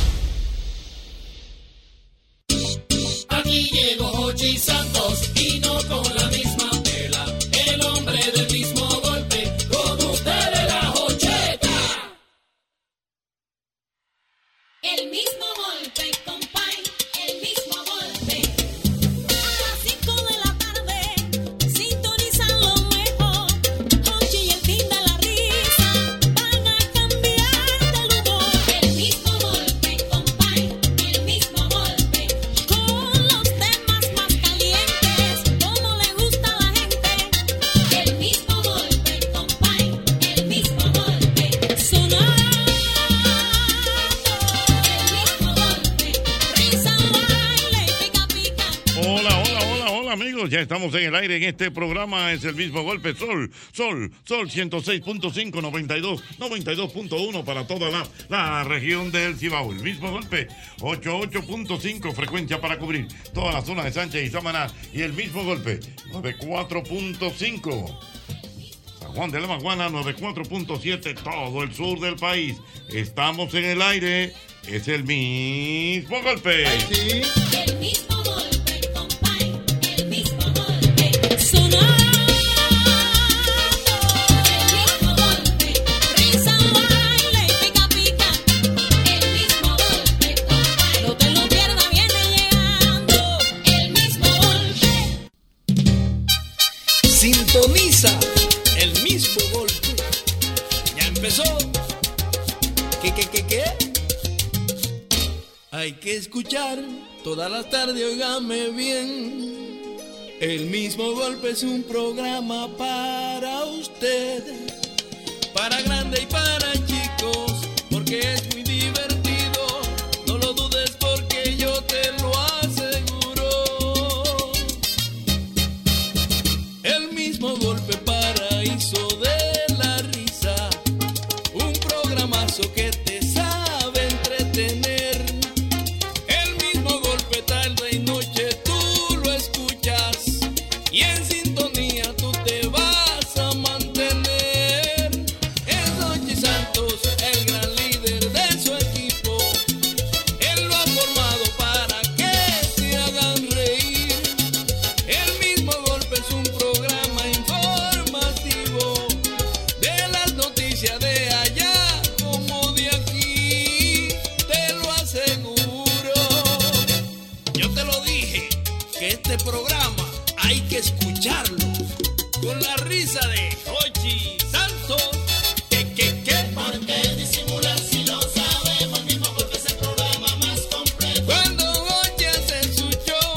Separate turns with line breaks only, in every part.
Aquí llegó Hochi Santos y no con la misma tela. El hombre del mismo golpe, con ustedes la Hocheta.
El mismo golpe, compay, el mismo golpe. A las 5 de la tarde, sintonizan lo mejor. Hochi y el fin de la risa van a cambiar de humor. El mismo golpe, compay, el mismo golpe. Con los temas más calientes, como le gusta a la gente. El mismo golpe, compay, el mismo golpe. Sonar.
Hola, hola, hola, hola amigos, ya estamos en el aire en este programa, es el mismo golpe, Sol, Sol, Sol 106.5, 92, 92.1 para toda la, la región del Cibao, el mismo golpe, 88.5 frecuencia para cubrir toda la zona de Sánchez y Samaná y el mismo golpe, 94.5. San Juan de la Maguana 94.7, todo el sur del país. Estamos en el aire. Es el mismo golpe.
El mismo golpe, compay, el mismo golpe. Sonar. El mismo golpe. Risa, baile y pica, pica. El mismo golpe, compay. No te lo pierdas, viene llegando. El mismo golpe.
Sintoniza el mismo golpe. Ya empezó. ¿Qué, qué, qué, qué? Hay que escuchar todas las tardes, óigame bien. El mismo golpe es un programa para usted. Para grande y para chicos, porque es muy divertido. No lo dudes porque yo te lo aseguro. El mismo golpe paraíso de la risa. Un programazo que te sabe entretener. El mismo golpe tarde y noche tú lo escuchas. Y en sintonía tú te vas a mantener. Es Noche Santos, el gran líder de su equipo. Él lo ha formado para que se hagan reír. El mismo golpe es un programa informativo de las noticias de allá como de aquí. Te lo aseguro. Yo te lo dije que este programa hay que escucharlo con la risa de Hochi Santos. Que, que, que. ¿Por qué disimular si lo sabemos? El mismo golpe es el programa más completo. Cuando Hochi hace su show.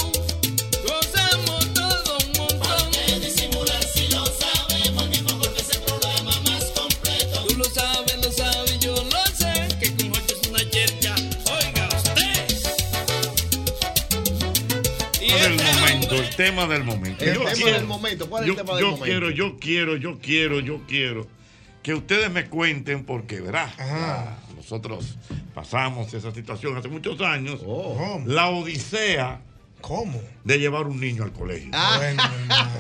Gozamos todo un montón. que disimular si lo sabemos? El mismo golpe es el programa más completo. Tú lo sabes, lo sabes, yo lo sé. Que con Jorge es una chercha. Oiga usted.
tema del
este
momento, el tema del momento.
El
Yo
tema
quiero-
del momento, ¿cuál es el
yo-
tema del
yo
momento?
quiero, yo quiero, yo quiero, yo quiero que ustedes me cuenten porque, ¿verdad? Ah, Nosotros pasamos esa situación hace muchos años.
Oh.
La odisea. ¿Cómo? De llevar un niño al colegio.
Ah.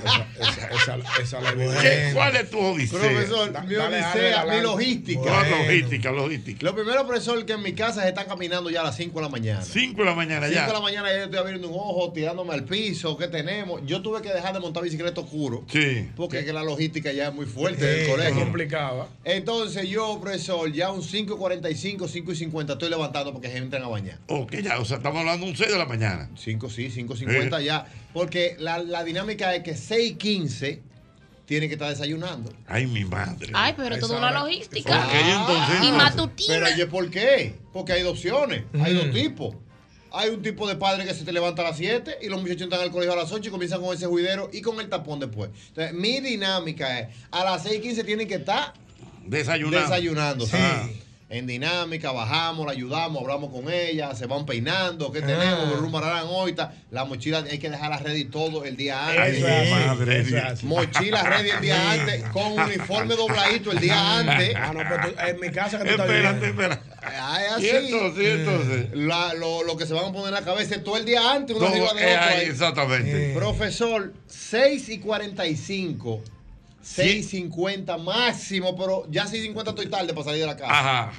Bueno, esa, esa, esa la vi.
¿Qué- ¿Cuál es tu odisea?
Profesor,
Da-
mi
dale, dale,
odisea,
dale.
mi logística.
La logística, logística.
Lo primero, profesor, que en mi casa se está caminando ya a las 5 de la mañana.
5 de la mañana ya.
5 de la mañana ya yo estoy abriendo un ojo, tirándome al piso, ¿qué tenemos? Yo tuve que dejar de montar bicicleta oscuro.
Sí.
Porque es que la logística ya es muy fuerte
Sí,
del colegio.
complicada.
Entonces yo, profesor, ya un 5.45, 5.50 estoy levantando porque se entran a bañar.
Ok, ya, o sea, estamos hablando un 6 de la mañana.
5, sí, 5.50
Eh.
ya. Porque la, la dinámica es que 6.15 tiene que estar desayunando.
Ay, mi madre.
Ay, pero toda una logística.
Ok, entonces,
y
entonces.
matutina.
Pero oye, ¿por qué? Porque hay dos opciones, hay
Mm.
dos tipos. Hay un tipo de padre que se te levanta a las 7 y los muchachos entran al colegio a las 8 y comienzan con ese juidero y con el tapón después. Entonces, mi dinámica es, a las 6.15 tienen que estar
Desayunando.
desayunando.
Ah.
en dinámica, bajamos, la ayudamos, hablamos con ella, se van peinando, ¿qué
Ah.
tenemos? ¿Qué rumbo harán hoy? Ta- La mochila hay que dejarla ready todo el día antes.
Eso es así, Madre eso es mía. así.
Mochila ready el día antes, con uniforme dobladito el día antes.
Ah, no, pero tú- en mi casa que tú estás
Espérate,
viviendo. Eh.
espérate.
Ay, así.
Y entonces, y entonces.
La- lo, lo que se van a poner en la cabeza es todo el día antes, uno
Todo-
arriba de
eh,
otro. ahí. Eh.
exactamente.
Profesor, 6 y 45. 6 y 50 máximo, pero ya 6 y 50 estoy tarde para salir de la casa.
Ajá.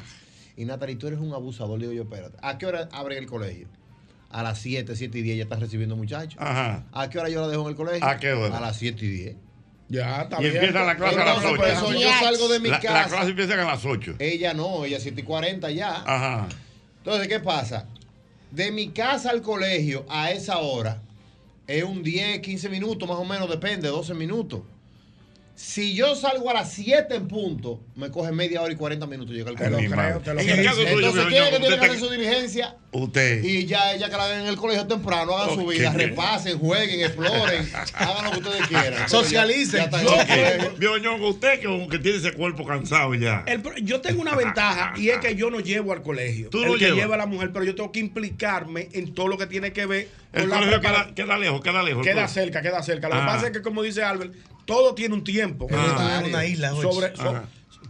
Y Natalie, tú eres un abusador. Le digo yo, espérate. ¿A qué hora abren el colegio? A las 7, 7 y 10 ya están recibiendo muchachos.
Ajá.
¿A Ah, qué hora yo la dejo en el colegio?
¿A qué hora?
A las 7 y 10.
Ya, está
Y empieza la clase a las
Entonces,
8.
profesor, yo salgo de mi
La- La
casa.
clase empieza a las 8.
Ella no, ella 7 y 40 ya.
Ajá.
Entonces, ¿qué pasa? De mi casa al colegio a esa hora es un 10, 15 minutos, más o menos, depende, 12 minutos. Si yo salgo a las 7 en punto, me coge media hora y 40 minutos llegar al
Ay, mi
colegio.
madre.
te lo
En el
creo.
caso tuyo,
Entonces,
mi
¿quién es que
doña,
tiene que
usted
hacer su diligencia?
Usted.
Y ya ella que la ven en el colegio temprano, hagan su
Ok.
vida, repasen, jueguen, exploren, hagan lo que ustedes quieran.
Socialicen.
Ya, ya están en el colegio.
Ok. Yo, yo, usted que, como que tiene ese cuerpo cansado ya.
El pro- yo tengo una ventaja y es que yo no llevo al colegio.
Tú
el
no
que
llevas.
lleva a la mujer, pero yo tengo que implicarme en todo lo que tiene que ver
El
con la
colegio
prepara-
queda, queda lejos, queda lejos.
Queda cerca, queda cerca. Lo que
Ah.
pasa es que, como dice Albert, todo tiene un tiempo.
Ah.
Sobre-
en una isla, Jorge.
sobre, so-
Ajá.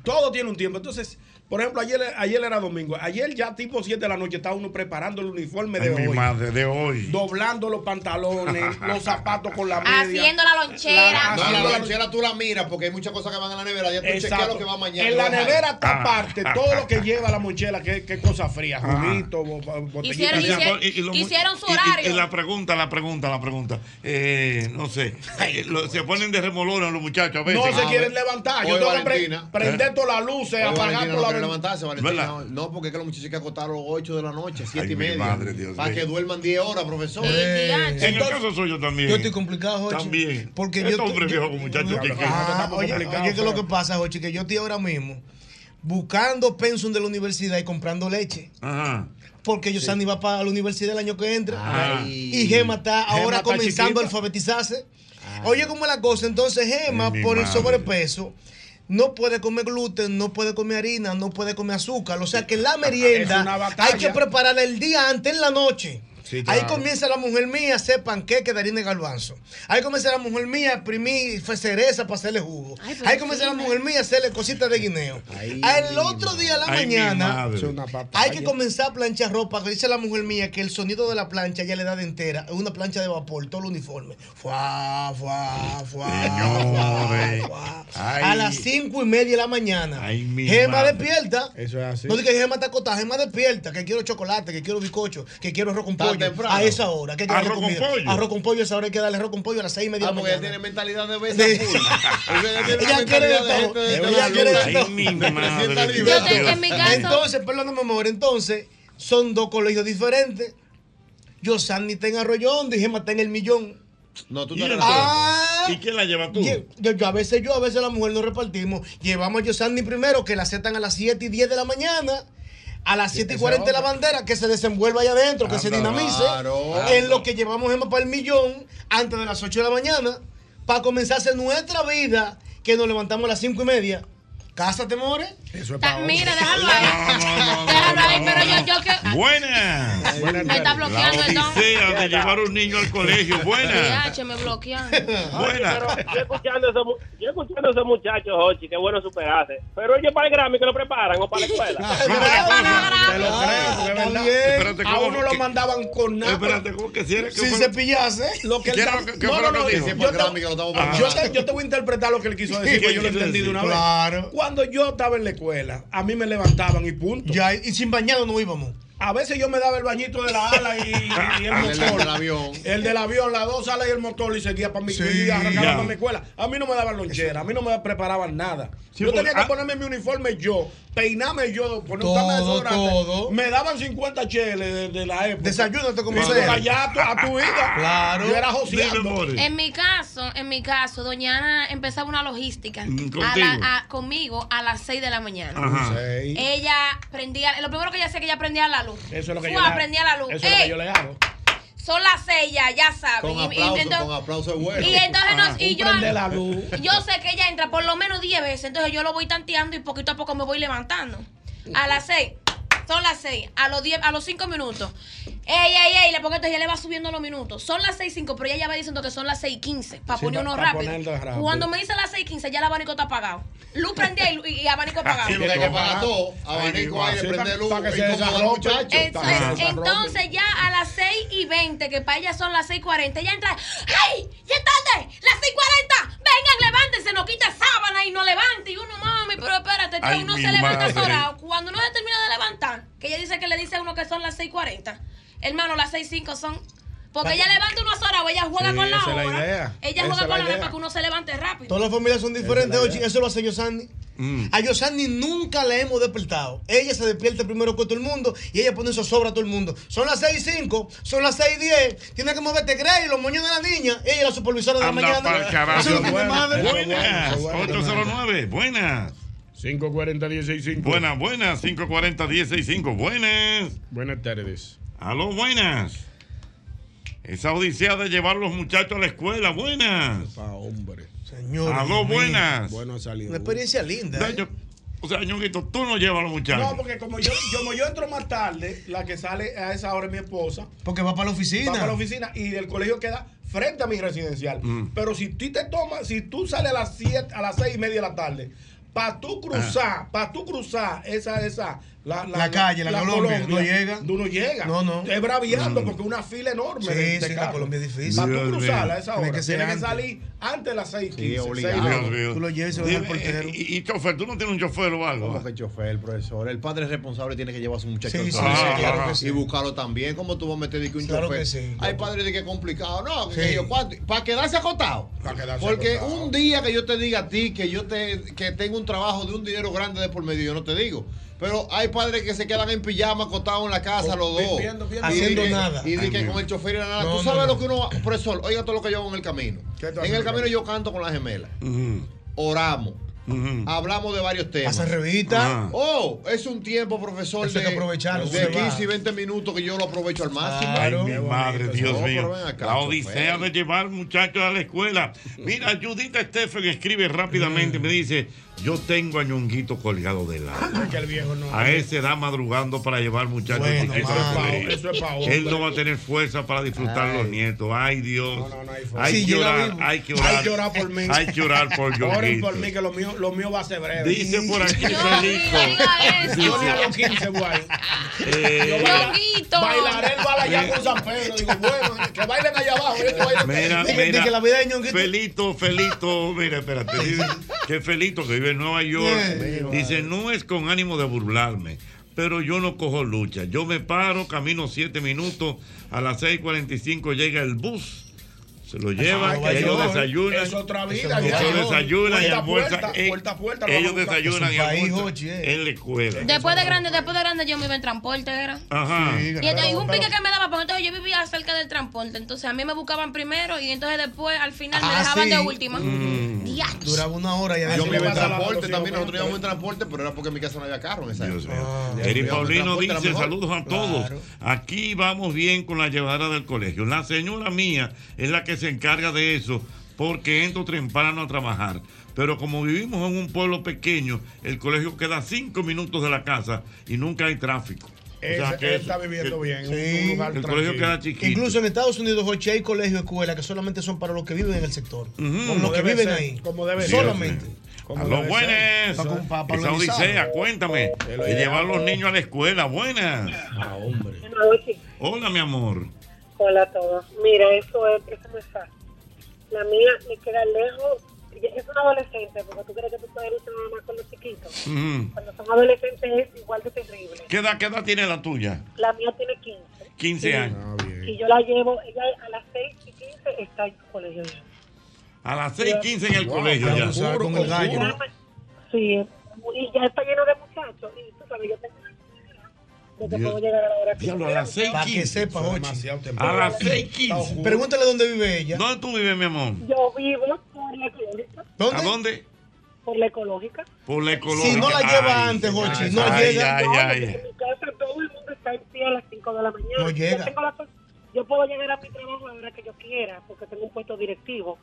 todo tiene un tiempo. Entonces, por ejemplo, ayer, ayer era domingo. Ayer ya tipo 7 de la noche estaba uno preparando el uniforme de
Ay, mi
hoy.
madre, de hoy.
Doblando los pantalones, los zapatos con la media.
Haciendo la lonchera.
La-
No,
Así
Ah, la
lo-
lonchera tú la miras porque hay muchas cosas que van en la nevera. Ya tú chequeas
Exacto.
lo que va mañana.
En la
Baja.
nevera está
Ah.
aparte todo lo que lleva la mochela, que, que cosa fría,
Ah.
juguito, bo- bo-
Y
Hicieron-
botellita.
se
hicieron-
acu- y- y lo-
hicieron su
y- y-
horario.
Y, la pregunta, la pregunta, la pregunta. Eh, no sé. Eh, lo- se ponen de remolón los muchachos a
No
veces.
se
Ah,
quieren
ve-
levantar. Yo
Hoy
tengo que pre-
Valentina.
prender todas las luces,
Oye,
apagar
Valentina no
todas
quiere
las
levantarse, Valentina.
¿Verdad?
No, porque es que los muchachos hay que acostaron a las 8 de la noche, 7
Ay,
y
mi
media.
madre, Dios
para
mío.
que duerman 10 horas, profesor.
Y
Eh, En
antes.
el caso suyo también.
Yo estoy complicado, Jochi.
También.
Porque
Este
yo.
hombre
yo-
viejo con muchachos
yo-
chiquitos.
Ah,
Estamos
Oye,
complicados,
oye, que
pero-
lo que pasa, Jochi, que yo estoy ahora mismo buscando pensum de la universidad y comprando leche.
Ajá.
Porque Yosani va para la universidad el año que entra.
Ay.
Y Gema está
Gema
ahora
está
comenzando
chiquita.
a alfabetizarse. Oye, cómo es la cosa. Entonces, Gema,
Mi
por el
madre.
sobrepeso, no puede comer gluten, no puede comer harina, no puede comer azúcar. O sea que la merienda
Ah, una batalla.
hay que prepararla el día antes, en la noche.
Sí,
Ahí
claro.
comienza la mujer mía a hacer panqueque de harina de garbanzo. Ahí comienza la mujer mía a exprimir fe- cereza para hacerle jugo.
Ay, pero
Ahí comienza la
dime.
mujer mía a hacerle cositas de guineo.
Ay,
Al
mi
otro día de la
Ay, mi
mañana,
madre.
Es una batalla.
hay que comenzar a planchar ropa. que Dice la mujer mía que el sonido de la plancha ya le da de entera. Es una plancha de vapor, todo el uniforme. Fuá,
Ah,
fuá, fuá,
Señores.
fuá, fuá.
Ay.
A las cinco y media de la mañana.
Ay, mi
Gema
madre.
despierta.
Eso es así.
No diga que Gema está acotada. Gema despierta. Que quiero chocolate, que quiero bizcocho, que quiero arroz con
Está
pollo.
temprano.
A esa hora. que hay que darle
Arroz con
comida.
pollo.
Arroz con pollo, a esa hora hay que darle arroz con pollo a las seis y media
Ah,
de la
porque ella
mañana.
tiene mentalidad de besa
Sí.
full. Ella tiene
Ella
la
quiere de
mentalidad de
todo.
gente de- de
Ella
la
quiere
luna.
de
Ay,
todo.
mi
sienta
madre.
libre.
Yo tengo en mi casa-
Entonces, perdóname, mi amor. Entonces, son dos colegios diferentes. Yo, Sandy, está en Arroyón, dije, maté en el millón.
No, tú
¿Y,
te
entonces?
relajas.
Ah.
¿Y quién la lleva tú?
Lle- Yo, yo- a veces yo, a veces la mujer nos repartimos. Llevamos a Yosandi primero, que la aceptan a las 7 y 10 de la mañana. A las 7 y 40 de la bandera, que se desenvuelva allá adentro, que se
este Anda,
dinamice.
claro.
En lo que llevamos Gemma para el millón, antes de las 8 de la mañana, para comenzarse nuestra vida, que nos levantamos a las 5 y media. Cásate, more.
Eso es
Ta-
pa' hoy.
Mira, déjalo
No,
ahí.
no, no,
Déjalo
no,
ahí,
no,
pero yo,
no.
yo que.
Buenas.
Me está
La
bloqueando el don.
odisea de llevar un niño al colegio. Buenas.
DH, me bloquean.
Pero
Buenas.
yo escuchando a esos mu- yo escuchando a esos muchachos, Jochi, qué bueno superarse. Pero ellos para el Grammy que lo preparan o para la
Ah,
escuela.
Te lo creo,
Ah,
porque es
está
verdad.
bien.
Espérate,
A
¿cómo
uno
que-
lo mandaban con nada.
Espérate, ¿cómo que si eres que
Sin
fue-
cepillarse.
Lo que él
¿Qué era
da-
lo que- qué
No,
fue
no,
lo que
no,
él
yo
dijo?
te-
Grammy que lo estamos
Ah.
Yo te, yo te voy a interpretar lo que él quiso decir, porque yo lo
¿Qué
entendí de una vez.
Claro.
Cuando yo estaba en la escuela, a mí me levantaban y punto.
Ya, y sin bañado no íbamos.
A veces yo me daba el bañito de la ala y, y- y el
El del-
motor.
del avión.
El del avión, las dos alas y el motor y seguía para mi
Sí.
y arrancaba
Ya.
para mi escuela. A mí no me daban lonchera, a mí no me preparaban nada.
Sí,
yo
porque-
tenía que
ah.
ponerme mi uniforme yo, peinarme yo, ponerme
Todo,
desodorante.
todo.
Me daban 50 cheles de, de la época.
Desayúnate como
Y tú
sea.
allá a tu, a tu vida.
Claro.
Yo era
Dime,
joseando.
More.
En mi caso, en mi caso, doña Ana empezaba una logística
Mm, contigo.
a la- a- conmigo a las 6 de la mañana.
Ajá.
Eh, Ella prendía, lo primero que ella hacía es que ella prendía la luz.
Eso es lo que
Fua,
yo le hago.
prendía la luz.
Eso es lo
Ey,
que yo le hago.
Son las 6 ya, ya saben.
Con
Y- y
aplauso,
entonces-
con aplauso es bueno.
Y entonces nos, y
Un
yo,
prende la luz.
yo sé que ella entra por lo menos 10 veces, entonces yo lo voy tanteando y poquito a poco me voy levantando. A las 6. Son las 6. A los 10, a los 5 minutos. Ey, ey, ey, le- porque entonces ya le va subiendo los minutos. Son las 6 5, pero ella ya va diciendo que son las 6 15. Para
Sí,
poner
pa-
uno
pa'
rápido.
ponerlo rápido.
Cuando me dice las 6 15, ya el abanico está apagado. Luz prendida y, y- y abanico apagado.
Tiene que pagar todo, abanico, aire, prende luz. y como los muchachos.
Eso es. Entonces ya a las 6 y 20, que para ella son las 6 y 40, ya entra. ¡Hey! ¡Ya es tarde! ¡Las 6 y 40! ¡Vengan, levántense! Nos quita sábana y no levante. Y uno, mami, pero espérate, que
Ay,
uno
mi
se levanta
madre.
azorado. Cuando uno se termina de levantar, que ella dice que le dice a uno que son las 6 y 40. Hermano, las 6 y 5 son. Porque ella levanta uno azorado, ella juega
Sí,
con la
esa es la
hora.
idea.
Ella
Esa
juega
es la
con la hora
idea.
para que uno se levante rápido.
Todas las familias son diferentes, Ochi. Eso lo hace Yosani.
Mm.
A Yosani nunca la hemos despertado. Ella se despierta primero que todo el mundo y ella pone eso sobra a todo el mundo. Son las 6 y 5, son las 6 y 10. Tiene que moverte Gray, los moños de la niña. Ella es la supervisora de la
Anda
mañana.
pa'l carajo.
Eso no tiene madre.
Buenas. 809. Buenas.
540-165.
Buenas, buenas. 540-165. Buenas.
Buenas tardes.
Aló, buenas. Esa odisea de llevar a los muchachos a la escuela. Buenas.
hombre.
Señor.
Aló, buenas.
Bueno, ha salido.
Una experiencia linda. ¿eh?
Yo- O sea, ñonguito, tú no llevas a los muchachos.
No, porque como yo, yo, como yo entro más tarde, la que sale a esa hora es mi esposa.
Porque va para la oficina.
Va para la oficina y del colegio queda frente a mi residencial.
Mm.
Pero si tú te tomas, si tú sales a las siete, a las seis y media de la tarde, para tú
Ah.
cruzar, para tú cruzar esa, esa,
La calle, la Colombia, no llega.
Tú no llega.
No, no.
Es braviando
Mm.
porque es una fila enorme.
Sí, sí, la Colombia es difícil.
Para
Dios
tú cruzarla a
mío.
esa
Tiene
hora.
que
Tienes
ser
que,
antes.
salir antes de las seis y quince.
Dios mío.
Tú lo llevas y se lo das al
Dime,
portero.
eh, Y, y chofer, tú no tienes un chofer o algo.
¿Cómo que chofer, el profesor? El padre responsable tiene que llevar a su muchacho
Sí,
al
sí,
colegio.
sí, claro que sí.
y buscarlo también. ¿Cómo tú vas a meter de que un
Claro
chofer?
que sí.
Hay padres de que es complicado. No, que
Sí.
yo cuánto. Para quedarse acotado. Porque un día que yo te diga a ti que yo te, que tengo un trabajo de un dinero grande de por medio, yo no te digo. Pero hay padres que se quedan en pijama acostados en la casa
O-
los dos.
viendo, viendo.
Y di
Haciendo
que-
nada.
Y di
Ay,
que
mira.
con el chofer era nada.
No,
tú
no,
sabes
no.
lo que uno va. Profesor, oiga todo lo que yo hago en el camino.
tú haces
En
en
el
el
camino yo canto con las gemelas. Oramos.
Mm.
Hablamos de varios temas.
Hacen revista.
Ah.
Ajá. Oh, es un tiempo, profesor,
Eso hay
de,
que aprovecharlo,
de
se va.
15 y 20 minutos que yo lo aprovecho al
Ah,
máximo.
Ay, mi madre, Dios
No, pero
mío.
ven acá,
La
chofer.
odisea de llevar muchachos a la escuela. Mira, Judita Stephen escribe
Mm.
rápidamente, me dice, yo tengo a Ñonguito colgado de lado.
Que el viejo no.
A ese da madrugando para llevar muchachos
Bueno,
chiquitos al
mano,
colegio.
eso es pa' hombre.
Él no va a tener fuerza para disfrutar los nietos. Ay, Dios. hay,
Si
que
llega
orar,
vivo.
hay que orar,
Hay que orar por mí.
Hay que orar por
Oren
Ñonguito.
por mí que lo mío, lo mío va a ser breve.
Dice por aquí
Yo-
Felico.
Yo ni a los 15 voy a ir.
Eh,
Yo baila- Bailaré el bala allá con San Pedro. Digo, bueno, que bailen allá abajo. yo te bailo.
Mira,
Dije-
mira.
dije que la vida de Ñonguito-
Felito, Felito, mira, espérate. dice que Felito, que vive en Nueva York, dice, no es con ánimo de burlarme, pero yo no cojo lucha. Yo me paro, camino siete minutos, a las 6.45 llega el bus. Se lo lleva,
Ay, que
ellos
yo-
desayunan.
es otra vida,
ellos
ya.
desayunan y
Puerta a
almuerzan.
puerta,
en-
puerta a puerta, lo
ellos
vamos a buscar.
desayunan y
Es un país,
almuerzan en la escuela.
Después de grande, después de grande yo me iba en transporte, era.
Ajá.
Y entonces, y un pique que me daba, porque entonces yo vivía cerca del transporte. Entonces a mí me buscaban primero y entonces después al final me
Ah,
dejaban
sí. Mm.
de última. Diache.
Duraba una hora y ya
Yo me iba en
despertaba.
transporte también, nosotros íbamos en transporte, pero era porque en mi casa no había carro en esa época. Ah.
Eri
Yo íbamos en
Paulino
transporte, era
dice,
mejor.
saludos a todos. Aquí vamos bien con la llevadera del colegio. La señora mía es la que se encarga de eso porque entro temprano a trabajar. Pero como vivimos en un pueblo pequeño, el colegio queda cinco minutos de la casa y nunca hay tráfico. O
Él-
sea que
él
eso-
está viviendo bien. en
Sí.
un lugar
El
tranquilo.
colegio queda chiquito.
Incluso en Estados Unidos, Jochi, hay colegios, escuelas que solamente son para los que viven en el sector. Con
Como
los que
debe
viven
ser,
ahí.
como debe ser.
solamente.
A los buenos.
Pa- pa-
Esa
organizado.
odisea, cuéntame. De llevar a los niños a la escuela. Buenas.
Ah,
Hola, mi amor.
Hola a todos. Mira, eso es, eso no es fácil. La mía me queda lejos. Ella Es una adolescente, porque tú crees que tú puedes luchar más con los chiquitos.
Ujú.
Cuando son adolescentes es igual de terrible.
¿Qué edad, qué edad tiene la tuya?
La mía tiene 15
15 años.
y yo la llevo, ella a las 6 y 15 está en su colegio. ya.
A las 6.15 en el
Wow,
colegio
pero
ya.
tú sabes, con el gallo. Sí, y ya está lleno de muchachos. Y tú sabes, yo tengo yo te
Dios.
puedo llegar a la hora que
Diablo, a
quiera.
las 6.15.
Para que sepa, Jochi.
A las 6.15.
Pregúntale dónde vive ella.
¿Dónde tú vives, mi amor?
Yo vivo por la ecológica.
¿A dónde?
Por la ecológica.
Por la ecológica.
Si no la lleva
Ay,
antes, Jochi,
ay,
no
ay,
llega.
Ay, ay,
En mi casa todo el mundo está en pie a las 5 de la mañana.
No llega.
Yo, tengo la pos- yo puedo llegar a mi trabajo a la hora que yo quiera, porque tengo un puesto directivo.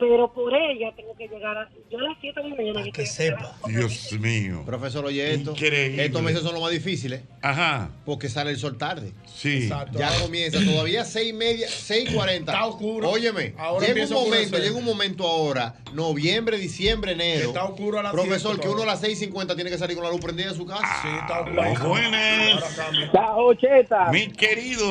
pero por ella tengo que llegar a. Yo a las 7 de la
Ah,
mañana. yo
Que
estoy en
sepa.
Dios mío.
Profesor, oye esto. Estos meses son los más difíciles.
Ajá.
Porque sale el sol tarde.
Sí. Exacto.
Ya comienza. Todavía seis y media, seis y cuarenta.
Está oscuro.
Óyeme. llega
Ahora
un
empieza a
momento,
oscurecer.
llega un momento ahora. Noviembre, diciembre, enero.
Está oscuro a las
Profesor, que
siete
uno a las seis y cincuenta tiene que salir con la luz prendida de su casa. Sí,
está
Buenas.
La Ocheta.
Mi querido.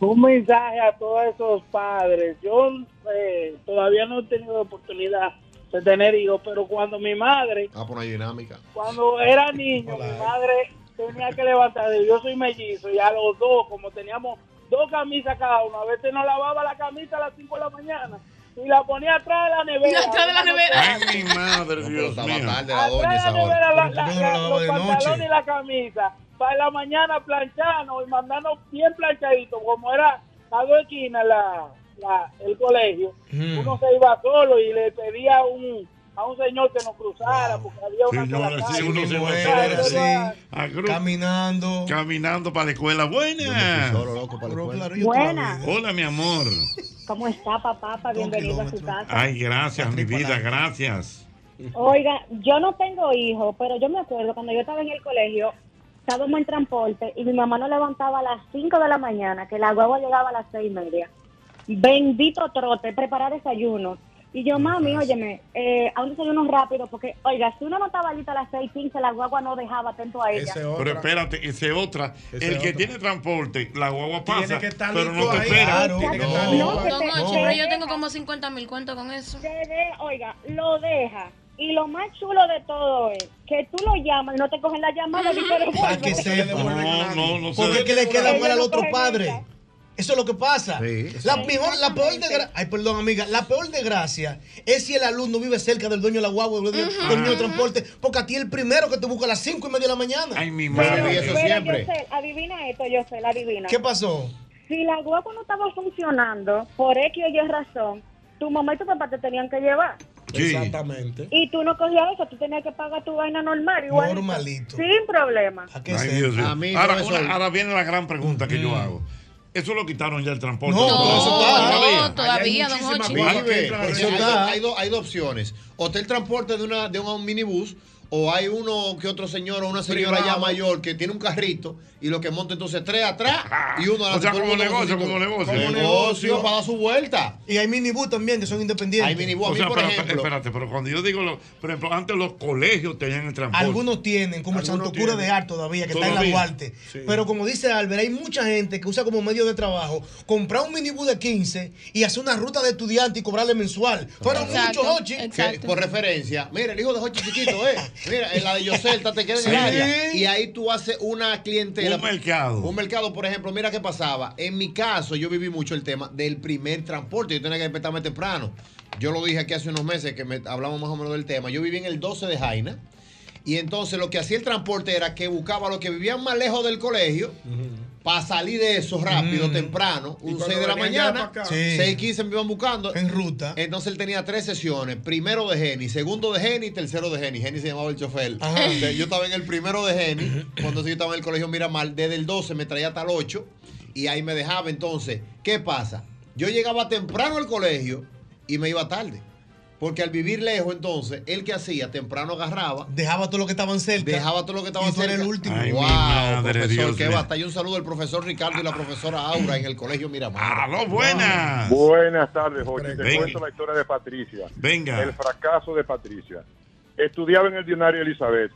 Un mensaje a todos esos padres. Yo eh, todavía no he tenido oportunidad de tener hijos, pero cuando mi madre,
Ah, por ahí dinámica.
cuando era niño, mi madre tenía que levantarse. Yo soy mellizo y a los dos, como teníamos dos camisas cada uno, a veces nos lavaba la camisa a las 5 de la mañana y la ponía atrás de la nevera.
Atrás de la
Ah,
nevera.
Ay, mi madre, Dios mío.
Atrás de la nevera la- la-
no
la-
la lavaba
los
de
pantalones
noche?
y la camisa. Para la mañana plancharnos y mandarnos bien planchaditos, como era a dos esquinas la, la- el colegio.
Mm.
Uno se iba solo y le pedía a un, a un señor que nos cruzara porque había una sola
Señores, sí,
calle.
uno se
mismo
va a
era,
hacer
sí.
a cruz. Caminando. Caminando para la escuela. Buenas.
Buenas.
Hola, mi amor.
¿Cómo está, papá? Pa? Bienvenido a su casa.
Ay, gracias, mi vida, gracias.
Oiga, yo no tengo hijos, pero yo me acuerdo cuando yo estaba en el colegio, estábamos en transporte y mi mamá nos levantaba a las 5 de la mañana, que la guagua llegaba a las 6 y media. Bendito trote, preparar desayuno. Y yo, mami, óyeme, eh, a un desayuno rápido, porque, oiga, si uno no estaba lista a las 6.15, la guagua no dejaba atento a ella.
Pero espérate, esa es otra. el que tiene transporte, la guagua pasa,
que estar
pero no
listo
te
ahí,
espera.
claro, tiene que estar listo.
No.
Don Ochi,
no.
pero yo tengo como 50 mil cuentos con eso.
oiga, lo deja. Y lo más chulo de todo es que tú lo llamas y no te cogen la llamada ni te devuelven.
Para que sepa.
No, no, no
Porque
se-
es que le queda mal al
Ella no
otro
coge
padre. Eso es lo que pasa. la, mejor, la peor desgracia. Ay, perdón, amiga. La peor desgracia es si el alumno vive cerca del dueño de la guagua, del dueño del dueño de transporte. Porque a ti el primero que te busca a las 5 y media de la mañana.
Ay, mi
madre.
Pero, Yosel, adivina esto, yo sé, adivina.
¿Qué pasó?
Si la guagua no estaba funcionando, por X o Y razón, tu mamá y tu papá te tenían que llevar.
Exactamente.
Y tú no cogías eso, tú tenías que pagar tu vaina normal, igual.
Normalito.
Sin problema.
Ay, Dios mío.
A mí,
ahora,
profesor.
una- ahora viene la gran pregunta que yo hago. Eso lo quitaron ya el transporte.
Mm. No,
todavía.
todavía, don Hochi.
Vive,
Eso
porque hay,
está.
dos- hay dos, hay dos opciones. O está el transporte de, una, de un minibús, o hay uno que otro señor o una señora
Privado.
ya mayor que tiene un carrito y lo que monta entonces tres atrás y uno
O sea,
todo el
como
mundo con
negocio,
su-
como negocio.
Como negocio para dar su vuelta.
Y hay minibús también que son independientes.
Hay minibús. A
O
mí,
sea,
por
pero,
ejemplo-
espérate, pero cuando yo digo, lo- por ejemplo, antes los colegios tenían el transporte.
Algunos tienen, como el Santo Cura
tienen.
de Ar todavía, que está en
Todavía.
la Duarte.
Sí.
Pero como dice Albert, hay mucha gente que usa como medio de trabajo comprar un minibús de 15 y hacer una ruta de estudiante y cobrarle mensual. Fueron muchos, Hochi.
Que, por referencia, mira, el hijo de Hochi chiquito, eh. Mira, en la de Yoselta te queda en el
Sí.
área. Y ahí tú haces una clientela.
Un mercado.
Un mercado, por ejemplo, mira qué pasaba. En mi caso, yo viví mucho el tema del primer transporte. Yo tenía que despertarme temprano. Yo lo dije aquí hace unos meses que me, hablamos más o menos del tema. Yo viví en el 12 de Jaina. Y entonces lo que hacía el transporte era que buscaba a los que vivían más lejos del colegio para salir de eso rápido, temprano,
Y
un
cuando
6 de la
venían ya
mañana,
pa' acá. Mm. Sí.
6 y 15 me iban buscando.
En ruta.
Entonces él tenía tres sesiones, primero de Geni, segundo de Geni, tercero de Geni. Geni se llamaba el chofer.
Ajá.
Entonces, yo estaba en el primero de Geni, cuando yo estaba en el colegio Miramar, desde el 12 me traía hasta el 8 y ahí me dejaba. Entonces, ¿qué pasa? Yo llegaba temprano al colegio y me iba tarde. Porque al vivir lejos, entonces, él que hacía, temprano agarraba.
Dejaba todo lo que estaban cerca.
Dejaba todo lo que estaban cerca. el último.
Ay, mi
wow,
madre,
profesor,
Dios
qué
mío.
batalla. Un saludo al profesor Ricardo y la profesora Aura en el colegio
Ah,
Miramar.
¡Aló, buenas!
Buenas tardes, Jorge. Te
Venga.
cuento la historia de Patricia.
Venga.
El fracaso de Patricia. Estudiaba en el Dionario Elizabeth,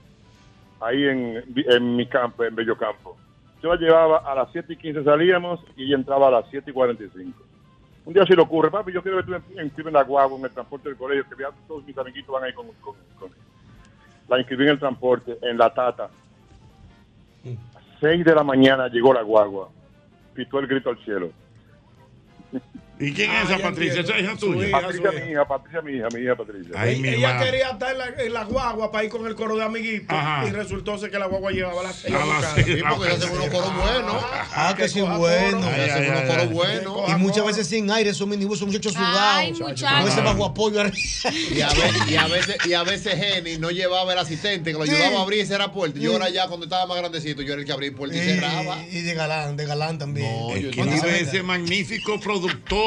ahí en, en mi campo, en Bello Campo. Yo la llevaba a las 7 y 15 salíamos y ella entraba a las 7 y 45. Un día se le ocurre, papi, yo quiero que tú me inscribas en la guagua, en el transporte del colegio, que vea todos mis amiguitos van ahí con, con, con él. La inscribí en el transporte, en la tata. 6 de la mañana llegó la guagua. Pitó el grito al cielo.
¿Y quién es esa Patricia? ¿Esa es hija tuya?
Patricia, mi hija, Patricia, mi hija, mi hija, Patricia.
Ay, mi
Ella
madre.
quería estar en la, en la guagua para ir con el coro de amiguitos
Ajá.
y resultó ser que la guagua llevaba a las seis.
A las
abocadas.
seis, Sí, porque a las hace seis. unos coros
buenos.
Ah, que sí, bueno.
Ay, ay, ay, ay, ay.
Y muchas veces sin aire, esos minibús son muchachos
Ay,
sudados.
muchachos.
A veces bajo apoyo. arriba.
Y a, veces, y, a veces, y a veces Jenny no llevaba el asistente que lo
Sí.
ayudaba a abrir y cerrar puertas. Yo
Sí.
ahora ya cuando estaba más grandecito, yo era el que abría puertas y
Y-
cerraba.
Y de galán, de galán también.
No,
Es
yo-
que
yo-
vive ese magnífico productor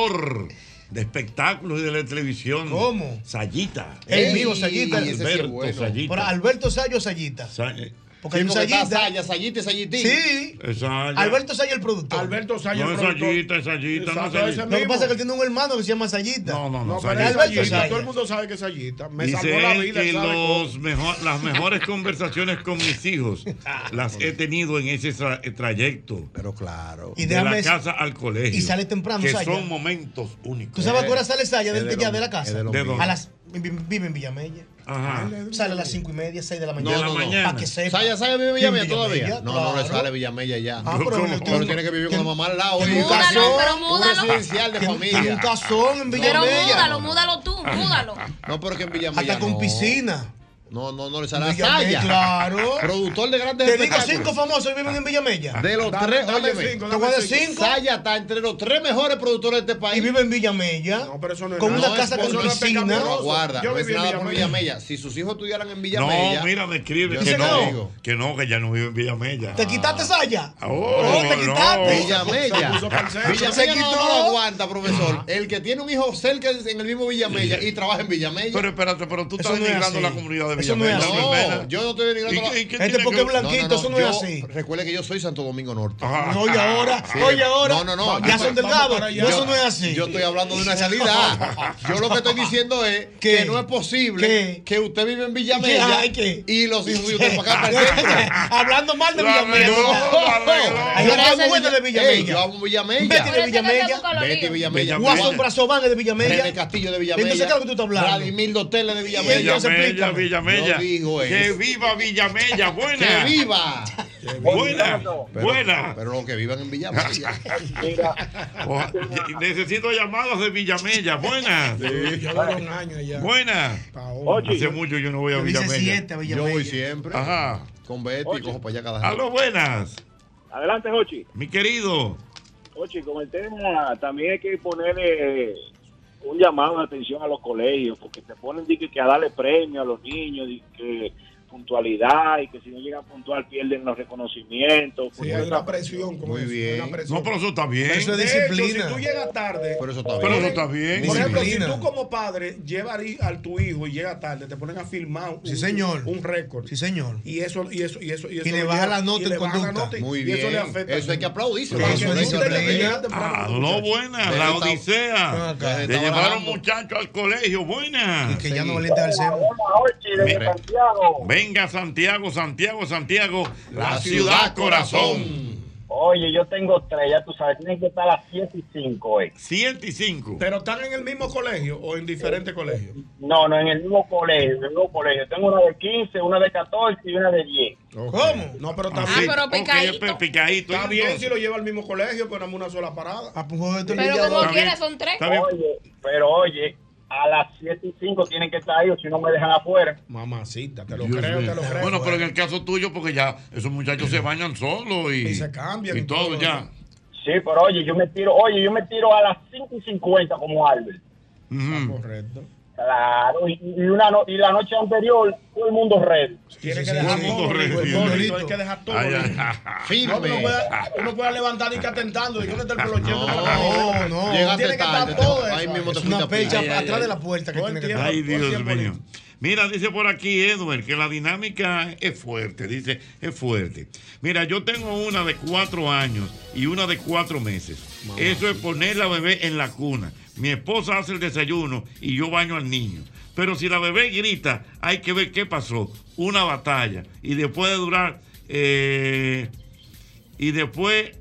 de espectáculos y de la televisión. ¿Cómo? Sayita.
El mío, Sayita.
Alberto Sayita. eh,
Pero Alberto Sayo Sayita.
Say-
Sí,
Porque hay un
porque está
Sayita.
Saya, Sayita y Sayitín.
Sí.
Es Saya.
Alberto Sayo el productor.
Alberto
Sayo, No el es productor. Sayita, es Sayita, no es Sayita.
Lo que pasa es que él tiene un hermano que se llama Sayita. No,
no,
No, pero
Sayita.
es Sayita,
Sayita.
todo el mundo sabe que es Sayita. Me
Dice
salvó la
él
vida,
que
él sabe cómo.
los mejor- las mejores conversaciones con mis hijos las he tenido en ese tra- trayecto.
Pero claro.
Y
de
déjame-
la casa al colegio.
y sale temprano,
Que
Saya.
son momentos únicos. Eh,
¿Tú sabes a qué hora sale Saya del,
Es
de, ya
lo-
de la casa?
es de lo mismo.
a las, vi- vive en Villamella.
Ajá.
Sale a las 5 y media, 6 de la mañana.
Ah. No, no, no.
Para que sepa.
Saya, Saya vive en Villamella todavía.
Villamella,
No, no le
claro.
sale Villamella ya.
Ah, pero ¿Cómo?
Pero tiene que vivir con la mamá al lado.
Tiene
y
un
un
casón,
casón,
pero
un
múdalo.
residencial de
Tiene un-
familia.
tiene un casón en
Pero
Villamella.
múdalo, múdalo tú,
Ah.
múdalo.
No, pero que en Villamella. Hasta
con piscina.
No, no, no le sale a Saya.
Villamella, claro.
Productor de grandes
Te digo
espectáculos.
cinco famosos que viven en Villamella.
De los tres, óyeme,
Te voy a dar cinco.
Saya está entre los tres mejores productores de este país. Y vive
en Villamella.
No, pero eso no
es Con nada. una casa con piscina.
No, guarda,
Yo
no es
viví en
nada por
Villamella.
Villamella. Si sus hijos estuvieran en
No,
Villamella.
mira, me escribe
Yo
que
sé
no,
que no.
que no, que ya no vive en Villamella.
¿Te quitaste Saya?
Oh,
te quitaste.
Villamella.
Se
Villamella no, no lo
quitó.
aguanta, profesor. El que tiene un hijo cerca en el mismo Villamella y trabaja en Villamella.
Pero espérate, pero tú
Eso
estás
no es
denigrando
así.
la comunidad de
Eso no es
Villamella.
así.
Luis Vela.
No, yo no estoy denigrando
¿Y
la-
qué- y qué
Este
tiene
porque
que-
es blanquito, eso no es así. Recuerde que yo soy Santo Domingo Norte.
Ah.
Oye ahora, oye ahora.
No, no, no.
Ya son delgados. No, eso no es
así. Yo estoy hablando de una realidad. Yo lo que estoy diciendo es que no es posible que usted vive en Villamella
¿Qué? ¿Qué?
y los hijos suyos están para acá. para el centro.
Hablando mal de Villamella. Hay
Yo
una
amo
buena de
Ey, yo
Villamella.
amo Villamella.
Betty de Villamella.
Betty Villamella.
Guasón Brazován es de Villamella.
René Castillo de Villamella.
Entonces, ¿qué es lo que tú estás hablando?
Vladimir Doteles de Villamella.
Villamella, Villamella.
Yo digo eso.
Que viva Villamella, buena.
¡Que viva!
Buena,
Pero-
buena.
Pero los que vivan en Villamella.
Oja- Necesito llamadas de Villamella, buena.
Sí, yo duré un año allá.
Buena.
Oye.
Hace mucho yo no voy a
Yo hice
Villamella.
siete a
Yo voy siempre.
Ajá.
Con Betty,
Oye.
cojo para allá cada
Aló, buenas.
Adelante, Jochi.
Mi querido.
Oye, con el tema Ah, también hay que ponerle eh, un llamado de atención a los colegios, porque te ponen di que, que a darle premio a los niños, di que puntualidad y que si no llegan puntual pierden los reconocimientos.
Sí, hay una presión con eso, una presión.
No, pero eso está bien.
Pero eso es De hecho, disciplina. si tú llegas tarde-
Pero eso
está
Pero
bien.
eso está bien.
Por ejemplo, si tú como padre llevas ahí al tu hijo y llega tarde, te ponen a firmar un,
Sí, señor.
un récord.
Sí, señor.
Y eso, y eso, y eso, y eso.
Y le
lo
baja
lleva-
la nota
y le
en
baja la
conducta.
nota y-
Muy
y eso
bien.
le afecta.
Eso hay que aplaudirse.
Porque
Eso
tú
hay que
te
aplaudir.
llegas temprano
Ah,
con tu
no,
muchacho.
buena,
Pero
la
está-
odisea.
Acá,
Le
está
llevaron
bajando.
muchachos al colegio, buena.
Que ya no valiente al cebo.
Ve- Venga, Santiago, Santiago, Santiago, la, ciudad, corazón.
Oye, yo tengo tres, ya tú sabes, tienen que estar a las 7 y 5 hoy.
7 y 5.
Pero están en el mismo colegio o en diferentes colegios.
Eh, No, no, en el mismo colegio, en el mismo colegio. Tengo una de 15, una de 14 y una de 10.
¿Cómo? No, pero está
Ah,
bien.
pero picadito.
Ok, picadito, ¿eh?
Está bien
entonces.
si lo lleva al mismo colegio, pero dame una sola parada.
Pero como
Está bien.
quiera, son tres.
Está bien.
Oye, pero oye, a las 7 y 5 tienen que estar ahí, o si no me dejan afuera.
Mamacita, te lo
Dios
creo,
mío.
te lo creo. eh.
Bueno, pero en el caso tuyo, porque ya esos muchachos se bañan solos y,
Y se cambian
y
y
todo,
todo,
ya.
Sí, pero oye, yo me tiro, oye, yo me tiro a las 5 y 50 como Albert.
correcto.
Claro, y, y una no- y la noche anterior, todo el mundo red.
Tiene que dejar todo limpio, bonito, hay que dejar todo
Ay, ay,
limpio.
ay,
No, uno,
Firme.
puede, uno puede levantar y que atentando. ¿Y dónde está el pelochero?
No, no.
Tiene que estar todo eso.
Es una pecha
Ay, ay,
atrás
ay.
de la puerta que tiene que estar.
Ay, Dios mío. Mira, dice por aquí Edward que la dinámica es fuerte, dice, es fuerte. Mira, yo tengo una de cuatro años y una de cuatro meses. Eso es poner la bebé en la cuna. Mi esposa hace el desayuno y yo baño al niño. Pero si la bebé grita, hay que ver qué pasó. Una batalla. Y después de durar, eh, y después,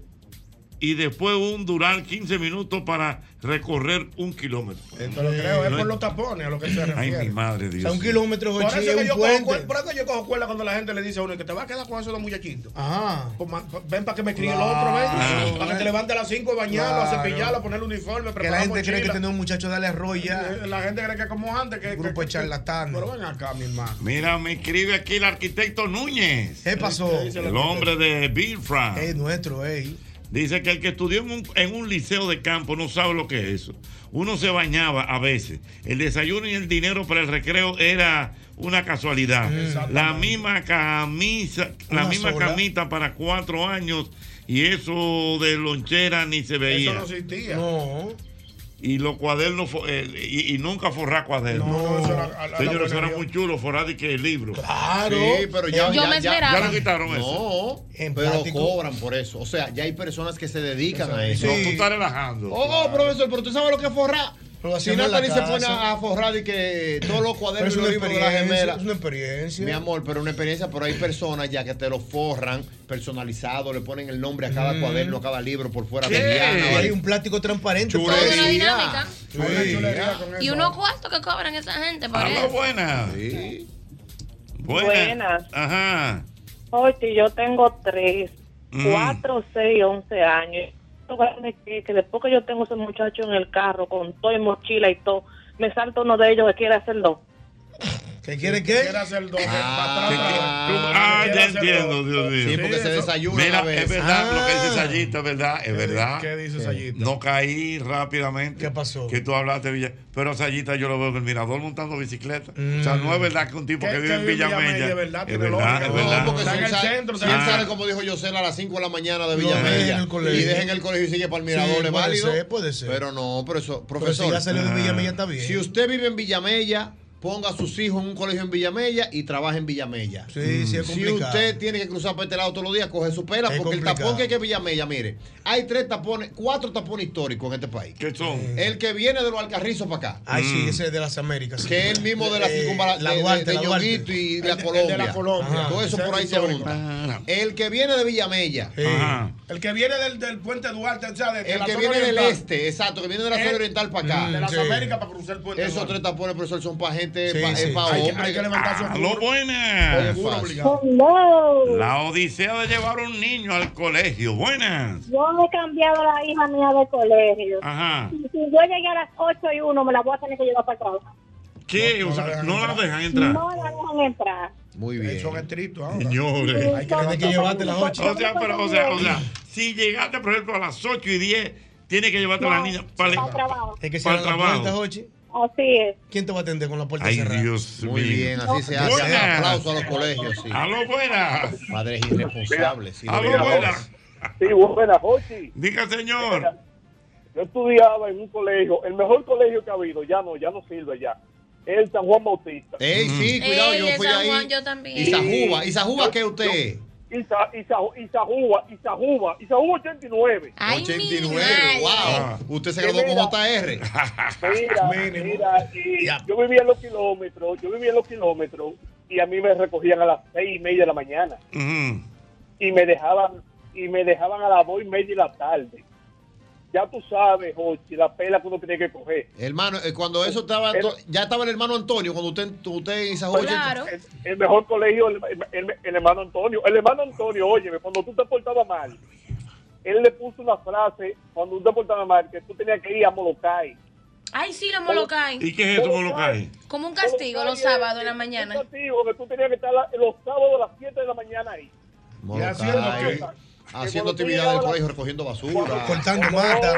y después un durar 15 minutos para recorrer un kilómetro.
Te lo creo, es
No
por los tapones a lo que se
Ay,
refiere.
mi madre, Dios.
O sea, un kilómetro
Por
Jochi,
eso,
es
que
un
yo cojo,
puente.
cuer- por eso yo cojo cuerda cuando la gente le dice a uno que te va a quedar con esos dos muchachitos.
Ajá.
Pues, ma- pa- ven para que me críe el
Claro.
otro, ven.
Ah.
Claro.
Para que te levante a las 5, bañarlo, a
Claro.
cepillarlo, a ponerle uniforme,
Que la
preparar
gente cree que
mochila. Eh,
tener un muchacho darle arroz ya.
La gente cree que es como antes, que
Grupo de charlatanes.
Pero ven acá, mi hermano.
Mira, me escribe aquí el arquitecto Núñez.
¿Qué pasó?
El hombre de Bilfra.
Es nuestro, ey.
Dice que el que estudió en un, en un liceo de campo no sabe lo que es eso. Uno se bañaba a veces. El desayuno y el dinero para el recreo era una casualidad. La misma camisa, la
Mm. Una
misma
sola.
camita para cuatro años y eso de lonchera ni se veía.
Eso no existía.
No.
y los cuadernos fo- eh, y, y nunca forrar cuadernos. No, eso era, Señores, eso era muy chulo forrar y que el libro.
Claro.
Sí,
pero ya, ya, ya-
ya lo quitaron eso.
No, pero cobran por eso. O sea, ya hay personas que se dedican a eso.
No, tú estás relajando.
Oh, oh, profesor, pero tú sabes lo que es forrar. Si
hacemos en la
Natalie se
casa.
pone a a forrar y que todos los
Pero
cuadernos
es
y los
una
libros de la
experiencia.
gemela.
Es una experiencia.
Mi amor, pero una experiencia, pero hay personas ya que te lo forran personalizado, le ponen el nombre a cada
Mm.
cuaderno, a cada libro por fuera.
¿Qué? Hay
un
plástico transparente.
Toda una dinámica.
Ah.
Chulería.
Y unos cuartos que cobran esa gente por
Aló,
eso.
Ah, buena. Buena.
Buenas.
Ajá.
Oye, yo tengo tres,
Mm.
cuatro, seis, once años. Lo grande que, que después que yo tengo ese muchacho en el carro con todo y mochila y todo, me salta uno de ellos que quiere hacer dos.
¿Qué quiere qué?
Quiere hacer dos.
Ah, ya entiendo, Dios mío.
Sí, porque se desayuna
Mira,
a veces.
es verdad lo que dice
Ah.
Sayita, es verdad, es verdad.
qué dice
Sí.
Sayita?
No caí rápidamente. ¿Qué pasó? Que tú hablaste, Villa. Pero a Sayita yo lo veo en el mirador montando bicicleta. O sea, no es verdad que un tipo
Que-
que vive en Villamella. Es verdad, es verdad.
No, porque si él
Ah.
sale, si él sale, como dijo Yosel, a las 5 de la mañana de Villamella y deja en el colegio y sigue para el mirador,
Sí,
¿es
puede
válido?
ser, puede ser.
Pero no, pero eso,
Pero
profesor.
si ya salió de
Ah.
Villamella, está bien.
Si usted vive en Villamella, ponga a sus hijos en un colegio en Villamella y trabaja en Villamella.
Sí, sí, es
si
complicado.
usted tiene que cruzar para este lado todos los días, coge su pela,
Es
porque el
complicado.
tapón que hay que en Villamella, mire, hay tres tapones, cuatro tapones históricos en este país.
¿Qué son? Mm.
El que viene de los Alcarrizos para acá.
Ay, sí, ese es de las Américas.
Que es el mismo de la
Eh,
circunvala-
la
de- de-
Duarte,
de
la Duarte.
Yoguito y
El
la
de-
Colombia.
el de la Colombia.
Todo eso
Ese
por ahí
es
se junta. El que viene de Villamella.
Ajá.
El que viene del, del puente Duarte, o sea, de, de
El
la
que
zona
viene del
oriental.
este, exacto, que viene de la zona
El-
oriental para acá.
De las
Sí.
Américas para cruzar el puente
Esos
Duarte.
tres tapones, profesor, son para gente,
Sí,
pa- es
sí.
pa'
Hay que-
hombre
hay que levantar su
Ah,
Aló, buenas.
Seguro,
Oh,
obligado.
Hello.
La odisea de llevar a un niño al colegio. Buenas.
Yo no he cambiado a la hija mía de colegio.
Ajá.
Y Si yo llegué a las 8 y 1, me la voy a tener que llevar para casa.
¿Qué? O sea, no la dejan entrar.
No la dejan entrar.
Muy bien.
Son estrictos ahora.
Señores.
Hay que tener que llevarte las ocho.
O sea, pero, o sea, o sea, si llegaste, por ejemplo, a las 8 y 10, tienes que llevarte a la niña para el trabajo.
Es que
para el
cierran las puertas,
trabajo.
Jochi.
Así es.
¿Quién te va a atender con la puerta
Ay,
cerrada?
Dios mío.
Muy bien, así se hace.
Buenas.
Aplauso a los colegios. Sí.
A lo buena.
Padres irresponsables. sí,
A lo
deberían.
buena.
Sí, buena, Jochi.
Ah, Diga, señor.
Yo estudiaba en un colegio, el mejor colegio que ha habido, ya no, ya no sirve ya. El San Juan Bautista.
Ey, sí, cuidado, yo
Ey,
fui
de San
ahí.
Juan yo también.
Y Sajuba, y Sajuba, ¿qué usted?
Isa, Isa, Isajuba, Isajuba, Isajuba 89.
89, wow. Usted se graduó como JR.
Mira, mira, y yo vivía en los kilómetros, yo vivía en los kilómetros y a mí me recogían a las seis y media de la mañana y me dejaban y me dejaban a las dos y media de la tarde. Ya tú sabes, Jochi, la pela que uno tiene que coger.
Hermano, eh, cuando eso estaba,
Pero-
to- ya estaba el hermano Antonio, cuando usted, usted y Sajuba.
El, el mejor colegio, el, el- el hermano Antonio. El hermano Antonio, oye, cuando tú te portabas mal, él le puso una frase cuando tú te portabas mal que tú tenías que ir a Molokai.
Ay, sí, los molocain.
¿Y qué es eso, Molokai?
Como un castigo los sábados en la mañana.
Un castigo que tú tenías que estar la- los sábados a las 7 de la mañana ahí.
Molokai,
haciendo cosas.
Haciendo
tú
actividades del
llegabas-
colegio, recogiendo basura. Ah,
Cortando
mata.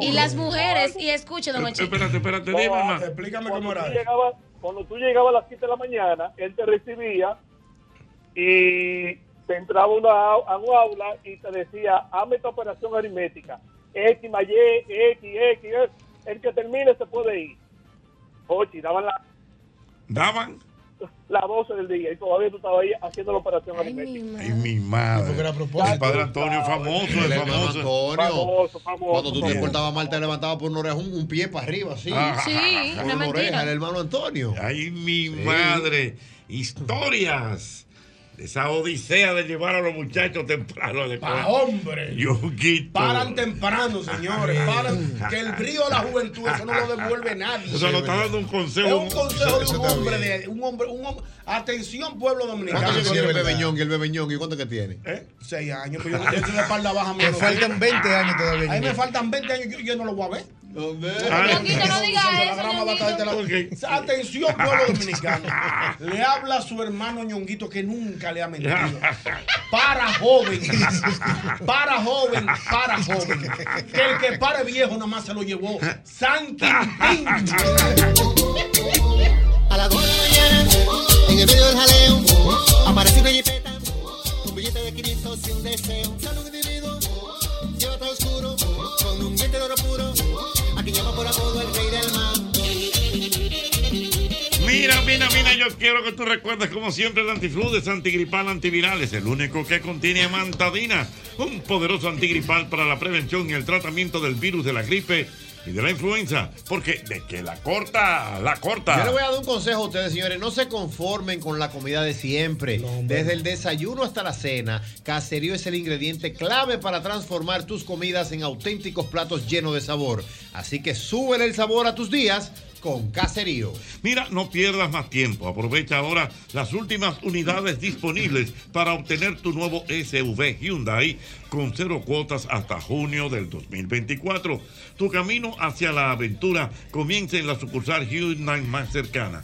Y las mujeres, y escuchen, don Machito.
Oh, Eh, Espérate, espérate,
No,
dime más.
Explícame
cuando
cómo
tú
era.
llegabas- cuando tú llegabas a las 7 de la mañana, él te recibía y te entraba una, au- a un aula y te decía, hazme esta operación aritmética. X más Y, X, X, X. El que termine se puede ir. Oye, daban la-
¿Daban?
las 12 del día y todavía tú estabas ahí haciendo la operación aritmética.
Ay, mi madre. El padre Antonio es famoso,
El
es
hermano
famoso.
Antonio.
Famoso, famoso.
Cuando tú te portabas mal, te levantabas por una oreja, un, un pie para arriba, así.
Ah, Sí,
por
una
una
mentira.
oreja, el hermano Antonio.
Ay, mi madre. Historias. de Esa odisea de llevar a los muchachos temprano a la escuela.
Pa' hombre.
Yuquito.
Paran temprano, señores. Paran. Que el brío de la juventud, eso no lo devuelve nadie.
O sea, nos está dando un consejo.
Es un consejo de
Eso
un
está
hombre, de un hombre, un hombre. Atención, pueblo dominicano.
¿Cuánto que tiene el
¿verdad?
bebeñón? ¿Y el bebeñón? ¿Y cuánto que tiene?
Seis años, pero yo yo tengo la espalda baja.
¿Eh? Te faltan 20 años todavía,
A mí me
niño. Ah,
faltan 20 años, yo, yo no lo voy a ver.
¿Dónde?
Ñonguito, no diga eso,
Atención, pueblo dominicano. Le habla a su hermano ñonguito que nunca le ha mentido. Para joven. Para joven, para joven. Que el que pare viejo nada más se lo llevó. San Quintín.
A las 2 de la mañana, en el medio del jaleo, aparece una jipeta con billete de 500 y un deseo. Sale un individuo, lleva todo oscuro, con un diente de oro puro,
Mira, mira, mira, yo quiero que tú recuerdes como siempre el antifludes, antigripal, antiviral. Es el único que contiene amantadina, un poderoso antigripal para la prevención y el tratamiento del virus de la gripe y de la influenza. Porque de que la corta, la corta.
Yo les voy a dar un consejo a ustedes, señores. No se conformen con la comida de siempre. Desde el desayuno hasta la cena, Caserío es el ingrediente clave para transformar tus comidas en auténticos platos llenos de sabor. Así que súbele el sabor a tus días con Caserío.
Mira, no pierdas más tiempo. Aprovecha ahora las últimas unidades disponibles para obtener tu nuevo SUV Hyundai con cero cuotas hasta junio del 2024. Tu camino hacia la aventura comienza en la sucursal Hyundai más cercana.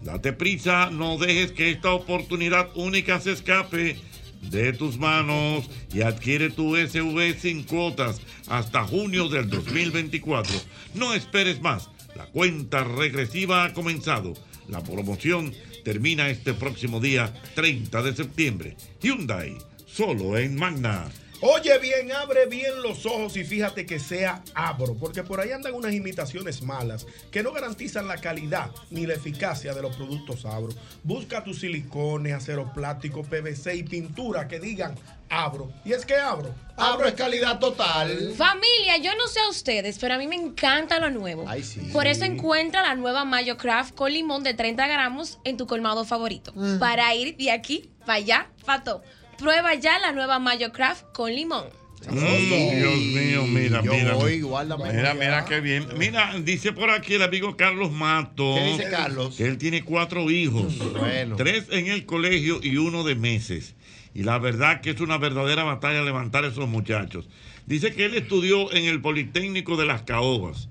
Date prisa, no dejes que esta oportunidad única se escape de tus manos y adquiere tu SUV sin cuotas hasta junio del 2024. No esperes más. La cuenta regresiva ha comenzado. La promoción termina este próximo día 30 de septiembre. Hyundai, solo en Magna.
Oye bien, abre bien los ojos y fíjate que sea abro, porque por ahí andan unas imitaciones malas que no garantizan la calidad ni la eficacia de los productos abro. Busca tus silicones, acero plástico, PVC y pintura que digan abro. Y es que abro. Abro es calidad total.
Familia, yo no sé a ustedes, pero a mí me encanta lo nuevo. Por eso encuentra la nueva Mayo Craft con limón de 30 gramos en tu colmado favorito.
Mm.
Para ir de aquí para allá, pato. Prueba ya la nueva Mayo Craft con limón.
Mm, Dios mío, mira,
Yo
mira.
voy, guárdame.
Mira, mira qué bien. Mira, dice por aquí el amigo Carlos Mato.
¿Qué dice Carlos?
Que él tiene cuatro hijos.
Bueno.
Tres en el colegio y uno de meses. Y la verdad que es una verdadera batalla levantar a esos muchachos. Dice que él estudió en el Politécnico de las Caobas,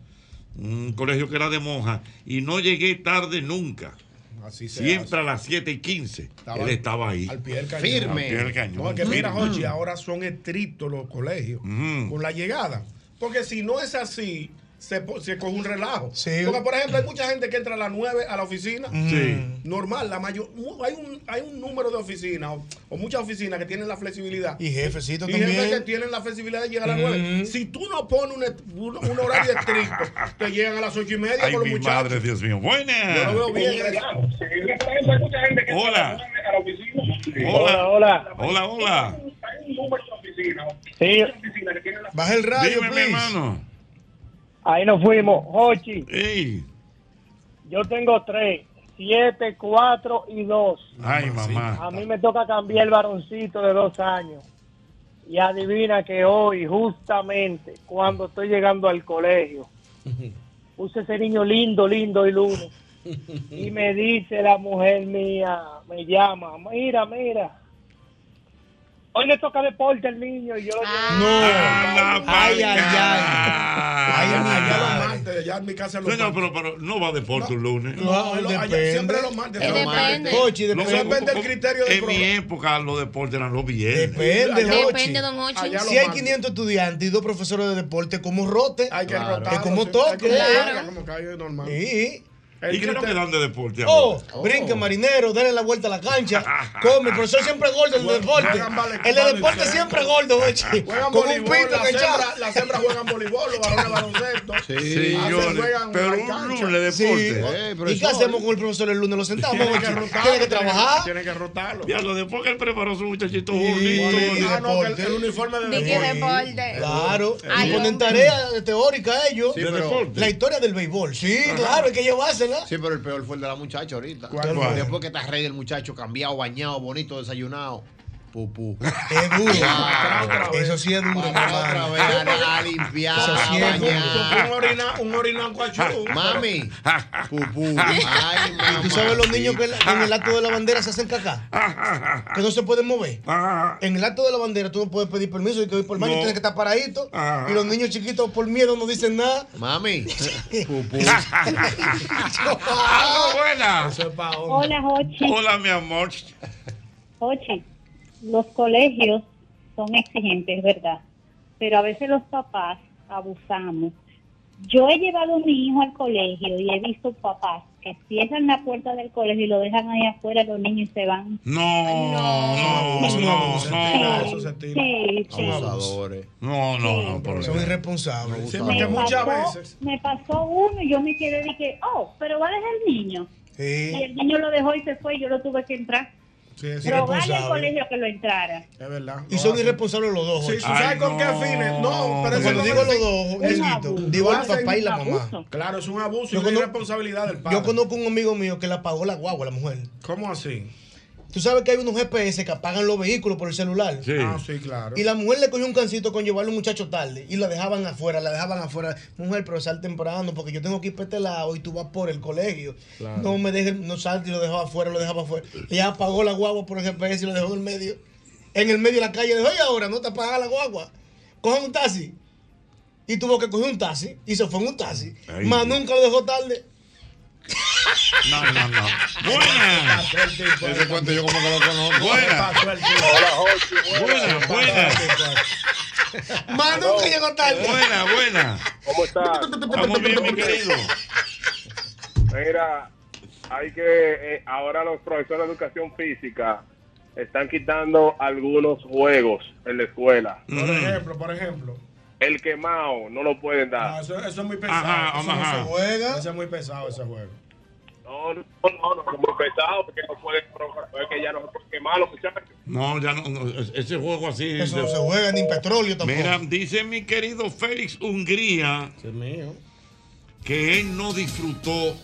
un colegio que era de monja, y no llegué tarde nunca.
Así se hace.
Siempre a las 7 y 15.
Estaba
él estaba ahí.
Al pie del cañón.
Al pie del cañón. Mm,
No, que mira,
Firme.
Jochi, ahora son estrictos los colegios
Mm.
con la llegada. Porque si no es así, se, po- se coge un relajo. Porque, por ejemplo, hay mucha gente que entra a las 9 a la oficina.
Mm. Sí.
Normal, la mayor, mu- hay, un, hay un número de oficinas o, o muchas oficinas que tienen la flexibilidad.
Y jefecito
Y
también.
jefes que tienen la flexibilidad de llegar a las
Ujú.
Mm.
9. Si tú no pones un, est- un, un horario estricto, te llegan a las 8 y media
Ay,
con los
mi
muchachos.
madre, Dios mío. Buena.
Yo lo veo bien.
Hola.
Hola, hola.
Hola, hola.
Sí,
Baja el radio,
Dime, mi
please.
hermano.
ahí nos fuimos. Jochi.
Ey.
Yo tengo tres, siete, cuatro y dos.
Ay, mamá.
A mí me toca cambiar el varoncito de dos años. Y adivina que hoy, justamente, cuando estoy llegando al colegio, puse ese niño lindo, lindo y lunes. Y me dice la mujer mía, me llama, mira, mira. Hoy le toca deporte al niño y yo lo
No. Ay, ay, ay.
Antes, ya en mi casa lo
Señor, pero, pero no va a deporte un lunes.
No, lo- ayer siempre lo martes.
Los martes.
Jochi,
Los-
depende del criterio del
En mi época los deportes eran los viernes.
Depende,
Depende, don Ochi. Allá lo
Si hay
mando.
500 estudiantes y dos profesores de deporte, como rote.
Hay que
Claro.
rotarlo,
Es como
sí, hay
toque.
que rotarlo, como cae normal.
Sí.
¿Y qué es lo que dan de deporte ahora?
Oh, brinca marinero, denle la vuelta a la cancha. Come, el profesor siempre es gordo en el deporte.
juegan vale-
El de
vale-
deporte siempre es gordo, oye.
Juegan
Como un
voleibol,
pito
las hembras,
canchado.
las hembras juegan voleibol, los varones baloncesto.
Sí,
Hacen-
señores,
juegan
pero
a
un
cancha.
lunes de deporte.
¿Y
Eh,
qué
profesor.
hacemos con el profesor el lunes? ¿Lo sentamos?
Tiene que
oye?
rotarlo,
Tiene que
tiene que-
trabajar.
Tiene que rotarlo.
Ya lo después que él preparó su muchachito
bonito.
bonito.
Ah, no, que el, el uniforme de
Ni que
deporte. Ah,
Claro,
Ay,
y ponen
hombre.
tarea teórica ellos.
Sí, De pero- deporte.
La historia del béisbol, sí,
Ajá.
claro, hay que llevársela.
Sí, pero el peor fue el de la muchacha ahorita.
¿Cuál fue?
Después que está rey el muchacho, cambiado, bañado, bonito, desayunado. Pupú.
Es duro.
Ah,
Eso sí es duro, mi
Otra
hermano.
vez a, a limpiar,
Eso sí
a
es duro.
bañar.
Un orina- un orinoco achú.
Mami. Pupú. Ay,
¿Y tú sabes los niños que en la- en el acto de la bandera se hacen caca? Que no se pueden mover. En el acto de la bandera tú no puedes pedir permiso y que voy por el baño
No.
tienes que estar paradito.
Ajá.
Y los niños chiquitos por miedo no dicen nada.
Mami. Pupú.
Ah, buena.
Hola, Jochi.
Hola, mi amor.
Oye, los colegios son exigentes, es verdad, pero a veces los papás abusamos. Yo he llevado a mi hijo al colegio y he visto papás que cierran la puerta del colegio y lo dejan ahí afuera los niños y se van.
No, no, no, no.
Eso se tira.
Sí, sí.
Abusadores.
No, no, no. por
Son irresponsables.
Sí, porque muchas veces.
me pasó uno y yo me quedé de que, oh, pero va a dejar el niño.
Y el niño lo dejó y se fue y yo lo tuve que entrar.
Sí, sí,
Rogarle al
responsable.
colegio que lo entrara.
Es verdad. Y son irresponsables los dos. Jorge.
Sí, ¿tú ¿sabes con qué fines? No, pero eso
cuando
no
digo los
es
dos,
así. Es un
Jorgito,
abuso.
digo al
Hacen
papá y la
un
mamá.
abuso. Claro, es un abuso y
Yo
una
cono-
irresponsabilidad del padre.
Yo conozco un amigo mío que le apagó la guagua a la mujer.
¿Cómo así?
Tú sabes que hay unos GPS que apagan los vehículos por el celular.
Ah, sí, claro.
Y la mujer le cogió un cancito con llevarle un muchacho tarde y la dejaban afuera, la dejaban afuera. Mujer, pero sal temprano porque yo tengo que ir para este lado y tú vas por el colegio.
Claro.
No me dejes, no salte y lo dejaba afuera, lo dejaba afuera. Ella apagó la guagua por el GPS y lo dejó en el medio. En el medio de la calle, le dijo, oye, ahora no te apagas la guagua. Coge un taxi. Y tuvo que coger un taxi y se fue en un taxi.
Ay.
Más nunca lo dejó tarde.
No, no, no. Buenas.
Ese cuento yo como que lo conozco.
Buenas. Buenas, buenas.
Más nunca llegó tarde.
Buena, buena.
¿Cómo estás?
Estamos bien, mi querido.
Mira, hay que. eh, ahora los profesores de educación física están quitando algunos juegos en la escuela.
Por ejemplo, por ejemplo.
El quemado no lo pueden dar.
Ah, Eso, eso es muy pesado.
Ajá,
eso no
ajá.
se juega. Eso es muy pesado ese juego.
No, no, no, no, como pesado, porque no pueden. Es que ya no se pueden quemar los muchachos.
No, ya no, no, es- ese juego así.
Eso
de-
no se juega ni en petróleo tampoco.
Mira, dice mi querido Félix Hungría que él no disfrutó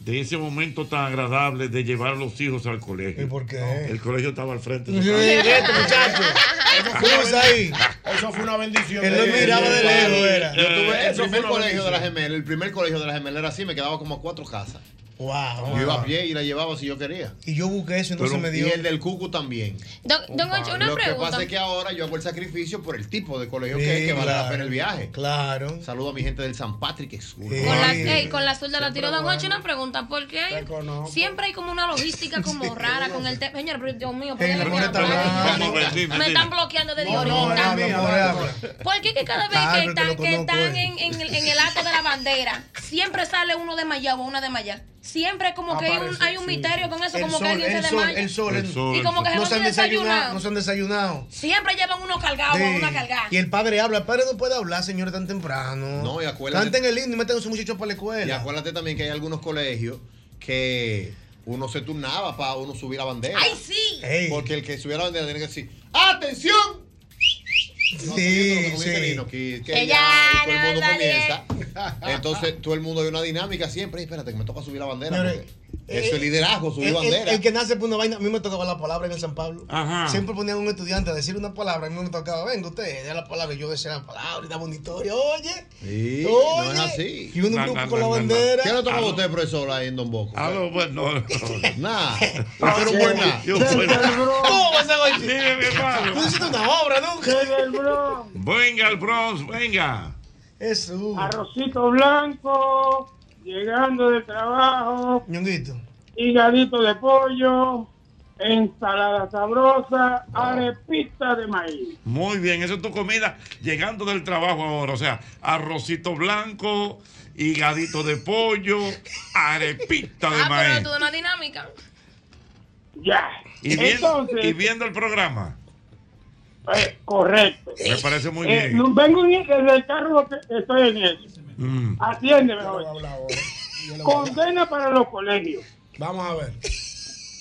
de ese momento tan agradable de llevar a los hijos al colegio. ¿Y por
qué?
El colegio estaba al frente. de su casa.
este
Vete, muchacho.
Ah.
Cruza ahí.
Eso fue una bendición.
Él lo miraba de lejos, era.
Yo tuve el
Eso fue
primer
una
colegio de
bendición.
la gemela. El primer colegio de la gemela era así, me quedaba como a cuatro casas.
Wow.
Yo iba a pie y la llevaba si yo quería.
Y yo busqué eso y no se me dio.
Y el del Cucu también.
Don, don Ocho, una
Lo que
pregunta.
pasa es que ahora yo hago el sacrificio por el tipo de colegio
Sí,
que es que vale
claro,
la pena el viaje.
Claro.
Saludo a mi gente del San Patrick School.
Con la, ey, con la azul de la tiro, don Ocho, una pregunta. ¿Por qué hay- siempre hay como una logística como rara con el tema? Señor, pero Dios mío, ¿por qué me están
Vamos a ver, dime,
me
dime.
están bloqueando de
No,
Dios?
no,
ahorita?
habla,
¿Por qué que cada vez
Claro,
que
que lo
están, que
conozco,
están
eh.
en, en el, en el acto de la bandera, siempre sale uno de Maya o una de Maya? Siempre como que hay un, hay un misterio con eso,
El
como
sol,
que alguien se
el sol,
desmaya.
el sol, el
Y
sol.
como que se
no
van
se han
sin desayunar.
desayunado. No se han desayunado.
Siempre llevan uno cargado o
Sí.
una cargada.
Y el padre habla, el padre no puede hablar, señores, tan temprano.
No, y acuérdate-
Canten el himno y meten a sus muchachos para la escuela.
Y acuérdate también que hay algunos colegios que uno se turnaba para uno subir la bandera.
¡Ay, sí!
Porque el que subía la bandera tiene que decir, ¡Atención! Sí, que, que
Que
ya,
ya
y todo el mundo
nadie-
comienza. Entonces, todo el mundo hay una dinámica siempre. "Ey, Espérate, que me toca subir la bandera. porque eso es liderazgo, subir
Eh, el, el-
bandera.
El, que nace por una vaina, a mí me tocaba la palabra en el San Pablo.
Ajá.
Siempre ponían a un estudiante a decir una palabra, a mí me tocaba, venga usted, dé la palabra, y yo decía la palabra, y daba un historia, oye.
Sí,
Oye,
no es así.
y uno No, grupo no, con no, la no, no. bandera.
¿Qué le tocaba a
Aló.
usted, profesor, ahí en Don Bosco?
Aló, Ah, bueno.
Nada. Usted no fue nada.
Yo fui nada.
¿Cómo vas a oír?
Dime, mi hermano.
Tú hiciste una obra, ¿no?
Venga, el Bronx, venga.
Eso.
Arrocito blanco, llegando del trabajo,
Ñonguito.
higadito de pollo, ensalada sabrosa, arepita de maíz.
Muy bien, eso es tu comida llegando del trabajo ahora. O sea, arrocito blanco, higadito de pollo, arepita de
Ah, pero
maíz.
tú de una dinámica.
Ya.
Y viendo,
Entonces-
y viendo el programa.
Eh, correcto.
Me parece muy
Eh,
bien.
vengo en- desde el carro que estoy en eso.
Mm.
Atiéndeme, joven. Condena para los colegios.
Vamos a ver.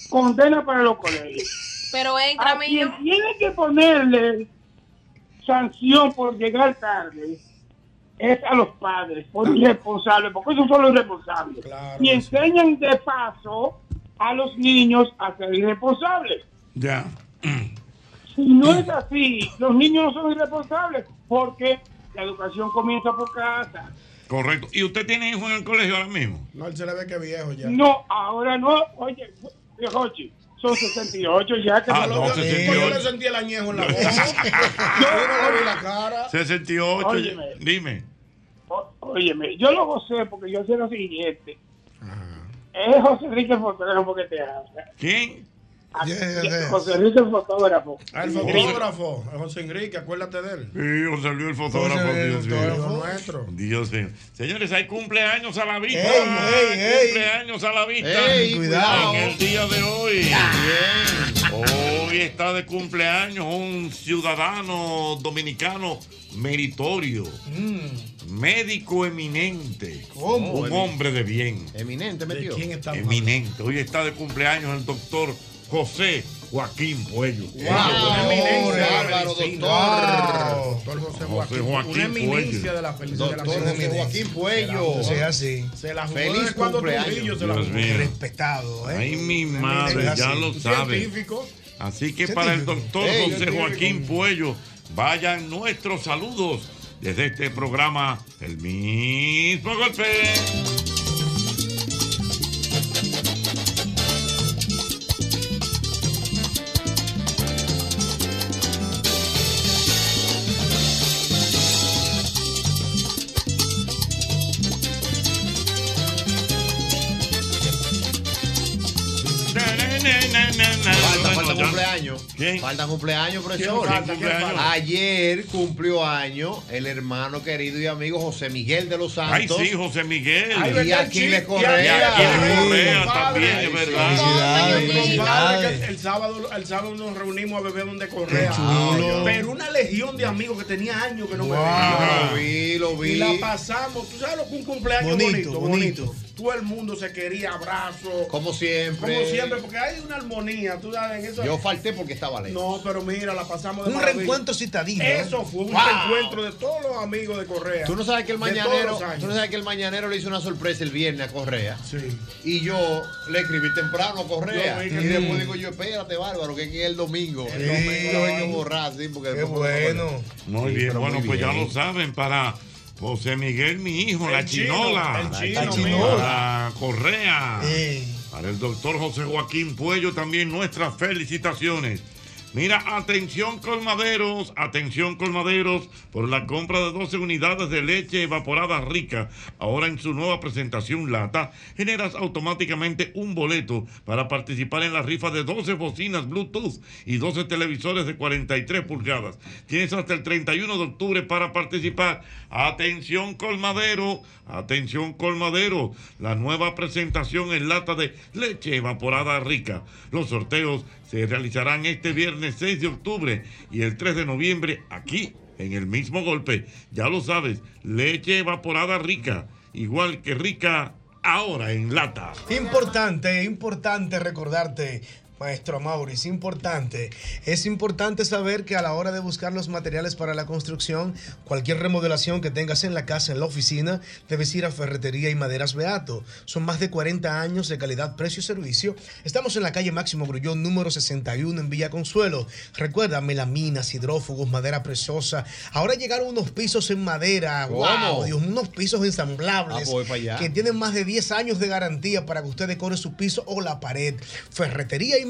Condena para los colegios.
Pero entra,
A
miño.
quien tiene que ponerle sanción por llegar tarde es a los padres,
Ah.
por irresponsables, porque esos son los irresponsables. y enseñan de paso a los niños a ser irresponsables.
Ya.
Si no es así, los niños no son irresponsables, porque la educación comienza por casa.
Correcto. ¿Y usted tiene hijos en el colegio ahora mismo?
No, él se le ve que viejo ya.
No, ahora no, oye, Jochi, son 68 ya que
Ah,
no
no,
lo-
68.
Yo le sentí el añejo en la boca. Yo no le vi la cara.
68.
Óyeme.
Dime.
Óyeme, yo lo gocé porque yo sé lo siguiente.
Ah.
Es José Enrique el fotógrafo que te habla.
¿Quién?
José Enrique el fotógrafo.
Ah, El fotógrafo, el José Enrique, acuérdate de él.
Sí, salió el fotógrafo.
José, Pues el
Dios
fotógrafo
mío.
nuestro.
Dios mío. Señores, hay cumpleaños a la vista.
Ey,
Hay
ey, ey.
cumpleaños a la vista.
Ey, cuidado. Ah.
En el día de hoy. Hoy está de cumpleaños un ciudadano dominicano meritorio, médico eminente,
¿Cómo?
un hombre de bien.
Eminente metió. ¿Quién está
Eminente. Hoy está de cumpleaños el doctor José Joaquín Puello.
Wow. Pobre Álvaro, doctor.
Doctor José
José
Joaquín.
Joaquín
una eminencia
Puello.
de la felicidad.
Doctor José Joaquín Puello.
Sí,
así.
Se la jugó
Feliz
desde cuando
cumpleaños.
Trujillo se la
Dios
jugó.
mío.
Respetado,
¿eh?
Ay, mi madre, ya lo sabe.
Científico.
Así que para el doctor
Ey,
José
científico.
Joaquín Puello, vayan nuestros saludos desde este programa, el mismo golpe.
Falta, falta
ya.
cumpleaños. Falta cumpleaños, profesor.
¿Quién falta? ¿Quién falta?
Ayer cumplió año el hermano querido y amigo José Miguel de los
Ay,
Santos.
sí, José Miguel.
Ay, ¿verdad, Y Aquiles
chico?
Correa.
Y Aquiles
Ay,
Correa
compadre.
también, es verdad.
Compadre, que el sábado, el sábado nos reunimos a beber donde Correa. Pero una legión de amigos que tenía años que no me
Lo vi, lo vi.
Y la pasamos. Tú sabes lo que un cumpleaños
Bonito,
bonito,
bonito.
bonito. Todo el mundo se quería, abrazo.
Como siempre.
Como siempre, porque hay una armonía, tú sabes, en eso.
Yo falté porque estaba lejos.
No, pero mira, la pasamos de
Un
maravilla.
reencuentro citadino, ¿eh?
Eso fue un
Wow.
reencuentro de todos los amigos de Correa.
Tú no sabes que el
De todos
mañanero,
los años.
tú no sabes que el mañanero le hizo una sorpresa el viernes a Correa. Y yo le escribí temprano a Correa.
Yo
Y
vi que-
después digo yo, espérate, bárbaro, que aquí es el domingo. El domingo lo hay que borrar, sí, porque después no me acuerdo.
Muy
Sí,
bien,
pero
bueno,
muy
pues ya
bien.
lo saben para José Miguel, mi hijo, la
chino,
chinola.
el chino,
la
mi hijo.
Para Correa. Para el doctor José Joaquín Puello también nuestras felicitaciones. Mira, atención colmaderos, atención colmaderos por la compra de 12 unidades de leche evaporada rica. Ahora en su nueva presentación lata, generas automáticamente un boleto para participar en la rifa de 12 bocinas Bluetooth y 12 televisores de 43 pulgadas. Tienes hasta el 31 de octubre para participar. Atención colmadero, atención colmadero. La nueva presentación en lata de leche evaporada rica. Los sorteos se realizarán este viernes 6 de octubre y el 3 de noviembre aquí en el mismo golpe. Ya lo sabes, leche evaporada rica, igual que rica ahora en lata.
Importante, importante recordarte. Maestro Maurice, importante. Es importante saber que a la hora de buscar los materiales para la construcción, cualquier remodelación que tengas en la casa, en la oficina, debes ir a Ferretería y Maderas Beato. Son más de 40 años de calidad, precio y servicio. Estamos en la calle Máximo Grullón, número 61, en Villa Consuelo. Recuerda, melaminas, hidrófugos, madera preciosa. Ahora llegaron unos pisos en madera.
¿Cómo?
¡Wow! Dios, unos pisos ensamblables
Ah, pues, para allá.
que tienen más de 10 años de garantía para que usted decore su piso o la pared. Ferretería y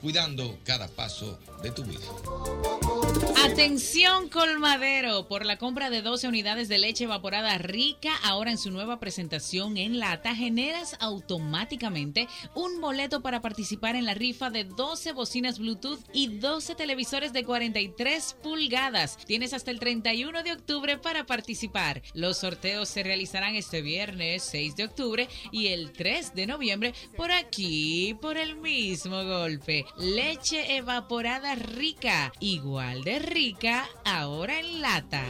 cuidando cada paso de tu vida.
Atención colmadero, por la compra de 12 unidades de leche evaporada rica, ahora en su nueva presentación en lata, generas automáticamente un boleto para participar en la rifa de 12 bocinas Bluetooth y 12 televisores de 43 pulgadas. Tienes hasta el 31 de octubre para participar. Los sorteos se realizarán este viernes 6 de octubre y el 3 de noviembre por aquí, por el mismo golpe. Leche evaporada rica, igual de rica, ahora en lata.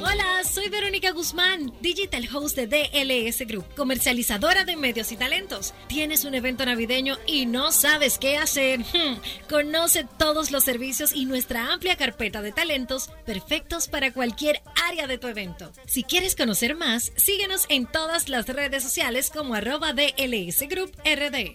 Hola, soy Verónica Guzmán, digital host de DLS Group, comercializadora de medios y talentos. Tienes un evento navideño y no sabes qué hacer. Hmm, Conoce todos los servicios y nuestra amplia carpeta de talentos perfectos para cualquier área de tu evento. Si quieres conocer más, síguenos en todas las redes sociales como arroba DLS Group RD.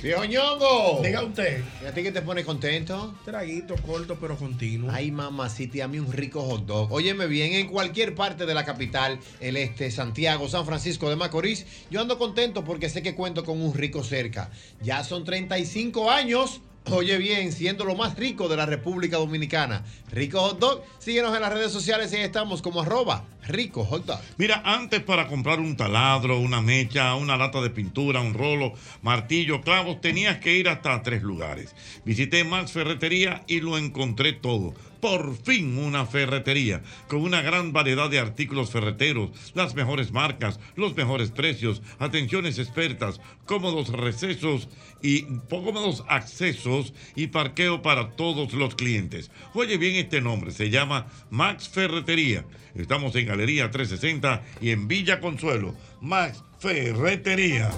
Viejo ñongo.
Diga usted.
¿Y a ti qué te pone contento?
Traguito corto pero continuo.
Ay, mamacita, y a mí un rico hot dog. Óyeme bien, en cualquier parte de la capital, el este, Santiago, San Francisco de Macorís, yo ando contento porque sé que cuento con un rico cerca. Ya son 35 años Oye bien, siendo lo más rico de la República Dominicana. Rico Hot Dog, síguenos en las redes sociales y ahí estamos como arroba Rico Hot Dog.
Mira, antes para comprar un taladro, una mecha, una lata de pintura, un rolo, martillo, clavos, tenías que ir hasta tres lugares. Visité Max Ferretería y lo encontré todo. Por fin una ferretería con una gran variedad de artículos ferreteros, las mejores marcas, los mejores precios, atenciones expertas, cómodos recesos y cómodos accesos y parqueo para todos los clientes. Oye bien este nombre, se llama Max Ferretería. Estamos en Galería 360 y en Villa Consuelo. Max Ferretería.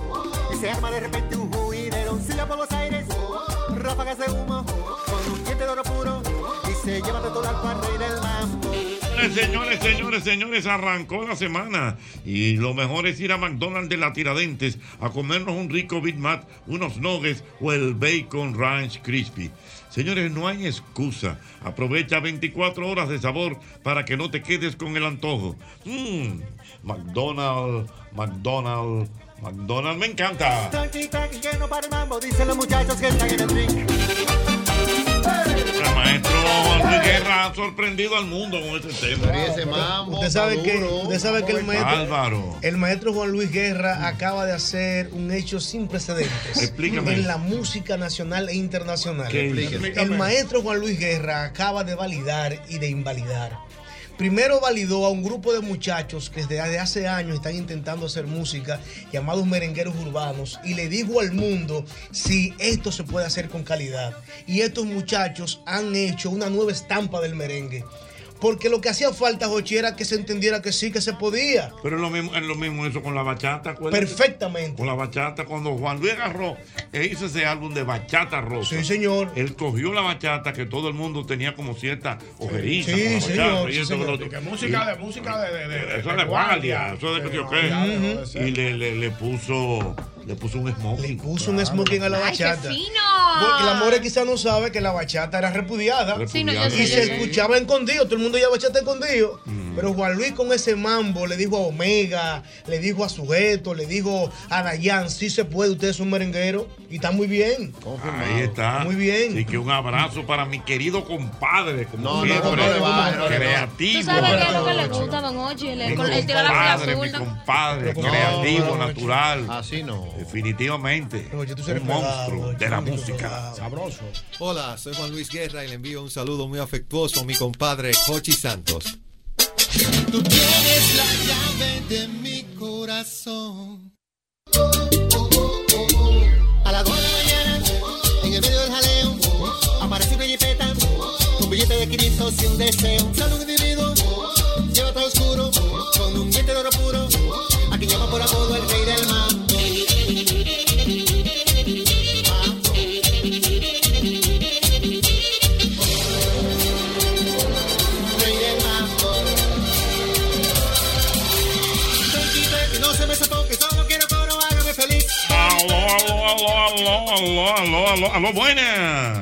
Y se arma de repente un juidero, un silbo por los aires, ráfagas de humo, con un diente de oro puro, y se lleva de todo al parrey del mambo.
Señores, señores, señores, señores, arrancó la semana y lo mejor es ir a McDonald's de la Tiradentes a comernos un rico Big Mac, unos nuggets o el Bacon Ranch Crispy. Señores, no hay excusa. Aprovecha 24 horas de sabor para que no te quedes con el antojo. Mmm, McDonald's, McDonald's, McDonald's, me encanta.
Tranqui, tranqui, que no para el mambo, dicen los muchachos que están en el ring.
El maestro Luis Guerra ha sorprendido al mundo con este tema.
usted sabe que, usted sabe que el maestro,
Álvaro.
el maestro Juan Luis Guerra acaba de hacer un hecho sin precedentes
Explícame.
en la música nacional e internacional.
¿Qué hizo?
El
Explícame.
maestro Juan Luis Guerra acaba de validar y de invalidar. Primero validó a un grupo de muchachos que desde hace años están intentando hacer música, llamados merengueros urbanos, y le dijo al mundo si esto se puede hacer con calidad. Y estos muchachos han hecho una nueva estampa del merengue. Porque lo que hacía falta, Jochi, era que se entendiera que sí, que se podía.
Pero es lo mismo, es lo mismo eso con la bachata. acuérdate.
Perfectamente.
Con la bachata, cuando Juan Luis agarró e hizo ese álbum de bachata rosa.
Sí, señor.
Él cogió la bachata que todo el mundo tenía como cierta ojeriza.
Sí,
con la
señor,
bachata, y
sí,
eso
señor.
con otro.
De que música de- música de- de- de-
Eso
de
es de guardia,
guardia.
eso es de
Sí,
que yo
no,
qué.
ya dejó de ser.
Y le, le, le puso le puso un smoking. Le
puso un smoking a la
Ay, qué
bachata.
fino.
Porque la More quizá no sabe que la bachata era repudiada.
Sí, no, yo
y
sé, yo
se
sé.
escuchaba escondido, todo el mundo ya bachata escondido. Pero Juan Luis con ese mambo le dijo a Omega, le dijo a Sujeto, le dijo a Dayan, sí se puede, usted es un merenguero. Y está muy bien.
Ahí está. Muy
bien.
Así que un abrazo para mi querido compadre. Como
No, no,
siempre,
no, no le va, no le va.
creativo.
¿Tú sabes qué es lo que le gusta a Don Ochi? El, el, el tirar la
Compadre,
fila
mi
azul. ¿no?
compadre,
No,
creativo,
no, no,
natural.
Así no.
Definitivamente.
eres
un monstruo de la música.
Sabroso. Hola, soy Juan Luis Guerra y le envío un saludo muy afectuoso a mi compadre Jochi Santos.
Tú tienes la llave de mi corazón. A las 2 de la mañana, en el medio del jaleo, aparece una jipeta, un billete de 500 y un deseo. Sale un individuo, lleva todo oscuro, con un diente de oro puro, a quien llama por apodo el rey del mambo. Mambo. Rey del mambo. Tranqui, tranqui, no se me sofoque, solo quiero coro, hágame feliz.
Aló, aló, aló, aló, aló, aló, aló, aló, buenas.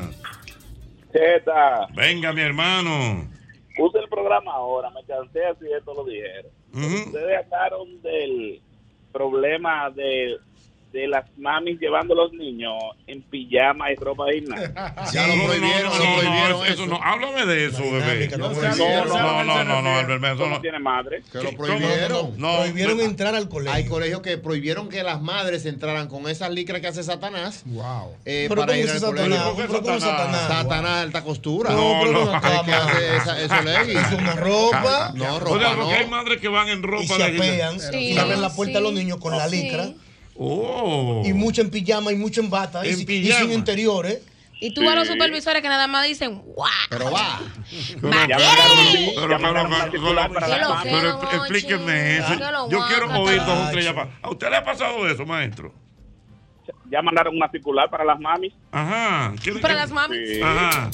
Venga, mi hermano.
Puse el programa ahora, me cansé así de esto lo dijeron. Ustedes hablaron del problema de, de las mamis llevando a los niños en pijama y ropa de gimnasio.
Ya lo prohibieron, no, no, no, eso, no. Háblame de eso, bebé. No, no, no, no, no, no, Albert, eso no.
tiene madre.
Que lo prohibieron.
No,
prohibieron entrar al colegio.
Hay colegios que prohibieron que las madres entraran con esas licras que hace Satanás. Wow.
Pero
para
¿cómo
ir al
hizo
colegio.
Satanás? Pero ¿cómo hizo Satanás?
Satanás alta costura.
No, No, pero no.
Es que hace esa, eso leggings.
Hizo una ropa.
No,
O sea,
ropa
porque
no.
hay madres que van en ropa
Y se
de
apean
Sí.
Ah. y abren la puerta a los niños con la
Sí.
licra.
Oh.
Y mucho en pijama y mucho en bata. y,
En
si- y
pijama.
sin interiores.
Y tú a los
Sí.
supervisores que nada más dicen, ¡guau!
Pero va.
Pero, pero, pero, pero, pero explíqueme eso. Yo quiero oír dos o tres llamadas. ¿A usted le ha pasado eso, maestro?
Ya mandaron una circular para las mamis.
Ajá.
¿Para las mamis?
Ajá.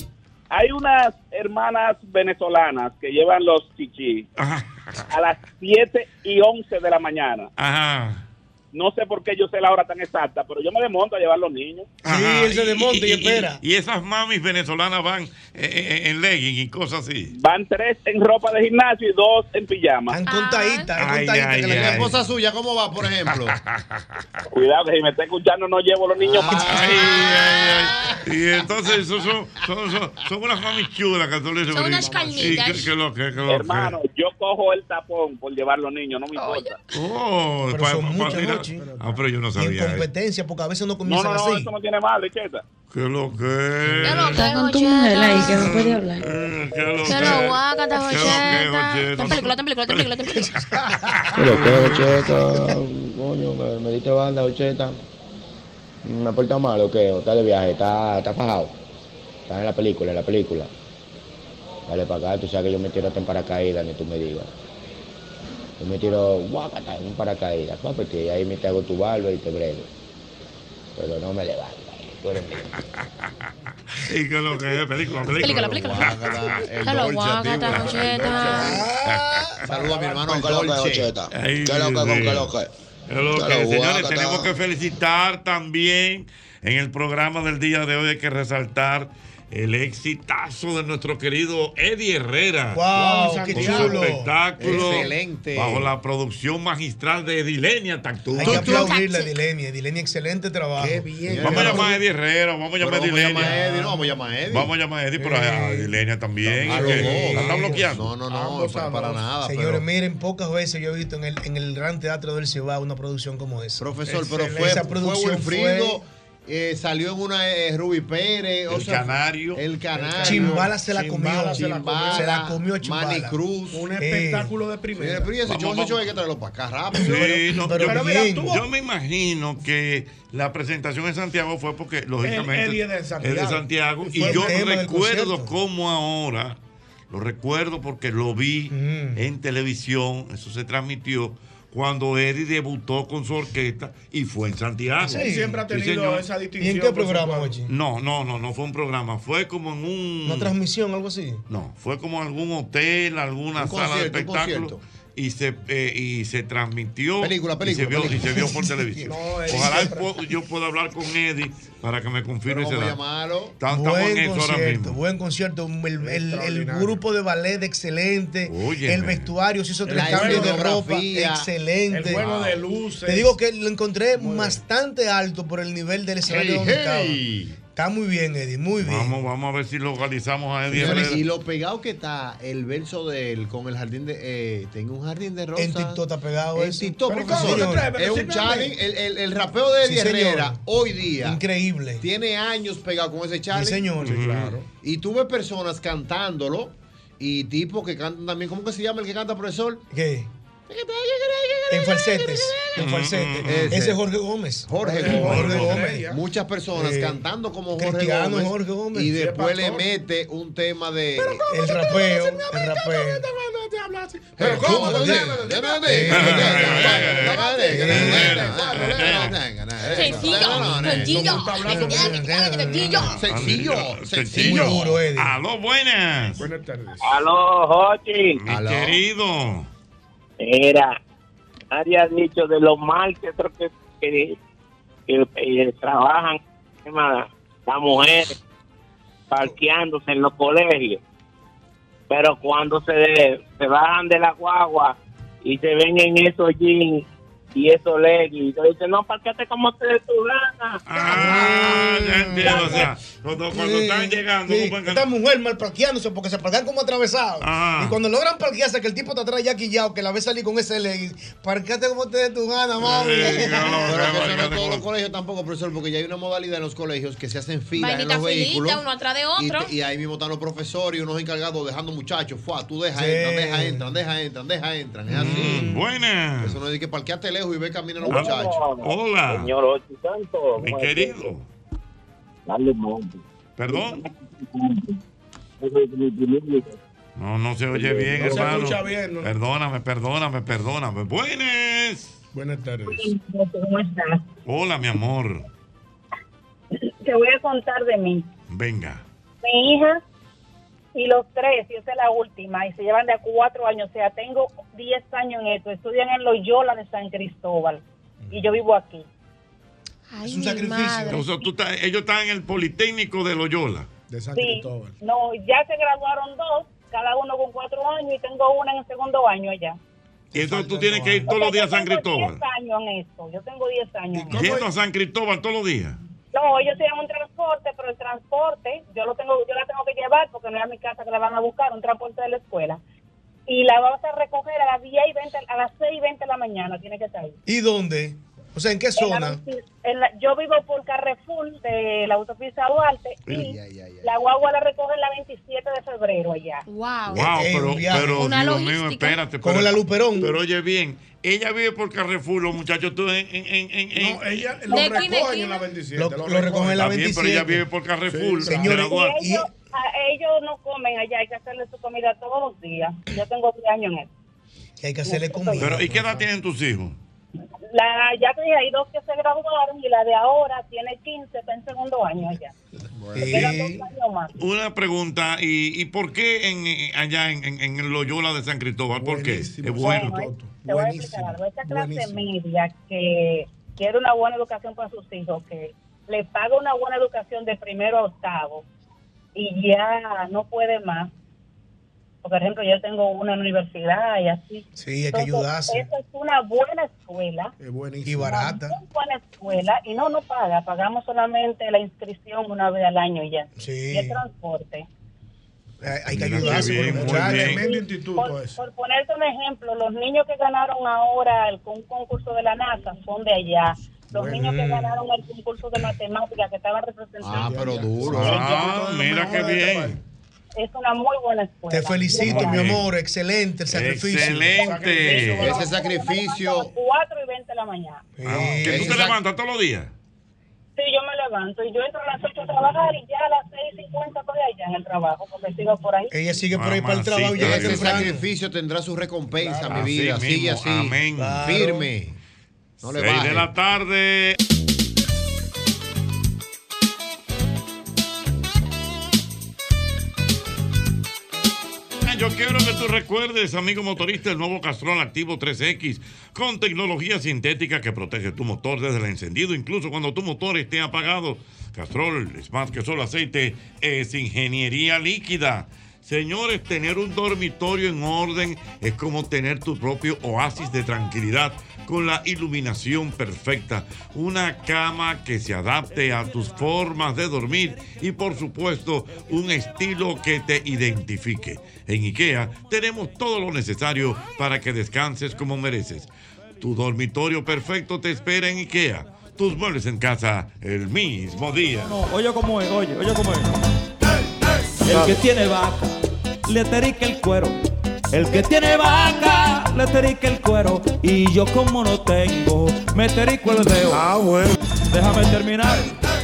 Hay unas hermanas venezolanas que llevan los chichis a las 7 y 11 de la mañana.
Ajá.
No sé por qué yo sé la hora tan exacta, pero yo me desmonto a llevar los niños.
Ajá,
él se desmonta y espera.
Y, esas mamis venezolanas van eh, eh, en legging y cosas así.
Van tres en ropa de gimnasio y dos en pijama.
Están contaditas,
están Ay, contaditas, ay, que la- ay.
La esposa suya, ¿cómo va, por ejemplo?
Cuidado, que si me está escuchando no llevo los
Ah,
niños más.
Y entonces son, son, son, son- son unas mamis chulas que tú le dices,
Son unas
"Bonita". Sí,
calmitas.
que- que lo que- que lo que-
Hermano, yo cojo el tapón por llevar los niños, no me importa.
Oh,
Pero
pa-
son
pa-
muchas,
mira.
Jochi.
Ah, pero yo no
Y
sabía. eso.
competencia, porque a veces no
No,
comienzan
no, no,
así.
eso no tiene mal, cheta.
Que lo que.
Está con tu mujer ahí que no puede hablar.
Eh, que lo
Se
que-
lo guaca, está
que lo que, Jochi,
Ten película, ten película, ten película, ten película.
Pero qué, Ocheta, coño, me, me diste banda, Ocheta. ¿Me ha portado mal o qué? ¿O está de viaje? ¿Está, está fajado? ¿Está en la película, en la película? Dale para acá, tú sabes que yo me tiro hasta en paracaídas, ni tú me digas. Yo me tiro, guacata, en un paracaídas, papi, y ahí me te hago tu barba y te brego. Pero no me levantas, tú eres mío.
Y que lo que, película, película.
Película, película. Se
el
lo
Dolce a ti,
guaca, está
güey.
Saludos a mi hermano
Con
el
que lo que,
Dolce.
Ocheta.
Ay,
Que lo que,
Dios
con
mío.
que lo que.
Es lo
Te
que,
lo
señores,
guácata.
tenemos que felicitar también en el programa del día de hoy. Hay que resaltar el exitazo de nuestro querido Eddie Herrera.
Guau,
Con
qué
su
chulo.
espectáculo.
Excelente.
Bajo la producción magistral de Edilenia Tactú.
Hay que aplaudirle a Dilenia. Dilenia, excelente trabajo. Qué bien.
Vamos a llamar a Eddie Herrera, vamos a llamar a
Pero
Edilenia.
vamos a llamar a Eddie, no, vamos a llamar a Eddie.
Vamos a llamar a Eddie, pero a Edilenia también.
A los
que
dos.
la está bloqueando.
No, no, no, para, para nada.
Señores,
pero-
miren, pocas veces yo he visto en el, en el Gran Teatro del Cibao una producción como esa.
Profesor, pero fue,
Esa
fue
producción
Wilfrido, eh, salió en una eh, Ruby Pérez. o
El
sea,
Canario.
El Canario.
Chimbala se la comió.
Chimbala se la comió.
Se la comió Chimbala. Eh.
Manny Cruz.
Un espectáculo
de
primera. pero ese
Vamos,
show, ese
vamos.
show hay que traerlo para acá
Ah,
rápido.
Sí, no, yo,
Pero
mira,
bien.
tú- yo me imagino que la presentación en Santiago fue porque, lógicamente,
Eddie de Santiago.
es de Santiago,
Fue
y
el
yo
tema del
recuerdo cómo ahora, lo recuerdo porque lo vi
Mm.
en televisión, eso se transmitió, cuando Eddie debutó con su orquesta y fue en Santiago.
Sí, siempre ha tenido
señor.
esa distinción, ¿Y en qué por programa, supuesto?
No, no, no, no fue un programa, fue como en un...
Mm.
Una transmisión, algo así.
No, fue como algún hotel, alguna
Un
sala
concierto,
de
un
espectáculo. Y se, eh, y se transmitió
Película, película,
y, se vio,
película.
y se vio por televisión.
No, Eddie
Ojalá
siempre-
po- yo pueda hablar con Eddie para que me confirme
Pero
ese
vamos a
dato.
llamarlo.
Está- Estamos en
Buen
eso ahora
concierto,
mismo.
buen concierto. El- El, el
Extraordinario.
grupo de ballet excelente.
Óyeme.
El vestuario se hizo tres
La
cambios de ropa.
escenografía,
Excelente.
el juego de
luces.
Te digo que lo encontré bastante alto por el nivel del escenario
Hey,
donde
hey.
estaba. Está muy bien, Eddie, muy bien.
Vamos, vamos a ver si localizamos a Eddie.
Señores,
Herrera.
y lo pegado que está el verso de él con el jardín de. eh, tengo un jardín de rosas.
En TikTok está pegado
En
eso.
TikTok,
Pero ¿y cómo
profesor.
se atreve? Pero
Es un
siempre
challenge.
ande.
El, el- el rapeo de
Sí,
Eddie
señor.
Herrera hoy día.
Increíble.
Tiene años pegado con ese challenge.
Sí, señor. Sí, claro.
Y tuve personas cantándolo y tipos que cantan también. ¿Cómo que se llama el que canta, profesor?
¿Qué? En falsetes. En falsetes.
Ese.
Ese es Jorge Gómez.
Jorge Gómez.
Jorge Gómez.
Muchas personas
Eh,
cantando como Jorge
Cristiano
Gómez.
Jorge Gómez.
Y
Sí, es
después le
pastor.
mete un tema de.
El rapeo. El rapeo.
Pero ¿cómo? ¿Cómo?
Sencillo,
sencillo.
sencillo. Aló, buenas. Buenas tardes.
Aló, Jochi.
Mi querido.
Era, nadie ha dicho de lo mal que creo que, que, que, eh, trabajan encima las mujeres parqueándose en los colegios. Pero cuando se, de- se bajan de la guagua y se ven en esos jeans y esos leggings, y dicen, no, parqueate como te dé tu gana.
Ah, ya entiendo, o sea, cuando, cuando están llegando,
Sí,
¿cómo es que-
Esta mujer mal parqueándose porque se parquean como atravesados.
Ajá.
Y cuando logran parquearse, que el tipo te atrás ya quillado, que la ve salir con ese legging. Parqueate como te dé tu gana, mami.
Pero que eso no en todos los colegios tampoco, profesor, porque ya hay una modalidad en los colegios que se hacen filas en
Vainita
los vehículos.
filita, uno atrás de
y,
otro.
te- y ahí mismo están los profesores y unos encargados dejando muchachos. Fua, tú deja,
Sí.
entran, deja, entran, deja, entran, deja, entran. Es así.
Mm, buena.
Eso no es de que parqueate lejos y ve camino a los
Hola.
muchachos.
Ah, Hola.
Señor Ochi Santo.
Mi querido.
Dale nombre.
Perdón. No, no se oye bien,
No se
hermano.
escucha bien, ¿no?
Perdóname, perdóname, perdóname. Buenas.
Buenas tardes.
¿Cómo estás?
Hola, mi amor.
Te voy a contar de mí.
Venga.
mi hija y los tres, yo soy la última, y se llevan de a cuatro años, o sea, tengo 10 años en esto, estudian en Loyola de San Cristóbal. y yo vivo aquí.
Es un sacrificio. O sea, tú estás- ellos están en el Politécnico de Loyola. De San
Sí, no, ya se graduaron dos, cada uno con cuatro años y tengo una en el segundo año allá.
Y entonces tú tienes que ir todos los días a San Cristóbal.
Diez años en esto, yo tengo diez años. en esto.
Yendo a San Cristóbal todos los días.
No, ellos tienen un transporte, pero el transporte yo lo tengo, yo la tengo que llevar porque no es a mi casa que la van a buscar, un transporte de la escuela. Y la vas a recoger a las 10 y 20, a las 6 y 20 de la mañana, tiene que estar ahí.
¿Y dónde? O sea, ¿en qué
En la
zona?
autopista- en la- yo vivo por Carrefour de la autopista Duarte y la guagua la recoge la 27 de febrero allá.
Wow.
Wow, pero, pero Dios mío, espérate. Como la
Luperón.
Pero oye bien, ella vive por Carrefour, los muchachos tú en... en, en, en-
No, ella lo De esquina a recogen esquina. en la 27,
Lo,
lo recogen.
recogen en la
Está bien,
27.
pero
pero ella
ella
vive por Carrefour.
Sí, señores,
de la Guardia.
Ellos, a- ellos no comen allá, hay que hacerle su comida todos los días. Yo tengo 10 años en esto.
Que hay que hacerle comida.
Pero, ¿y qué edad tienen tus hijos?
La, ya te dije, hay dos que se graduaron y la de ahora tiene 15, está en segundo año allá. Le quedan
Eh,
dos años más.
Una pregunta, ¿y, y por qué en, en- allá en, en- en Loyola de San Cristóbal? ¿Por qué? Es bueno.
Bueno, te voy a explicar algo. Esta clase media que quiere una buena educación para sus hijos, que le paga una buena educación de primero a octavo y ya no puede más. Por ejemplo, yo tengo una en la universidad y así.
Sí, hay que
Entonces,
ayudarse.
Esa es una buena escuela.
Es buenísimo. Y barata.
Una buena escuela y no, no paga. Pagamos solamente la inscripción una vez al año y ya.
Sí.
Y el transporte.
Hay, hay que
Mira qué
ayudarse
bien,
con los
muy
muchachos.
bien.
Tremendo
por, por ponerte un ejemplo, los niños que ganaron ahora el, con- un concurso de la NASA son de allá. Los
Bueno.
niños que ganaron el concurso de matemáticas que estaban representando.
Ah,
duro.
Ah, mira qué bien.
Es una muy buena escuela.
Te felicito,
Muy
mi
bien.
amor. Excelente el sacrificio.
Excelente.
Ese
A
sacrificio.
las 4 y 20 de la mañana.
Ah, ¿Que tú te levantas todos los días?
Sí, yo me levanto y yo entro a las 8 a trabajar y ya a las 6 y 50 estoy allá en el trabajo porque sigo por ahí.
Ella sigue
por ahí para el trabajo.
llega
Ese
temprano.
sacrificio tendrá su recompensa,
Claro.
mi
Así
vida. Sigue
mismo,
así.
amén. Claro.
Firme. No le
Seis de
bajes.
la tarde. Ah, Yo quiero que tú recuerdes, amigo motorista, el nuevo Castrol Activo 3X con tecnología sintética que protege tu motor desde el encendido, incluso cuando tu motor esté apagado. Castrol es más que solo aceite, es ingeniería líquida. Señores, tener un dormitorio en orden es como tener tu propio oasis de tranquilidad con la iluminación perfecta, una cama que se adapte a tus formas de dormir y por supuesto un estilo que te identifique. En IKEA tenemos todo lo necesario para que descanses como mereces. Tu dormitorio perfecto te espera en IKEA. Tus muebles en casa el mismo día.
No, oye cómo es, oye, oye cómo es. El que tiene vaca, le terica el cuero. El que tiene vaca, le terica el cuero. Y yo como no tengo, me terico el dedo. Ah, bueno. Déjame terminar.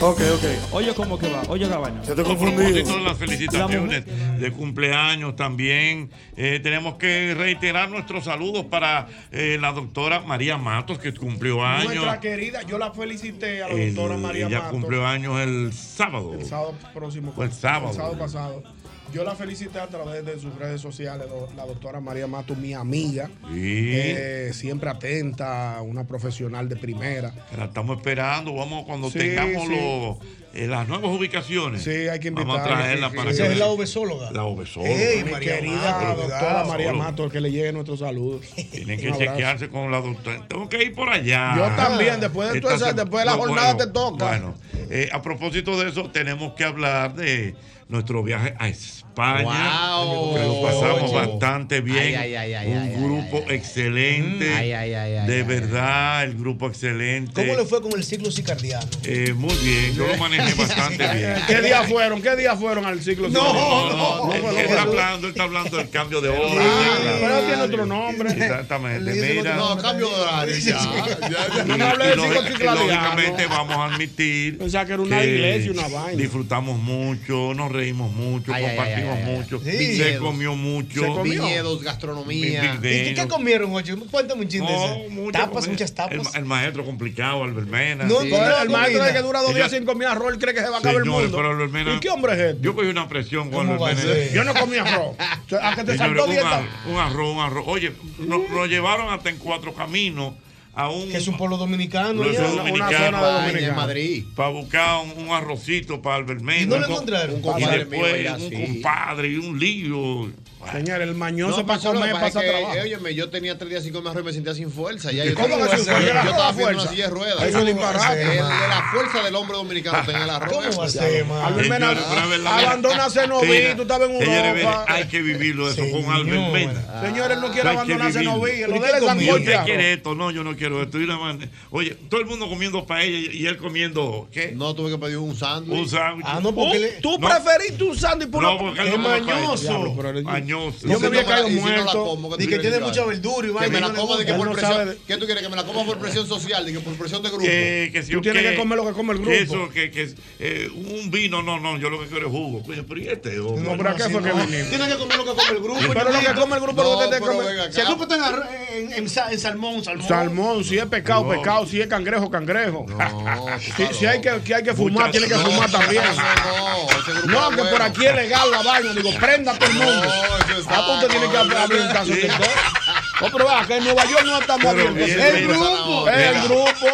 Ok, ok. Oye cómo que va, oye cabaña. Se te
propósito de las felicitaciones de cumpleaños también, eh, tenemos que reiterar nuestros saludos para eh, la doctora María Matos, que cumplió años.
Nuestra querida, yo la felicité a la
El-
doctora María
ella
Matos
cumplió años el sábado.
el sábado próximo.
O Oh. el sábado.
pasado. Yo la felicité a través de sus redes sociales, do- la doctora María Matos, mi amiga.
Sí.
Eh, siempre atenta, una profesional de primera.
La estamos esperando. Vamos cuando
Sí,
tengamos
sí.
los- eh, las nuevas ubicaciones.
Sí, hay que invitarla.
Vamos a traerla
sí, sí.
para
Esa
que Oh,
es la
obesóloga.
La obesóloga.
Ey, mi querida doctora María
Obesóloga.
Matos, que le llegue nuestro saludo.
Tienen que
Un abrazo.
chequearse con la doctora. Tengo que ir por allá.
Yo también, después de
Esta
todo eso,
sema-
después de la
No,
jornada
bueno,
te toca.
Bueno, eh, a propósito de eso, tenemos que hablar de nuestro viaje a España.
Wow.
Que lo pasamos
Oye.
bastante bien.
Ay, ay, ay, ay,
Un
ay,
grupo excelente. de verdad, el grupo excelente.
¿Cómo le fue con el ciclo cicardiano?
Eh, muy bien, yo lo manejé bastante bien.
¿Qué día fueron? ¿Qué día fueron al ciclo?
No,
científico?
no,
no,
él,
no,
él está
no.
hablando, él está hablando del cambio de hora.
pero tiene otro nombre.
Exactamente.
Le dicen
Mira,
otro nombre. No, cambio de horario, ya, ya.
Y-
No hable de
y lógica-
psicocicladiano.
lógicamente vamos a admitir
que era una iglesia y una vaina.
Disfrutamos mucho, nos reímos mucho,
Ay, ay,
compartimos
ay, ay, ay.
mucho,
Sí.
se
Viñedos.
comió mucho.
Se comió. Viñedos, gastronomía.
Vi-
¿Y qué, qué comieron, Ocho? Cuéntame un chin de
No,
eso.
mucha
Tapas,
comida.
muchas
El,
tapas.
el maestro complicado, Albert Mena.
No,
Sí.
pero el maestro de que dura dos
Ella-
días sin comer arroz, él cree que se va a acabar el
Señores,
mundo.
pero Albert Mena-
¿Y qué hombre es este?
Yo cogí una presión con
¿Cómo va a
Albert
ser?
Mena.
Yo no comí arroz. O sea, A que te
Señores,
saltó
un,
dieta.
ar- un arroz, un arroz. Oye, no- nos llevaron hasta en cuatro caminos a un.
Que es un pueblo dominicano.
Lo
ya,
hizo un dominicano,
dominicana.
Para buscar un, un arrocito para Albert Mena,
¿Y no lo
un co-
encontraron?
Un
Compadre
compadre y después
mío, ya,
un
sí.
compadre y un lío.
Señor, el
mañoso para comer pasa trabajo.
Óyeme, yo tenía tres días sin comer arroz y me sentía sin fuerza. Ya
¿Y
yo
cómo
estaba-
que sin fuerza?
Yo
¿Qué
estaba
era la
haciendo una
fuerza?
silla de ruedas.
Eso es un
El-
disparate,
de
man.
La fuerza del hombre dominicano tenía el arroz.
¿Cómo va a ser, man?
Albert Mena,
Señores, pero es verdad, mira.
abandona a Cenoví,
Mira,
tú estabas en
señores,
Europa.
mira, hay que vivirlo eso con Albert Mena.
Señores, no quiere
Hay que
abandonar
vivirlo.
Cenoví, lo
¿Y
de
qué
él es
comió?
sancocho de
¿Usted
arroz.
quiere esto? No, yo no quiero esto. Y nada más. Oye, todo el mundo comiendo paella y- y él comiendo, ¿qué?
No, tuve que pedir un sándwich.
Un sándwich.
Ah, no,
Uh,
porque le- Tú
preferiste
un sándwich
por no, porque
¡Qué
él no come paella.
mañoso!
Diablo, pero él- Mañoso.
Yo me había caído
muerto. Di que tiene mucha verdura y
Que
vaina,
me
y
la
no le
coma de que por
gusta. Él no
presión.
sabe.
¿Qué tú quieres? Que me la coma por presión social, de que por presión de grupo.
Que, que si
Tú
yo
tienes
qué-
que comer lo que come el grupo.
Eso, que, que eh, un vino, no, no, yo lo que quiero es jugo. Oye, pero ¿y este?
No, pero ¿a qué fue que vinimos?
Tienes que comer lo que come el grupo.
Pero lo que come el grupo, lo que
No,
usted te
pero
come.
venga acá. Si el grupo está en, arro- en- en sa- en salmón, salmón.
Salmón, si es pescado,
No.
pescado, si es cangrejo, cangrejo. si, si hay que, que hay que fumar,
Muchas-
tiene que
no,
fumar
no,
también.
No, ese grupo
No,
era
que por
bueno.
aquí es legal la vaina. Digo, prenda a todo el mundo. Ah, pues usted tiene que ab- abrir un caso de usted. No, pero va, que en Nueva York no estamos
Pero
abiertos.
bien,
El
mira.
grupo, el
Mira.
grupo.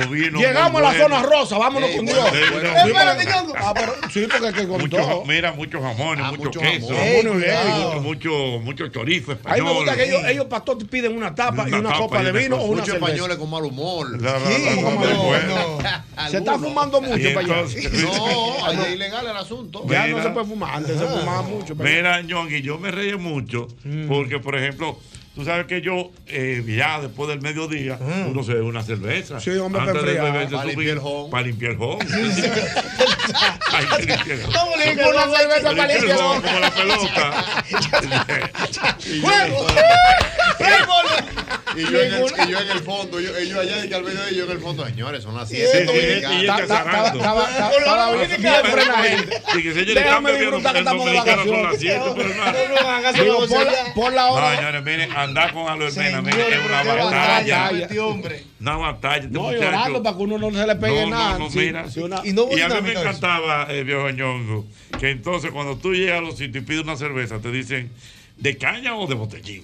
Los vinos.
Llegamos
muy
a la zona
buenos.
rosa, vámonos
Ey,
con
bueno,
Dios.
bueno, bueno.
Eh, espérate,
Mucho-
Ñongo. Ah, pero sí, porque es que con
mucho,
todo. Ah,
ja- mira, muchos jamones, muchos
mucho
quesos,
jamón. Ey,
mucho,
cuidado.
mucho, mucho chorizo
A mí
español.
me gusta que ellos, ellos pastor, te piden una tapa y
Una
una
tapa
copa
y
de
una
vino
cosa.
o una
Muchos
cerveza.
españoles
con mal humor.
La- la-
Sí,
la- la-
como
la-
no,
bueno.
Se está fumando mucho
Y
para allá.
entonces-
No, ahí es ilegal el asunto.
Ya no
Mira. Ah.
se puede fumar, antes se fumaba mucho. pero-
Mira, Ñongui, yo me reí mucho
Mm.
porque, por ejemplo, tú sabes que yo eh, ya después del mediodía uno se bebe una cerveza.
Ah. Sí, hombre,
Antes
para
de
enfriar.
beberse
Para
su
limpiar
vino- Para limpiar el jón. Hay que limpiar el jón.
¿Cómo le digo una cerveza para
Limpiar el
limpiar el
jón
jón?
Como la pelota.
¡Juego!
Y yo, en el, y yo en el fondo, yo, ellos allá de que al mediodía, yo en el fondo, señores, son las
Sí,
7.
sí, y ella cerrando.
estaba bien frenadito.
Sí, que señores, están
Déjame
bebiendo,
disfrutar que
el
estamos de
dominicano son las
vacaciones.
siete, pero nada.
Digo, por la- Por la
No,
hora.
señores, miren, andar con Albert Mena, miren,
Señores,
es una
pero qué
batalla.
batalla, este
Una batalla, este
No,
muchacho.
llorando para que uno no se le pegue
No,
nada.
no, no,
Sí,
mira.
sí, una-
Y, a mí me
dinámica eso.
encantaba, eh, viejo ñongo, que entonces cuando tú llegas a los sitios y pides una cerveza, te dicen, ¿de caña o de botellín?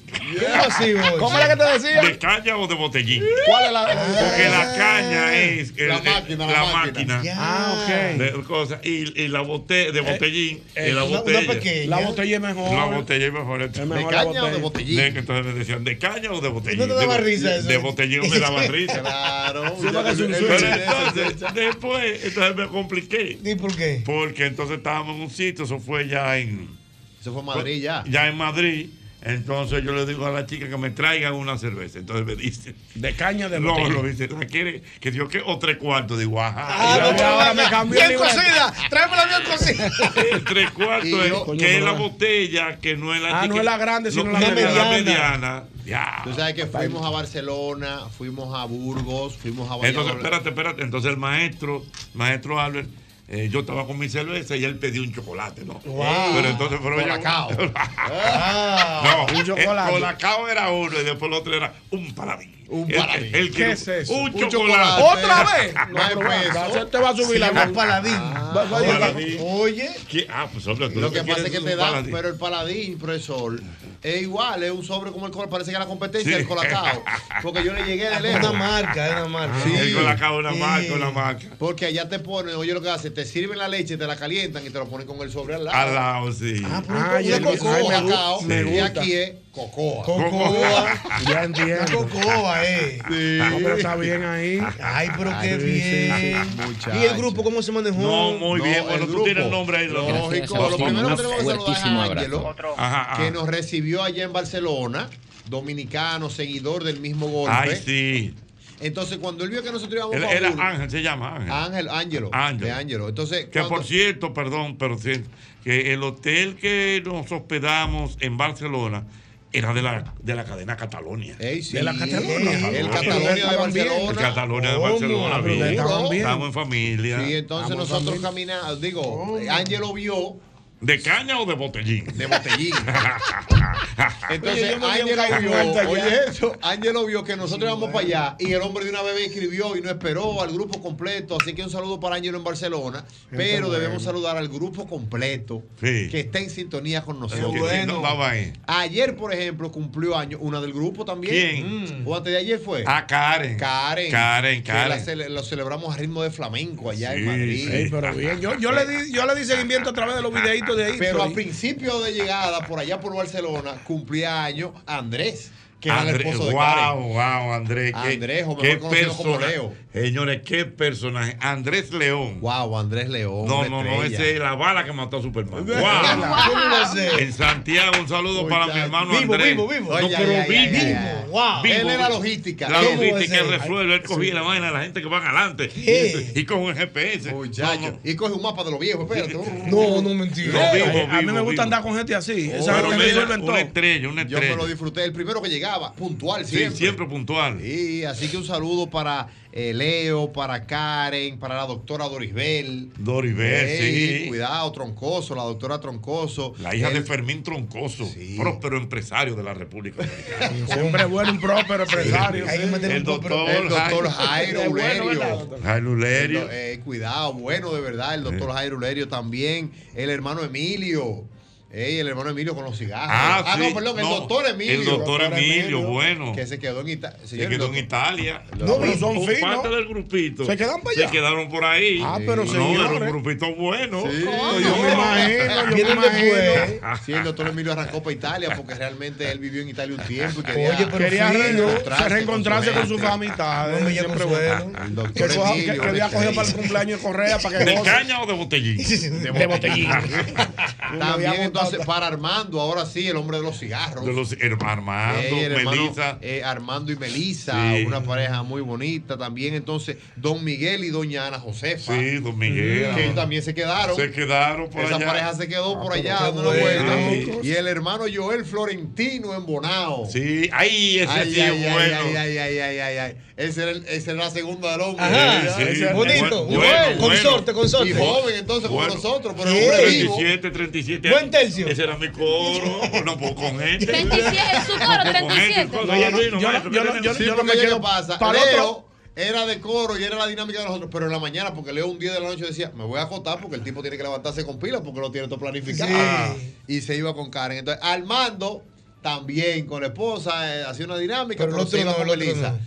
¿Cómo era que te decía?
¿De caña o de botellín?
¿Cuál es la-
Porque la caña es el-
La
el-
máquina, la
la
máquina.
máquina.
Ah, ok.
De cosas. y, y la botella, de botellín,
eh,
y la
una- una
botella.
pequeña. La botella es mejor.
La botella es mejor. entonces.
mejor ¿De la caña o de
botellín?
De- entonces me decían, ¿de caña o de botellín?
no te daba
De-
risa eso?
De botellín me daba risa.
Claro.
Pero
ya-
entonces, después, entonces me compliqué.
¿Y por qué?
Porque entonces estábamos en un sitio, eso fue ya en.
Eso fue en Madrid ya.
Ya en Madrid. Entonces yo le digo a la chica que me traigan una cerveza. Entonces me dice.
De caña de
No,
botellín.
lo dice, ¿la quiere? Que yo que o tres cuartos. Digo, ajá.
Ah,
Y
no,
ahora-
ahora me
cambió el
Bien
libreto.
cocida. Tráeme la bien cocida.
el tres cuartos
Y
es-
yo- Coño,
eh, que es
pero
la
va.
botella, que no es la
Ah,
chica-
no es la grande, sino la
que es
mediana.
mediana. Ya.
Tú sabes que fuimos a Barcelona, fuimos a Burgos, fuimos a
Entonces,
Valladolid.
espérate, espérate. Entonces el maestro, maestro Albert, eh, yo estaba con mi cerveza y él pidió un chocolate, ¿no? Pero entonces fueron
Colacao.
Ah.
no, un chocolate. El colacao era uno y después el otro era un paladín. Un
paladín.
El,
¿Qué es eso?
Un,
Un
chocolate.
chocolate. ¿Otra vez? No, pero va,
peso.
te va a subir la
Sí,
voz.
un paladín.
Va- va-
Paladín.
Oye.
¿Qué? Ah, pues hombre, tú
Lo que
quieres
pasa es que
un
te da,
paladín.
pero el paladín, profesor, es igual, es un sobre como el colacao, parece que es la competencia
Sí.
del colacao. Porque yo le llegué de
Es
lejos.
una marca, es una marca.
Sí.
El colacao, una marca, una marca.
Porque allá te ponen, oye lo que hace, te sirven la leche, te la calientan y te lo ponen con el sobre al lado.
Al lado, sí.
pues,
Ah,
Ay,
una
el-
cocoa,
ay, me gu-
cacao,
me
y
gusta.
aquí es cocoa.
Cocoa.
Ya entiendo.
Cocoa, eh.
Sí.
Ah, pero está bien ahí.
Ay, pero qué bien. ¿Y el grupo cómo se manejó?
No, muy bien. Bueno, tú tienes el nombre ahí. lo-
Lógico, lo primero que tenemos que saludar es a Ángelo,
Ajá, ajá.
que nos recibió allá en Barcelona, dominicano, seguidor del mismo golpe.
Ay, sí.
Entonces, cuando él vio que nosotros íbamos
Él-
para
Era
Burgos-
Ángel, se llama Ángel.
Ángel, Ángelo.
Ángelo.
De Ángelo. Entonces,
Que
cuando-
por cierto, perdón, pero sí, que el hotel que nos hospedamos en Barcelona era de la, de la cadena Catalonia.
sí. El Catalonia de
Estaban bien.
Barcelona.
El Catalonia de
¿Cómo?
Barcelona.
Ah, pero
bien.
estaban bien.
Estamos en familia.
Sí, entonces
Estamos en
nosotros
familia.
caminamos, digo, Ángelo vio
¿De caña o de botellín?
de botellín. Entonces,
Oye, yo me di
Ángelo
un caigüey vuelta
vio,
ya.
oye eso, Ángelo vio que nosotros íbamos para allá y el hombre de una vez me escribió y no esperó al grupo completo. Así que un saludo para Ángelo en Barcelona, pero
buena.
debemos saludar al grupo completo
Sí.
que está en sintonía con nosotros.
Qué bueno. Vamos ahí.
Ayer, por ejemplo, cumplió año una del grupo también.
¿Quién?
Mm. ¿O antes de ayer fue?
Ah, Karen.
Karen.
Karen,
Que
Karen.
la cele- lo celebramos a ritmo de flamenco allá
Sí,
en Madrid.
sí.
pero bien. Yo,
yo le di-
yo le di seguimiento a través de los
videitos de ahí.
Pero
Estoy.
a principio de llegada, por allá por Barcelona, cumplía años Andrés, que era el
Andrés,
esposo de
wow,
Karen.
wow, Andrés. qué-
Andrés, o mejor
qué
conocido como
persona-
Leo.
Señores, qué personaje. Andrés León.
Wow, Andrés León.
No,
una
no, no,
estrella.
ese es la bala que mató a Superman. Wow.
¿Cómo lo sé?
En Santiago, un saludo para mi hermano
Vivo,
Andrés.
vivo, vivo.
No,
Ay, ay,
pero
ay, ay,
vivo.
ay, ay. Wow. Él era logística.
La
¿Cómo
logística
ese?
él resuelve, él cogía la vaina de la gente que van adelante. Y, y coge un GPS. No, no.
Y coge un mapa de los viejos, espérate.
No, no, mentira. No, vivo,
Eh, a mí
vivo,
me gusta
vivo.
andar con gente así.
Oh,
Esa
pero
gente
mira,
resuelven todo.
una estrella, una
Yo
estrella.
me lo disfruté, el primero que llegaba, puntual
Sí,
siempre.
siempre puntual.
Sí, así que un saludo para eh, Leo, para Karen, para la doctora Doribel.
Doribel, sí.
Cuidado, Troncoso, la doctora Troncoso.
La hija de
Él-
Fermín Troncoso, próspero empresario de la República Dominicana.
Siempre bueno un próspero
empresario. Hay que meterle
El
un próspero.
doctor, el doctor Jairo
Es bueno,
Ulerio.
¿verdad, doctor? Jairo Ulerio.
El do- eh, cuidado, bueno de verdad. El doctor Jairo Ulerio también. El hermano Emilio. Ey, el hermano Emilio con los cigarros.
Ah,
no,
sí.
perdón, el
No,
doctor Emilio.
el doctor Emilio, bueno.
Que se quedó en Italia.
Se quedó en Italia.
No, pero son
Por
finos.
parte del grupito.
Se quedan pa' allá.
Se quedaron por ahí.
Ah, pero
no,
señores.
era un grupito bueno.
Yo me imagino, yo me imagino.
después.
Sí, el doctor Emilio arrancó para Italia porque realmente él vivió en Italia un tiempo y quería,
Oye, pero quería
sí,
reenco-
reencontrarse
reencontrarse con sus
gente.
amistades. siempre bueno.
El doctor
Que, coja- que-
Emilio,
que había
de
cogido
Cali.
para el cumpleaños de Correa para que
¿De
goce.
caña o de botellín?
De botellín.
También entonces para Armando, ahora sí, el hombre de los cigarros.
De los hermanos Armando,
Ey, el hermano,
Melissa.
eh, Armando y Melisa,
Sí.
una pareja muy bonita. También entonces Don Miguel y Doña Ana Josefa.
Sí, don Miguel.
Que también se quedaron.
Se quedaron por
Esa
allá.
pareja se quedó
Ah,
por
pero
allá
qué
dando una
bueno.
vuelta.
Sí.
Y el hermano Joel Florentino en Bonao.
Sí, ahí ese
Ay,
sí
ay,
es
ay,
bueno.
ay, ay, ay, ay, ay, ay. Ese era, el- esa era la segunda del hombre.
Ajá. Sí, sí.
Ese era-
Bonito. Joel, consorte, consorte.
Y joven entonces
Bueno.
como nosotros, pero
Sí.
hombre vivo.
37, 37. Buen tercio. Ese era mi coro. No, pues con gente.
37, su coro,
No, con gente,
37.
con-
No, yo no-
Luis, no,
yo no-
maestro,
yo no-
¿qué
yo
tenemos?
no- yo no me quedo pasa.
para
Leo
otro.
era de coro y era la dinámica de nosotros, pero en la mañana, porque Leo un día de la noche decía, me voy a acotar porque el tipo tiene que levantarse con pila porque lo tiene todo planificado.
Sí.
Ah, Y se iba con Karen. Entonces, Armando también con la esposa eh, hacía una dinámica, pero, se iba con Melissa.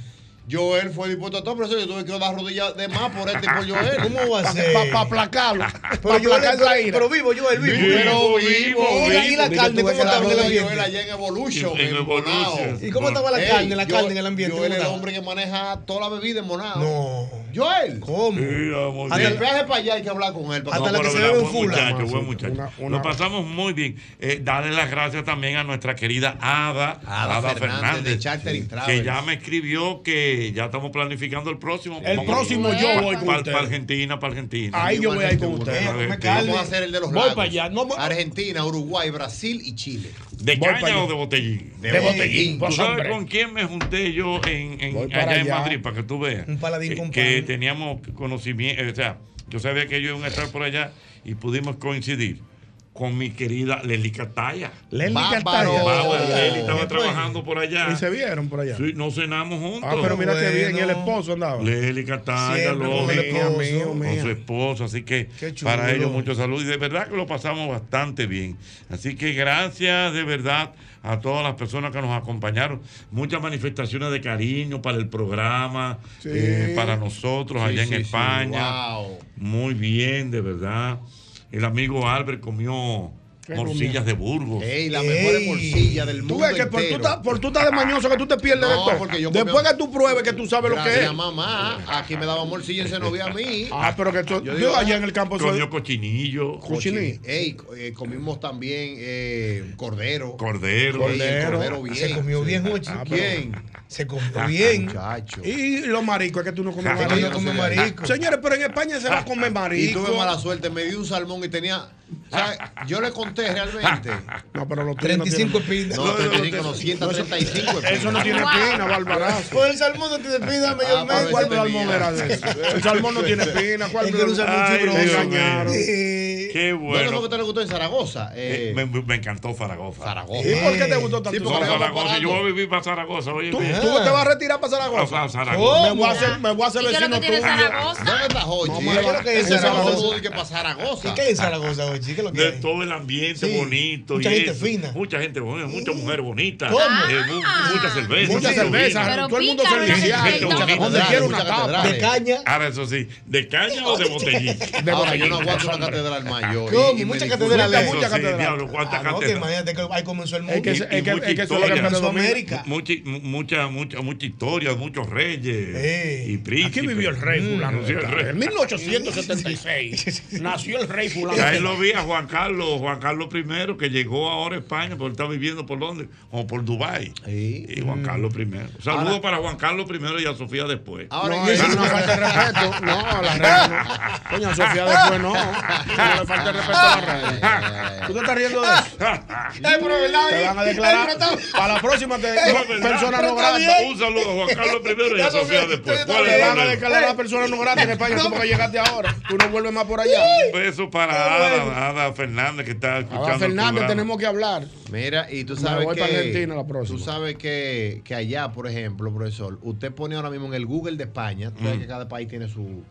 Joel fue dispuesto a todo, pero eso yo tuve que dar rodillas de más por este y por Joel.
¿Cómo va a
Pa-
ser?
pa- pa- aplacarlo.
Pero, yo,
aplacar esa ira.
pero vivo, yo el vivo.
Pero vivo,
Mira, y la
vivo.
carne, ¿cómo
Tuve que dar
estaba en el
rodillas a
ambiente?
Joel allá en Evolution.
En
en
Evolution.
Bonao.
¿Y cómo estaba la
Ey,
carne, la
Joel-
carne en el ambiente?
Joel
¿Cómo
el
estaba?
hombre que maneja toda la bebida en Monado.
No.
Joel.
¿Cómo?
Hasta el peaje para allá hay que hablar con él. para
No,
que-
pero verdad, buen muchacho, buen muchacho. Nos pasamos muy bien. Eh, darle las gracias también a nuestra querida Ada,
Ada Fernández, de Chartering Travels.
que ya me escribió que ya estamos planificando el próximo.
El próximo yo voy con
Para
usted.
Argentina, para Argentina.
Ahí yo voy a ir con
Para
usted.
Argentina.
Vamos a hacer el de los
Voy
lagos.
para allá.
Argentina, Uruguay, Brasil y Chile.
¿De
Voy para
caña
allá.
o de botellín?
De botellín,
¿Tú
pues,
sabes
hombre.
con quién me junté yo en, en-
Voy
allá,
para
en
allá.
Madrid? Para que tú veas.
Un paladín
que,
con
que
pan.
teníamos conocimiento. eh, O sea, yo sabía que yo iba a estar por allá y pudimos coincidir con mi querida Leli Cataya.
Leli
Bárbaro.
Cataya.
Bárbara, Leli
¿Qué
estaba
fue?
trabajando por allá.
Y se vieron por allá.
Sí, no cenamos juntos.
Ah, pero mira qué bien. Y el esposo andaba.
Leli Cataya,
Siempre con el
lógico,
esposo.
con su esposo, así que
Qué chulo.
para ellos mucho salud y de verdad que lo pasamos bastante bien. Así que gracias de verdad a todas las personas que nos acompañaron. Muchas manifestaciones de cariño para el programa,
Sí.
eh, para nosotros
Sí,
allá
sí,
en
sí.
España.
Wow.
Muy bien, de verdad. El amigo Albert comió
¿Qué
morcillas
comió?
de Burgos.
Ey, las mejores morcillas del
Tú
mundo
ves que por tú,
entero.
estás, por tú estás de mañoso que tú te pierdes
No,
de
porque
todo.
yo
Después
comí-
que tú pruebes que tú sabes lo que
Gracias,
es.
mamá. Aquí me daba morcilla en Senovia a mí.
Ah, pero que tú.
Yo
Yo,
digo,
allá en el campo soy.
Comió cochinillo.
Cochinillo.
Ey, co- eh, comimos también eh, cordero.
Cordero.
Ey, el cordero bien.
Ah,
Ah,
Se comió bien, Jochi. Se comió bien.
Y los maricos, es que tú no comes
Ah,
marisco.
yo no como marisco.
Señores, pero en España se va a comer
Y
marisco.
tuve mala suerte, me di un salmón y tenía. o sea, yo le conté realmente.
No, pero los
35
espinas.
No, 35, no, 135 espinas.
Eso no tiene espina, Bárbara.
Pues el salmón no tiene pida, me yo
¿Cuál
me.
salmón era de eso? El salmón no tiene espina. ¿Cuál
Es que no usa mucho,
Ay,
pero
me
usa.
engañaron.
Eh,
Qué bueno.
¿Dónde fue que te le gustó en Zaragoza?
Eh, me, me encantó Zaragoza.
Zaragoza.
¿Y por qué te gustó tanto
Sí, porque
Zaragoza?
Zaragoza? Yo voy a vivir para Zaragoza. Oye, Ah.
¿Tú, tú
mira.
te vas a retirar para Ah, Zaragoza?
A- a Zaragoza.
Me voy a hacer, me voy a hacer
¿Y qué es lo
vecino
que tiene
tuyo.
Zaragoza? ¿Dónde está Jochi?
No, me-
Yo creo que
Ese
en Zaragoza
Zaragoza.
todo hay que para Zaragoza.
¿Y qué es Zaragoza, güey? ¿Qué es lo que
de
hay?
todo el ambiente
Sí.
bonito.
Mucha
y
gente
eso.
fina.
Mucha gente bonita, muchas mujeres bonitas.
¿Cómo? Ah.
Eh, mu- mucha cerveza.
Mucha
mucho
cerveza,
vino.
todo el mundo Pero pícaro, feliz. la gente
Gente
bonita.
bonita.
Quiero una tapa.
De
caña.
Ahora, eso sí, ¿de caña o de botellita?
De Ahora, yo no aguanto una catedral
Ah,
mayor. Y-
¿Cómo?
y me
Muchas
disculpo.
catedrales.
Eso sí, diablo, ¿cuántas
Ah, no, que
catedrales?
imagínate que ahí comenzó el mundo.
Y- y mucha historia.
comenzó América.
Mucha, mucha, mucha, mucha historia, muchos reyes y príncipes. Aquí vivió el
rey fulano de tal. En
1876
nació el rey fulano
Y
de
ahí
tal.
lo vi a Juan Carlos, Juan Carlos I, que llegó ahora a España, porque está viviendo por Londres, o por Dubái. Y Juan Carlos I. Saludos
Ahora-
para Juan Carlos I y a Sofía después.
Ahora,
No,
en-
es una
falta de respeto. No, la reina no. Coño, Sofía después no. No le falta el respeto a la reina. ¿Tú te estás riendo de eso?
pero verdad,
Te
oye,
van a declarar.
eh, pero está-
Para la próxima te
Eh, pero
persona
está
no grata.
bien.
Un saludo a Juan Carlos I y a
Ya lo
Sofía
sé,
después. ¿Cuál es
Te
el
van a
problema?
declarar a persona no grata en España. Tú porque llegaste ahora. Tú no vuelves más por allá.
Un beso para Ada, Ada Fernández que está escuchando.
Ahora,
el
Fernández,
programa.
tenemos que hablar.
Mira, y tú
Me
sabes
voy
que.
para Argentina la próxima.
Tú sabes que, que allá, por ejemplo, profesor, usted pone ahora mismo en el Google de España, tú sabes
Mm.
que cada país tiene su,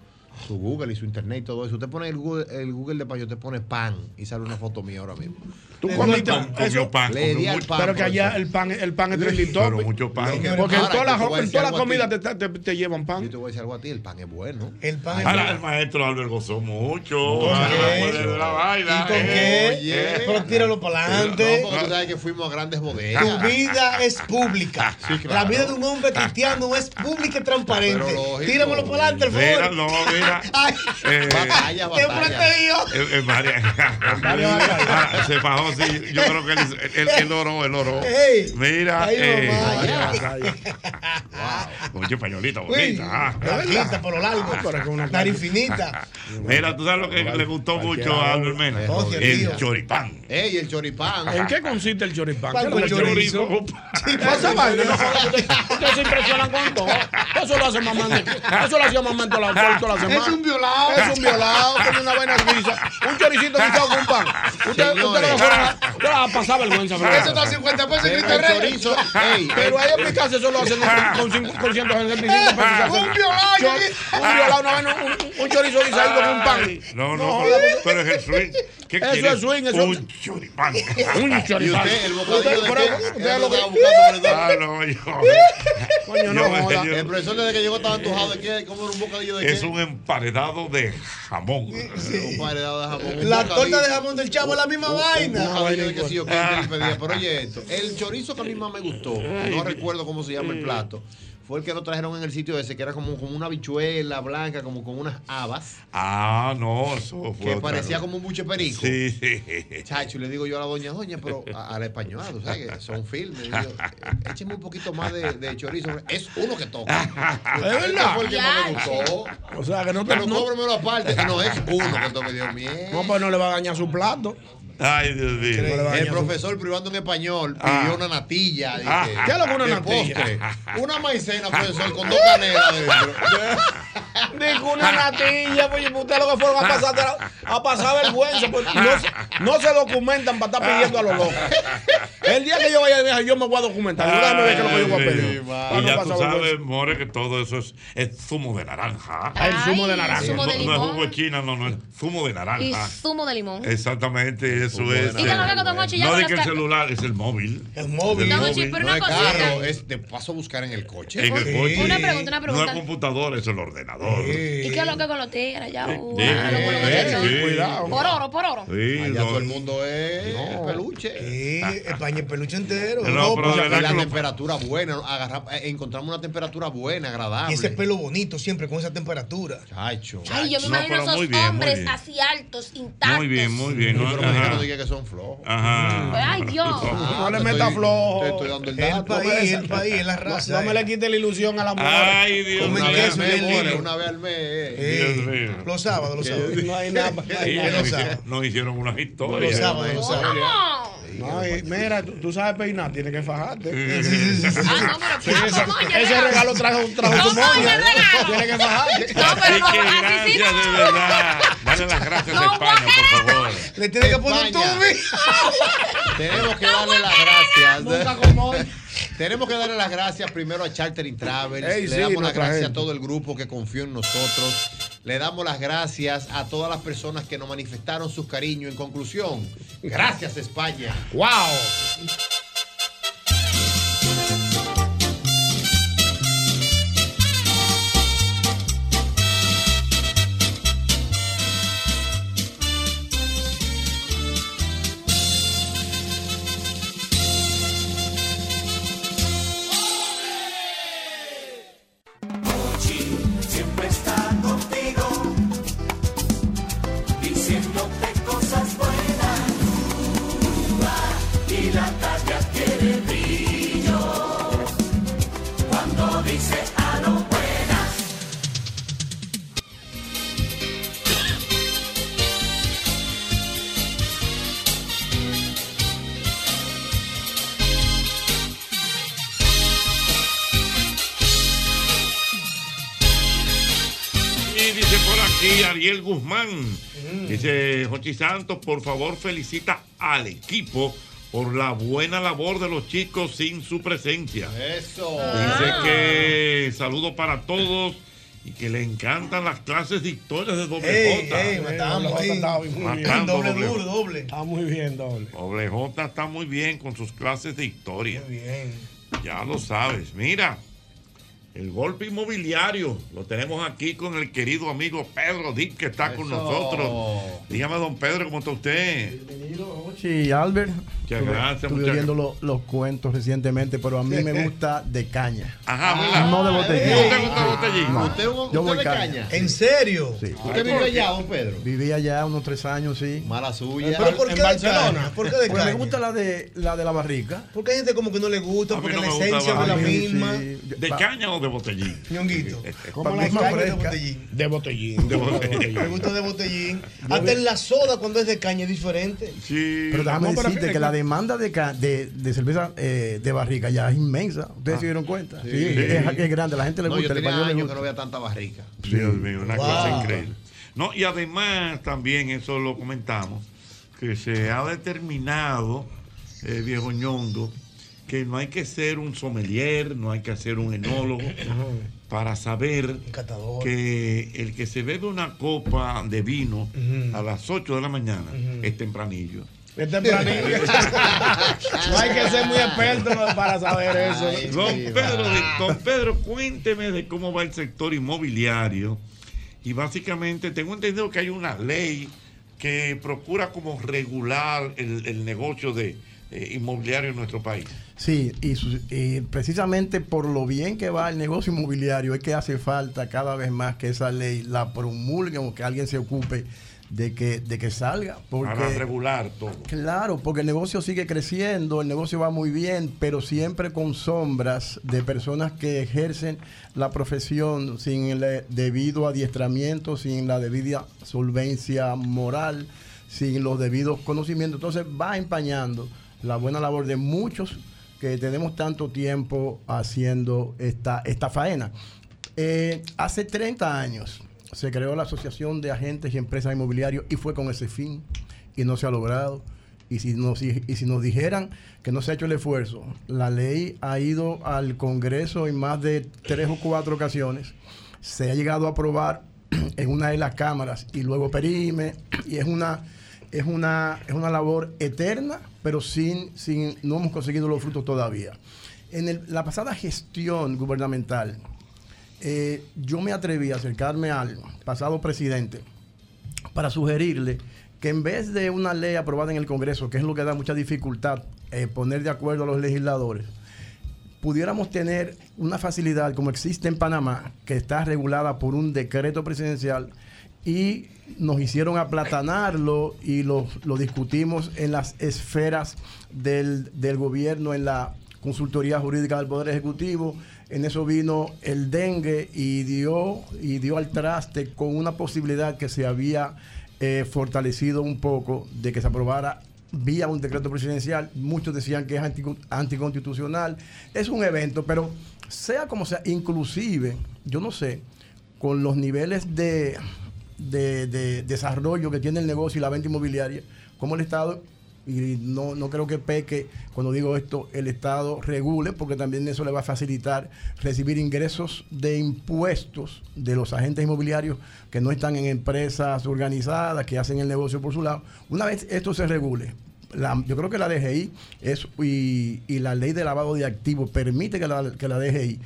su Google y su internet y todo eso. Usted pone el Google, el Google de España, usted pone pan y sale una foto mía ahora mismo.
Tú
Le
comiste
di al
pan, eso-
Le di al pan.
Pero que allá
profesor.
el pan, el pan es trending topic.
Pero mucho pan.
Porque en
Ahora,
todas las
yo te voy a
en
decir
todas las
algo a ti.
comidas te, te- te llevan pan.
Yo te voy a decir algo a ti, el pan es bueno.
El pan
Ahora el maestro Albert gozó mucho.
¿Con
Ah,
qué?
pues, de la
¿Y
vaina.
con
eh.
qué?
Oye.
Pero tíralo para adelante.
No, porque tú sabes que fuimos a grandes bodegas.
Tu vida es pública. La vida de un hombre cristiano es pública y transparente. Tíramelo para adelante, al
Mira,
favor.
no, mira. Eh,
Batalla, Te batalla. protegió.
Eh, eh, varias- Ah, se fajó, sí. Yo creo que él, él, él oró, él oró.
Ey.
mira.
Ay,
eh,
mamá, ya.
Oye, españolita
Uy,
bonita. ah.
Blanquita por lo largo. Nariz finita.
Mira, tú sabes lo que le gustó mucho a Albert Mena. El choripán. Ah,
Ey, el choripán.
¿En qué consiste el choripán?
Pan
¿Qué
con
es el
chorizo.
Pasa vaina. no jodas, Ustedes ustedes se impresionan con todo. Eso lo hace mamá. de- Eso lo hacía mamá en toda la, toda la semana.
Es un violado.
Es un violado. Tiene una vaina guisa. Un choricito guisado con pan. Usted, usted no
Señores.
fuera a- usted la pasaba vergüenza. ¿verdad?
Eso está a 50 pesos en
Pero
Cristo
el
Rey.
chorizo,
Ey,
Pero
el-
ahí en mi casa eso lo hacen
Ah.
con- con cincu- con 175 pesos. se hace.
Un violado,
Chor- Un violado, una vaina, un- un chorizo guisado con un pan.
No, no,
No,
pero-
joda.
pero es el swing. ¿Qué
Eso
quieres?
es swing, eso-
Un choripán.
Un choripán.
Y usted, el bocadillo
Usted,
de
pero-
qué?
usted
Él
lo que-
andaba buscando,
Ah, no, yo.
Coño,
yo-
no joda.
yo-
El profesor desde que llegó estaba antojado de qué, comer un bocadillo de qué.
es un emparedado de jamón.
Un paredado de jamón. un
La
bocadillo.
torta de jamón del chavo es la misma
Un
vaina.
bocadillo de quesillo que yo pedía. Pero oye esto, el chorizo que a mí más me gustó, no recuerdo cómo se
Mm.
llama el plato, fue el que nos trajeron en el sitio ese, que era como, como una habichuela blanca, como con unas habas,
Ah, no, eso fue.
que
otra
parecía
cosa.
como un buche perico.
Sí, sí.
Chacho, y le digo yo a la doña, doña, pero a, a la española, tú sabes que son filmes. Y yo, Écheme un poquito más de, de chorizo. Es uno que toca.
Es
Este
verdad.
fue el que más me gustó.
O sea, que no te
Pero
no-
cóbremelo aparte. No, es uno que toca, Dios mío.
No, pues no le va a dañar su plato.
Ay, Dios mío.
El profesor privando en español pidió
Ah.
una natilla.
Ah.
dije,
¿Qué es lo que una
de
natilla?
postre. Una maicena, profesor, con dos canelas dentro.
Dijo una natilla, pues usted lo que fueron a pasar, era- a pasar vergüenza, pues no, se- no se documentan para estar pidiendo a los locos. El día que yo vaya de viaje, yo me voy a documentar. Yo déjame ver qué es lo que yo voy a
Ay,
pedir.
Dios.
Para
Y
no
ya tú
pasar
sabes,
vergüenza.
More, que todo eso es, es zumo de naranja.
Ah, el zumo de Ay, naranja.
No,
zumo de
no es
limón.
jugo de china, no, no es zumo de
Y
naranja.
zumo de limón.
Eh,
Exactamente, eso
de
es. eh,
naranja. Y te lo veo con Don Hochi ya
no
con
de
las
que el
car-
celular, es el móvil.
El
móvil. Don Hochi, pero
No
una
es
cosita.
caro, es de paso a buscar en el coche.
En el coche.
Una pregunta, una pregunta.
No es computador, es el ordenador.
¿Y qué es lo que con los tigres allá? Uh,
Sí,
ah, lo-
sí, sí.
Cuidado.
Por oro, por oro.
Sí,
Allá
no.
todo el mundo es peluche.
Sí,
eh,
España es peluche entero. pues,
No,
Europa.
pues,
pero de
Y
verdad
la
que lo-
temperatura buena, agarra- eh, encontramos una temperatura buena,
Ah,
agradable.
Y ese pelo bonito siempre con esa temperatura.
Chacho.
Ay, yo me
No,
imagino
pero
esos
muy bien, muy
hombres
bien.
así altos, intactos.
Muy bien, muy bien. ¿no?
Pero
Ajá.
mejor no diga que son flojos.
Ajá.
Ay, Dios.
No le
te
meta
estoy-
flojo.
te estoy dando el
El
dato.
país, el país, la raza. No, me le quite la ilusión a la mujer.
Ay, Dios
Comen
mío.
queso y
Una vez al mes,
el
more,
hilo.
Una vez al mes.
Dios mío.
Los sábados, los sábados. No hay nada. no hay
Sí,
nada.
nos,
Los sábados.
hicieron, nos hicieron unas historias.
Los sábados, los sábados.
No, y mira, tú, tú sabes peinar, tienes que fajarte. Sí,
ah,
pero-
ese, ese regalo trajo, trajo tu moña. Tienes que fajarte.
Así que gracias de verdad. Dale Dale las gracias a España, por favor.
Le tiene que poner
España.
un tubi.
Tenemos que darle las gracias.
Nunca
Tenemos que darle las gracias primero a Chartering Travel.
Ey,
Le
sí,
damos las
nuestra
gracias a
gente.
todo el grupo que confió en nosotros. Le damos las gracias a todas las personas que nos manifestaron sus cariños. En conclusión, gracias España.
¡Wow!
Mochi siempre está contigo, diciéndote cosas buenas. Uva y la talla tiene brillo
Mm.
cuando dice a lo buenas.
Y dice por aquí Ariel Guzmán. Dice, Jochi Santos, por favor felicita al equipo por la buena labor de los chicos sin su presencia.
Eso.
Dice
Ah.
que saludo para todos y que le encantan las clases de historia de doble
Ey,
J.
ey, matamos
Doble J
ahí.
está muy bien. Matando
Doble
doble
duro,
J.
doble. Está muy bien, doble.
Doble J está muy bien con sus clases de historia. Ya lo sabes. Mira, el golpe inmobiliario lo tenemos aquí con el querido amigo Pedro Dip que está con
Eso.
nosotros. Dígame, don Pedro, ¿cómo está usted?
Sí, Albert.
Muchas
Estuve-
gracias,
Estuve
muchas
viendo lo- los cuentos recientemente, pero a mí me gusta de caña.
Ajá,
¿verdad? No de botellín.
¿No te gusta botellín?
No.
Ah. ¿Usted- usted
Yo voy
de
caña.
caña?
Sí.
¿En serio?
Sí.
¿Usted vivió allá, don Pedro?
Viví allá unos tres años, sí.
Mala suya.
¿Pero por
En
qué de
Barcelona.
caña? ¿Por qué de
Porque me
caña?
gusta la de la, de la barrica.
Porque hay gente como que no le gusta, porque la esencia no es la misma.
¿De caña o de botellín?
Ñonguito.
Como
la caña de botellín.
De botellín. De
Me gusta de botellín. Hasta en la soda cuando es de caña es diferente.
Sí.
Pero déjame decirte que la demanda de, ca- de, de cerveza eh, de barrica ya es inmensa. Ustedes
Ah.
se dieron cuenta.
Sí.
Sí, Es, es grande, la gente le
No,
gusta,
yo
el
tenía
español le
años
gusta.
que no veía tanta barrica.
Dios mío, una
Wow.
cosa increíble. No, y además también eso lo comentamos, que se ha determinado, eh, viejo ñongo, que no hay que ser un sommelier, no hay que ser un enólogo para saber que el que se bebe una copa de vino a las 8 de la mañana es tempranillo.
Es tempranillo. no hay que ser muy experto para saber eso.
Don Pedro, don Pedro, cuénteme de cómo va el sector inmobiliario. Y básicamente tengo entendido que hay una ley que procura como regular el, el negocio de eh, inmobiliario en nuestro país.
Sí, y, su- y precisamente por lo bien que va el negocio inmobiliario es que hace falta cada vez más que esa ley la promulguen o que alguien se ocupe de que, de que salga. Porque,
para regular todo.
Claro, porque el negocio sigue creciendo, el negocio va muy bien, pero siempre con sombras de personas que ejercen la profesión sin el debido adiestramiento, sin la debida solvencia moral, sin los debidos conocimientos. Entonces va empañando la buena labor de muchos que tenemos tanto tiempo haciendo esta, esta faena. Eh, hace 30 años se creó la Asociación de Agentes y Empresas Inmobiliarios y fue con ese fin y no se ha logrado. Y si, nos, y si nos dijeran que no se ha hecho el esfuerzo, la ley ha ido al Congreso en más de tres o cuatro ocasiones, se ha llegado a aprobar en una de las cámaras y luego perime, y es una, es una, es una labor eterna, pero sin, sin, no hemos conseguido los frutos todavía. En el- la pasada gestión gubernamental, eh, yo me atreví a acercarme al pasado presidente para sugerirle que en vez de una ley aprobada en el Congreso, que es lo que da mucha dificultad eh, poner de acuerdo a los legisladores, pudiéramos tener una facilidad como existe en Panamá, que está regulada por un decreto presidencial, y nos hicieron aplatanarlo y lo, lo discutimos en las esferas del, del gobierno, en la consultoría jurídica del Poder Ejecutivo. En eso vino el dengue y dio, y dio al traste con una posibilidad que se había eh, fortalecido un poco de que se aprobara vía un decreto presidencial. Muchos decían que es anticu- anticonstitucional. Es un evento, pero sea como sea, inclusive, yo no sé, con los niveles de, de, de desarrollo que tiene el negocio y la venta inmobiliaria, como el Estado, y no, no creo que peque cuando digo esto, el Estado regule, porque también eso le va a facilitar recibir ingresos de impuestos de los agentes inmobiliarios que no están en empresas organizadas, que hacen el negocio por su lado. Una vez esto se regule, la- yo creo que la DGI es, y, y la ley de lavado de activos permite que la, que la DGI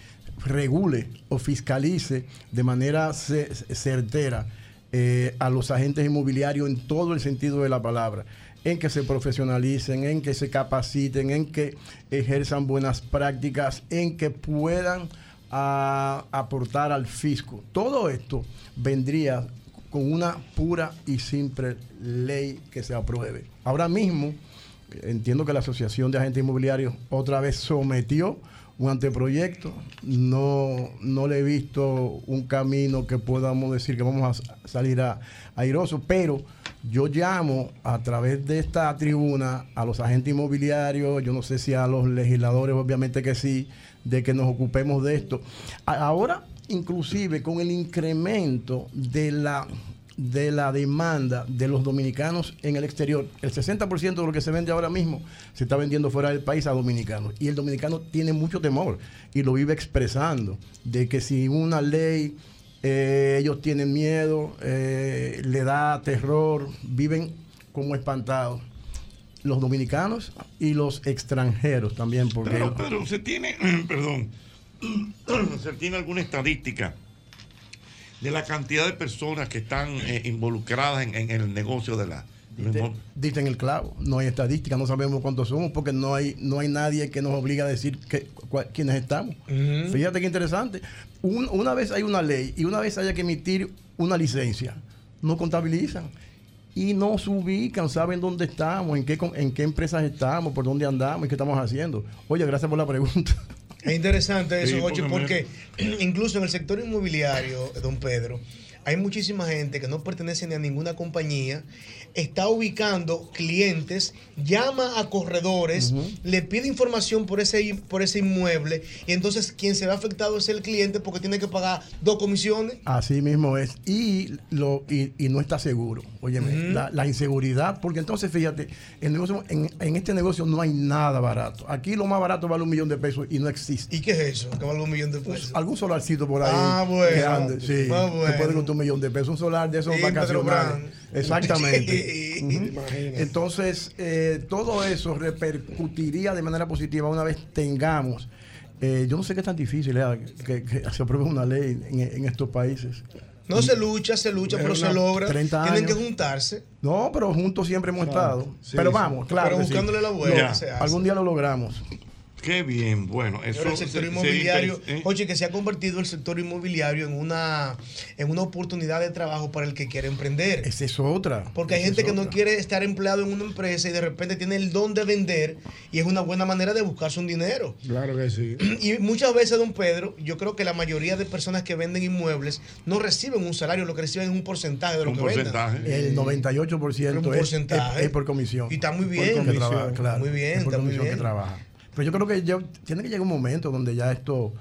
regule o fiscalice de manera ce- certera eh, a los agentes inmobiliarios en todo el sentido de la palabra, en que se profesionalicen, en que se capaciten, en que ejerzan buenas prácticas, en que puedan ah, aportar al fisco. Todo esto vendría con una pura y simple ley que se apruebe. Ahora mismo, eh, entiendo que la Asociación de Agentes Inmobiliarios otra vez sometió un anteproyecto. No, no le he visto un camino que podamos decir que vamos a sa- salir a, airoso, pero yo llamo a través de esta tribuna a los agentes inmobiliarios, yo no sé si a los legisladores, obviamente que sí, de que nos ocupemos de esto. A- Ahora, inclusive con el incremento de la de la demanda de los dominicanos en el exterior. El 60% de lo que se vende ahora mismo se está vendiendo fuera del país a dominicanos. Y el dominicano tiene mucho temor y lo vive expresando, de que si una ley, eh, ellos tienen miedo, eh, le da terror, viven como espantados. Los dominicanos y los extranjeros también, porque...
Pero, pero se tiene, perdón, se tiene alguna estadística de la cantidad de personas que están eh, involucradas en, en el negocio de la.
Diste- diste en el clavo. No hay estadística, no sabemos cuántos somos porque no hay no hay nadie que nos obliga a decir que, cua- quiénes estamos.
Mm.
Fíjate qué interesante. Un- una vez hay una ley y una vez haya que emitir una licencia, no contabilizan y nos ubican, saben dónde estamos, en qué com- en qué empresas estamos, por dónde andamos y qué estamos haciendo. Oye, gracias por la pregunta.
Es interesante eso,
Sí,
Jochi,
porque
porque incluso en el sector inmobiliario, don Pedro, hay muchísima gente que no pertenece ni a ninguna compañía, está ubicando clientes, llama a corredores, le pide información por ese, por ese inmueble, y entonces quien se ve afectado es el cliente porque tiene que pagar dos comisiones.
Así mismo es. Y, lo, y, y no está seguro. Óyeme,
Ujú.
la, la inseguridad, porque entonces fíjate, el negocio, en, en este negocio no hay nada barato. Aquí lo más barato vale un millón de pesos y no existe. Pues,
¿Y qué es eso? Que vale un millón de pesos.
Algún solarcito por ahí.
Ah, bueno.
grande, sí,
Ah,
Que
bueno.
puede costar un millón de pesos. Un solar de esos
Sí,
vacacionales.
Petrobras.
Exactamente.
Sí.
Ujú.
Imagínate.
Entonces, eh, todo eso repercutiría de manera positiva una vez tengamos. eh, yo no sé qué es tan difícil eh, que, que se apruebe una ley en- en estos países.
No se lucha, se lucha,
Es
pero
una-
se logra.
30
Tienen que
años.
juntarse.
No, pero juntos siempre hemos
Claro,
estado.
sí,
pero
sí.
vamos, claro.
Pero
que sí.
buscándole la vuelta
Lo-
se hace.
algún día lo logramos.
Qué bien, bueno, eso
Pero el sector
se- se
inmobiliario,
inter- eh,
oye, que se ha convertido el sector inmobiliario en una, en una oportunidad de trabajo para el que quiere emprender.
Esa es otra.
Porque hay
Esa es
gente que no
otra.
quiere estar empleado en una empresa y de repente tiene el don de vender y es una buena manera de buscarse un dinero.
Claro que sí.
Y muchas veces, don Pedro, yo creo que la mayoría de personas que venden inmuebles no reciben un salario, lo que reciben es un porcentaje de lo
Un
que
porcentaje.
venden.
El 98%
Un
es-
porcentaje.
Es, es por comisión.
Y está muy
Por
bien.
comisión que
Comisión.
trabaja, claro.
Muy bien,
Es por
está muy
comisión
bien.
que trabaja. Pero yo creo que ya tiene que llegar un momento donde ya esto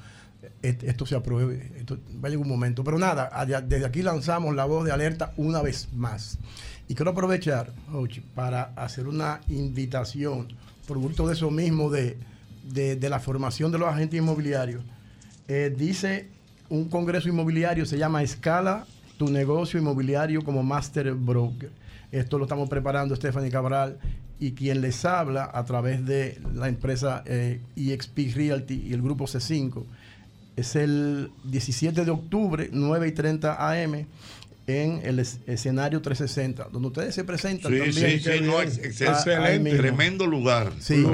et- esto se apruebe. Esto va a llegar un momento. Pero nada, allá- desde aquí lanzamos la voz de alerta una vez más. Y quiero aprovechar, Ochi, para hacer una invitación, producto de eso mismo, de, de- de la formación de los agentes inmobiliarios. Eh, dice un congreso inmobiliario, se llama Escala tu negocio inmobiliario como Master Broker. Esto lo estamos preparando Stephanie Cabral y quien les habla a través de la empresa eh, EXP Realty y el grupo C5. Es el 17 de octubre, 9 y 30 AM, en el es- escenario 360, donde ustedes se presentan.
Sí,
también.
sí, sí, no,
Ah,
ex- ex-
ahí
excelente.
mismo.
Tremendo lugar.
Sí.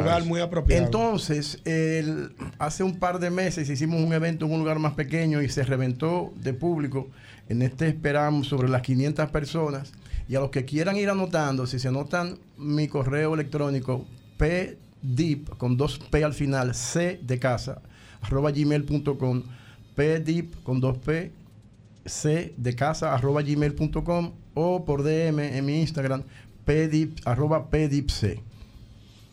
Entonces, el- hace un par de meses hicimos un evento en un lugar más pequeño y se reventó de público. En este esperamos sobre las 500 personas. Y a los que quieran ir anotando, si se anotan mi correo electrónico pdip con dos p al final, c de casa, arroba gmail.com, pdip con dos p, c de casa arroba gmail.com o por DM en mi Instagram, pdip arroba pdipc.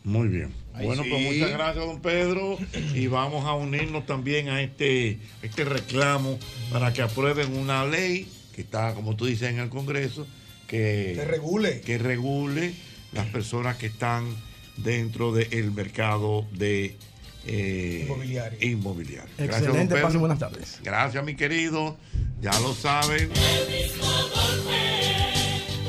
Muy bien. bueno, pues
sí.
muchas gracias, don Pedro. Y vamos a unirnos también a este, este reclamo para que aprueben una ley que está, como tú dices, en el Congreso, que,
Que regule.
que regule las personas que están dentro del mercado de eh, inmobiliario. Gracias, don
Excelente,
Pedro.
pasen buenas tardes.
Gracias, mi querido. Ya lo saben.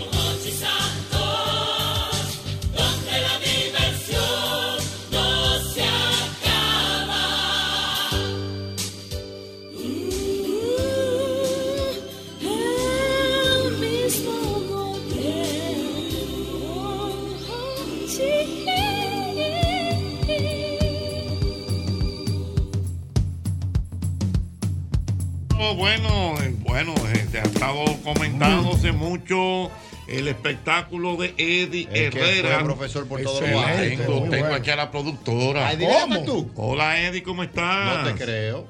Hochi Santos, donde la diversión no se acaba. El mismo
Oh, bueno, eh, bueno, gente, ha estado comentándose mucho el espectáculo de Eddie
El que fue
Herrera.
profesor por todo lo
Excelente,
alto.
Tengo,
Muy
tengo
bueno.
aquí a la productora.
Ay, dile, ¿cómo tú?
Hola, Eddie, ¿cómo estás?
No te creo.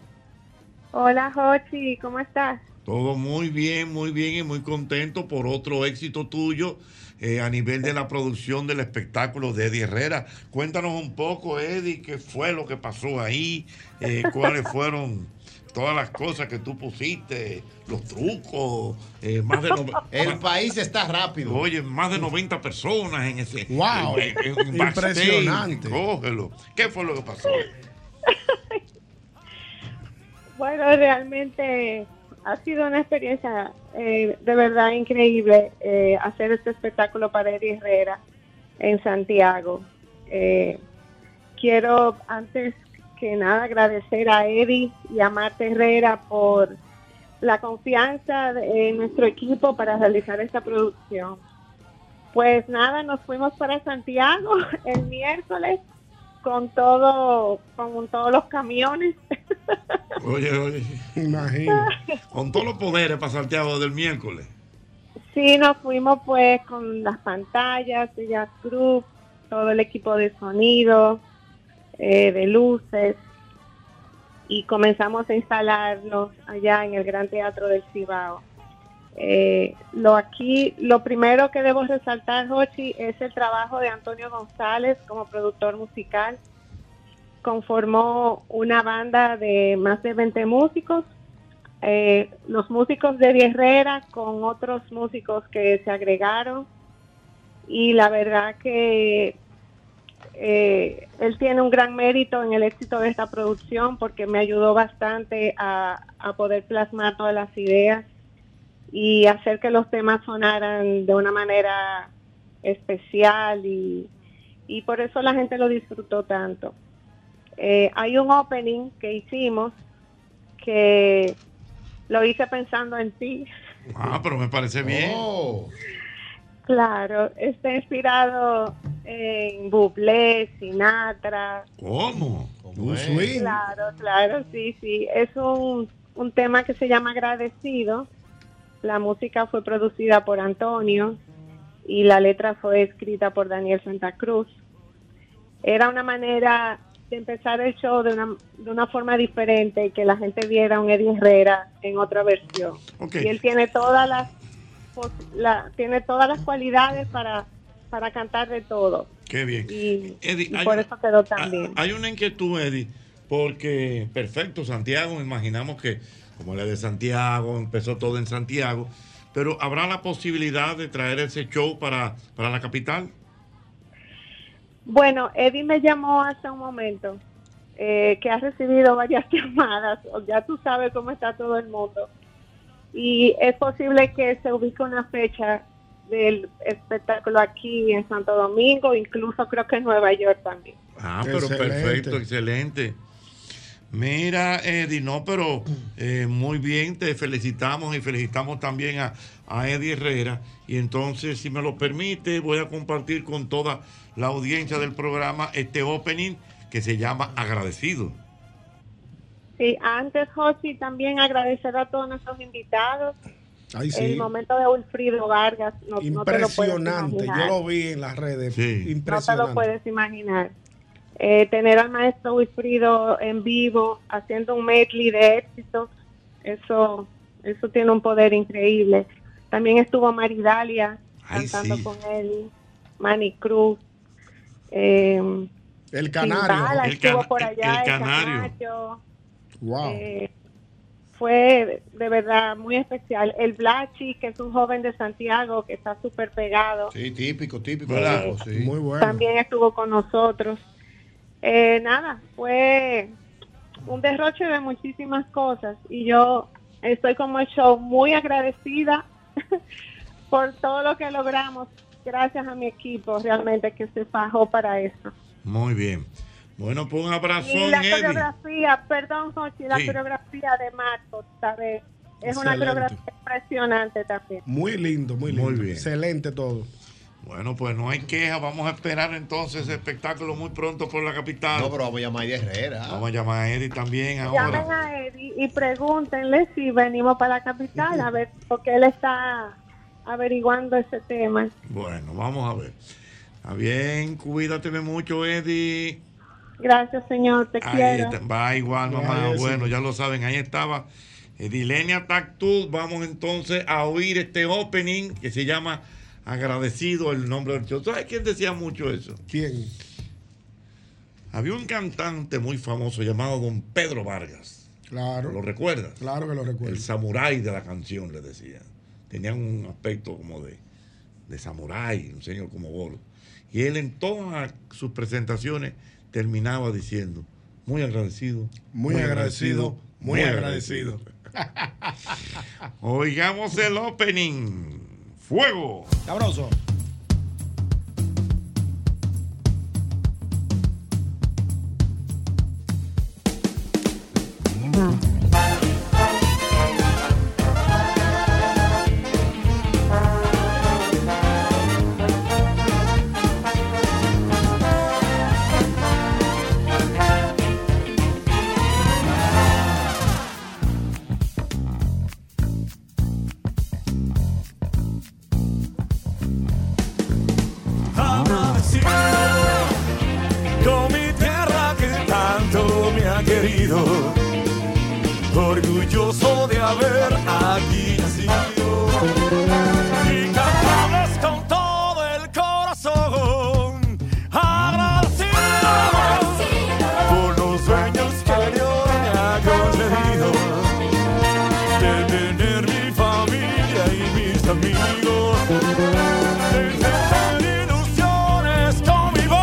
Hola, Jochi, ¿cómo estás?
Todo muy bien, muy bien y muy contento por otro éxito tuyo eh, a nivel de la producción del espectáculo de Eddie Herrera. Cuéntanos un poco, Eddie, qué fue lo que pasó ahí, Eh, cuáles fueron todas las cosas que tú pusiste, los trucos, eh, más de no-
El
más-
país está rápido.
Oye, más de 90 personas en ese.
Wow.
en- en- en backstage.
Impresionante.
Cógelo. ¿Qué fue lo que pasó?
Bueno, realmente ha sido una experiencia eh, de verdad increíble eh, hacer este espectáculo para Eddie Herrera en Santiago. Eh, quiero antes que nada agradecer a Eddie y a Marta Herrera por la confianza de- en nuestro equipo para realizar esta producción. Pues nada, nos fuimos para Santiago el miércoles con todo, con todos los camiones
Oye, oye. Imagino. Con todos los poderes para Santiago del miércoles.
Sí, nos fuimos pues con las pantallas, de Jazz Group, todo el equipo de sonido, eh, de luces, y comenzamos a instalarnos allá en el Gran Teatro del Cibao. Eh, lo aquí, lo primero que debo resaltar, Jochi, es el trabajo de Antonio González como productor musical. Conformó una banda de más de 20 músicos eh, los músicos de Eddie Herrera con otros músicos que se agregaron y la verdad que eh, él tiene un gran mérito en el éxito de esta producción porque me ayudó bastante a, a poder plasmar todas las ideas y hacer que los temas sonaran de una manera especial y, y por eso la gente lo disfrutó tanto. Eh, hay un opening que hicimos que lo hice pensando en ti.
Ah, pero me parece bien.
Claro, está inspirado en Bublé, Sinatra.
¿Cómo?
Un swing.
Claro, claro, sí, sí. Es un, un tema que se llama Agradecido. La música fue producida por Antonio y la letra fue escrita por Daniel Santa Cruz. Era una manera de empezar el show de una, de una forma diferente y que la gente viera a un Eddie Herrera en otra versión.
Ok.
Y él tiene todas las pos- la- tiene todas las cualidades para, para cantar de todo.
Qué bien.
Y,
Eddie,
y
hay
por
una-
eso quedó tan bien.
Hay una inquietud, Eddie, porque, perfecto, Santiago, imaginamos que, como era de Santiago, empezó todo en Santiago, pero ¿habrá la posibilidad de traer ese show para, para la capital?
Bueno, Eddie me llamó hace un momento, eh, que ha recibido varias llamadas, o ya tú sabes cómo está todo el mundo, y es posible que se ubique una fecha del espectáculo aquí en Santo Domingo, incluso creo que en Nueva York también.
Ah, pero
Excelente.
perfecto, excelente. Mira, Eddie, no, pero eh, muy bien, te felicitamos y felicitamos también a, a Eddie Herrera. Y entonces, si me lo permite, voy a compartir con toda la audiencia del programa este opening que se llama Agradecido.
Sí, antes, Josi, también agradecer a todos nuestros invitados.
Ay, sí.
El momento de Wilfrido Vargas, no, no te lo puedes
Impresionante. Yo
imaginar.
lo vi en las redes.
No te
Impresionante.
lo puedes imaginar. Eh, tener al maestro Wilfrido en vivo haciendo un medley de éxitos, eso, eso tiene un poder increíble. También estuvo Maridalia
Ay,
cantando
sí.
con él, Manny Cruz. eh,
el
Timbala
canario.
estuvo por allá,
el canario.
Canario,
Wow.
eh, fue de verdad muy especial. El Blachi, que es un joven de Santiago que está súper pegado,
Sí, típico, típico.
¿Verdad?
tipo, sí. Muy
también estuvo con nosotros. Eh, nada, fue un derroche de muchísimas cosas y yo estoy como el show muy agradecida por todo lo que logramos gracias a mi equipo realmente que se fajó para eso.
Muy bien. Bueno, pues un abrazo,
Y la
Eddie.
coreografía, perdón, Jochi, la
Sí.
coreografía de Marco, ¿sabes? Es una
Excelente.
coreografía impresionante también.
Muy lindo, muy lindo.
Muy bien.
Excelente todo.
Bueno, pues no hay queja. Vamos a esperar entonces espectáculo muy pronto por la capital. No, pero vamos a llamar a Eddie Herrera. Vamos a llamar a Eddie también ahora.
Llamen a Eddie y pregúntenle si venimos para la capital, a ver, porque él está averiguando ese tema.
Bueno, vamos a ver. Está bien, cuídate mucho, Eddie.
Gracias, señor, te
Ahí
quiero.
está. Va igual, mamá. Bueno, ya lo saben, ahí estaba. eh, Dilenia Tactus. Vamos entonces a oír este opening que se llama Agradecido el nombre del show. ¿Sabes quién decía mucho eso? ¿Quién? Había un cantante muy famoso llamado Don Pedro Vargas.
Claro.
¿Lo recuerdas?
Claro que lo recuerdo.
El samurái de la canción, le decían. Tenían un aspecto como de, de samurái, un señor como gordo. Y él en todas sus presentaciones terminaba diciendo, muy agradecido.
Muy agradecido, muy agradecido.
Oigamos el opening. Fuego.
Sabroso.
agradecido con mi tierra que tanto me ha querido, orgulloso de haber aquí nacido y cantarles con todo el corazón, agradecido por los sueños que Dios me ha concedido, de tener mi familia y mis amigos. de tener ilusiones con mi voz.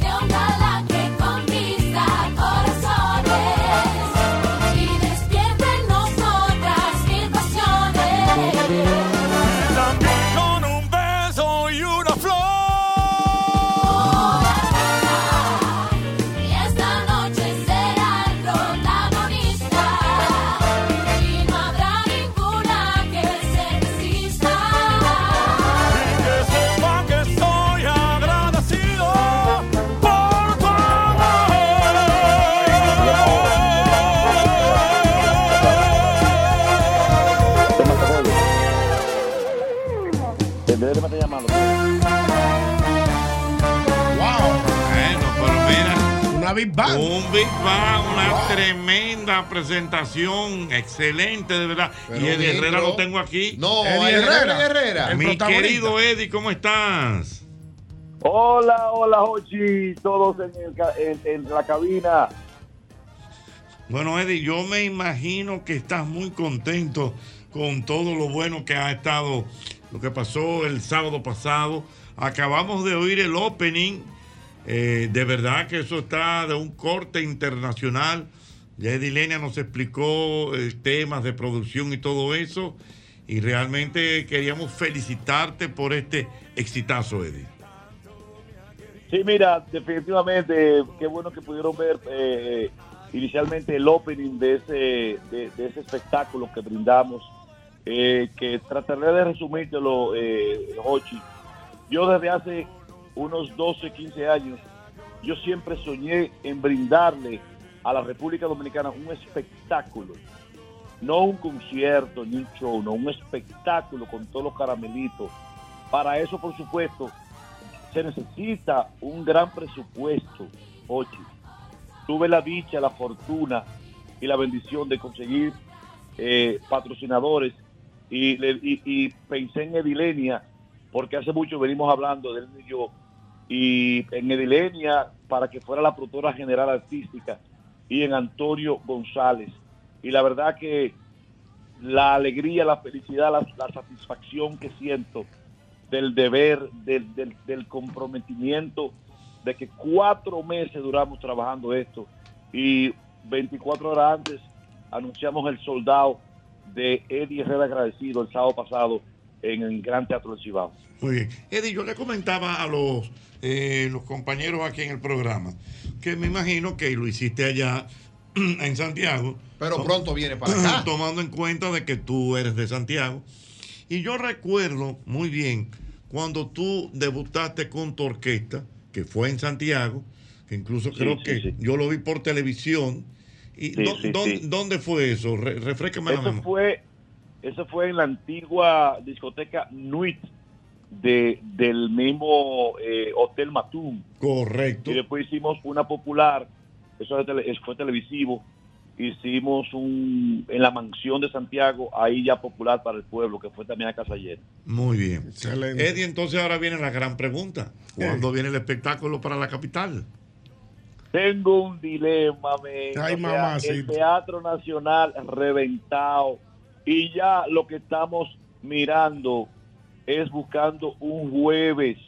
De una ala que conquista corazones y despierta en nosotras mil pasiones.
También con un beso y una flor.
Y esta noche será protagonista y no habrá ninguna que se resista.
Que sepa que soy agradecido por tu
Una Big Bang. Un Big Bang, una tremenda presentación. Excelente, de verdad.
Pero
y Eddie
dilo.
Herrera lo tengo aquí.
No, Eddie Eddie Herrera. Herrera. El
Mi
protagonista.
querido Eddie, ¿cómo estás?
Hola, hola, Hochi, todos en, el ca- en- en la cabina.
Bueno, Eddie, yo me imagino que estás muy contento con todo lo bueno que ha estado, lo que pasó el sábado pasado. Acabamos de oír el opening. eh, de verdad que eso está de un corte internacional. Ya Eddie Lenia nos explicó eh, temas de producción y todo eso. Y realmente queríamos felicitarte por este exitazo, Eddie.
Sí, mira, definitivamente, qué bueno que pudieron ver eh, inicialmente el opening de ese, de, de ese espectáculo que brindamos, eh, que trataré de resumírtelo, eh, Hochi. Yo desde hace unos 12, 15 años, yo siempre soñé en brindarle a la República Dominicana un espectáculo, no un concierto ni un show, no, un espectáculo con todos los caramelitos. Para eso, por supuesto, se necesita un gran presupuesto, Ochi. Tuve la dicha, la fortuna y la bendición de conseguir eh, patrocinadores y, le- y- y pensé en Edilenia, porque hace mucho venimos hablando de él y yo, y en Edilenia, para que fuera la productora general artística, y en Antonio González. Y la verdad que la alegría, la felicidad, la, la satisfacción que siento del deber, del, del- del comprometimiento, de que cuatro meses duramos trabajando esto y 24 horas antes anunciamos el soldado de Eddie Herrera agradecido el sábado pasado en el Gran Teatro del Cibao.
Muy bien. Eddie, yo le comentaba a los, eh, los compañeros aquí en el programa que me imagino que lo hiciste allá en Santiago.
Pero pronto viene para acá.
Tomando en cuenta de que tú eres de Santiago. Y yo recuerdo muy bien cuando tú debutaste con tu orquesta, que fue en Santiago, que incluso
Sí,
creo
sí,
que
sí.
yo lo vi por televisión. ¿Y
Sí,
dó-
sí,
dó-
sí.
dónde fue eso? Re- refrescame la
Eso
memoria.
fue, eso fue en la antigua discoteca Nuit de, del mismo eh, Hotel Matum.
Correcto.
Y después hicimos una popular, eso de tele- eso fue televisivo, hicimos un en la mansión de Santiago, ahí ya popular para el pueblo, que fue también a casa ayer.
Muy bien. Eddie, entonces ahora viene la gran pregunta. ¿Cuándo viene el espectáculo para la capital?
Tengo un dilema, men.
Ay,
O sea, el
mamacita.
Teatro Nacional reventado. Y ya lo que estamos mirando es buscando un jueves,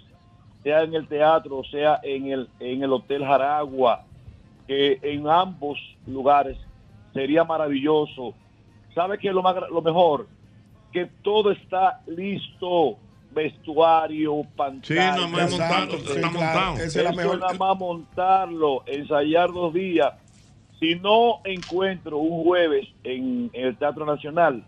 sea en el teatro, o sea en el, en el Hotel Jaragua, que en ambos lugares sería maravilloso. ¿Sabe qué es lo, más, gra- lo mejor? Que todo está listo. Vestuario, pantalla.
nada más es montarlo, Exacto, está sí, claro. montado. Esa es la
Eso
mejor-
nada más montarlo, ensayar dos días. Si no encuentro un jueves en, en el Teatro Nacional,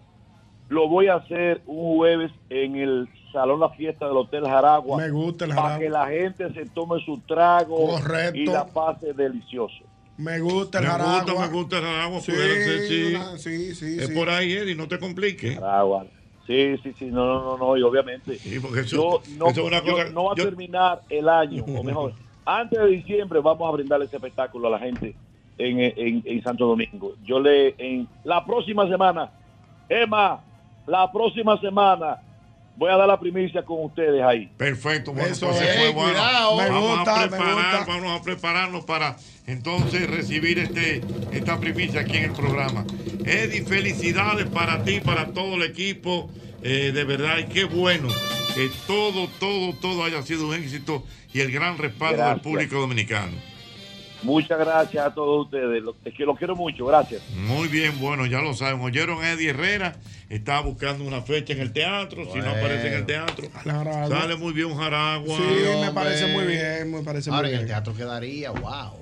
lo voy a hacer un jueves en el Salón La Fiesta del Hotel Jaragua.
Me gusta el
Para que
Jaragua.
la gente se tome su trago
Correcto.
y la pase delicioso.
Me gusta el
Me gusta,
Jaragua.
me gusta el Jaragua,
Sí,
pudiera ser, sí.
una- sí, sí,
Es
sí.
por ahí, Eddie, no te compliques.
Jaragua. Sí, sí, sí, no, no, no, no, y obviamente.
eso-
yo no,
eso es una
yo
cosa-
no va
yo-
a terminar el año, o mejor, antes de diciembre vamos a brindar ese espectáculo a la gente en, en- en Santo Domingo. Yo le, en la próxima semana, Emma, la próxima semana voy a dar la primicia con ustedes ahí.
Perfecto, bueno,
Eso
pues,
es,
fue bueno.
cuidado. Me
Vamos
gusta,
a
me
preparar,
gusta.
vamos a prepararnos para entonces recibir este, esta primicia aquí en el programa. Eddie, felicidades para ti, para todo el equipo, eh, de verdad, y qué bueno que todo, todo, todo haya sido un éxito y el gran respaldo del
Gracias.
público dominicano.
Muchas gracias a todos ustedes, los, es que los quiero mucho, gracias.
Muy bien, bueno, ya lo saben. Oyeron a Eddie Herrera, está buscando una fecha en el teatro. Si no aparece en el teatro,
Jaragua.
sale muy bien un Jaragua.
Sí, me parece muy bien, me parece
Ahora,
muy
en
bien.
el
teatro quedaría, wow.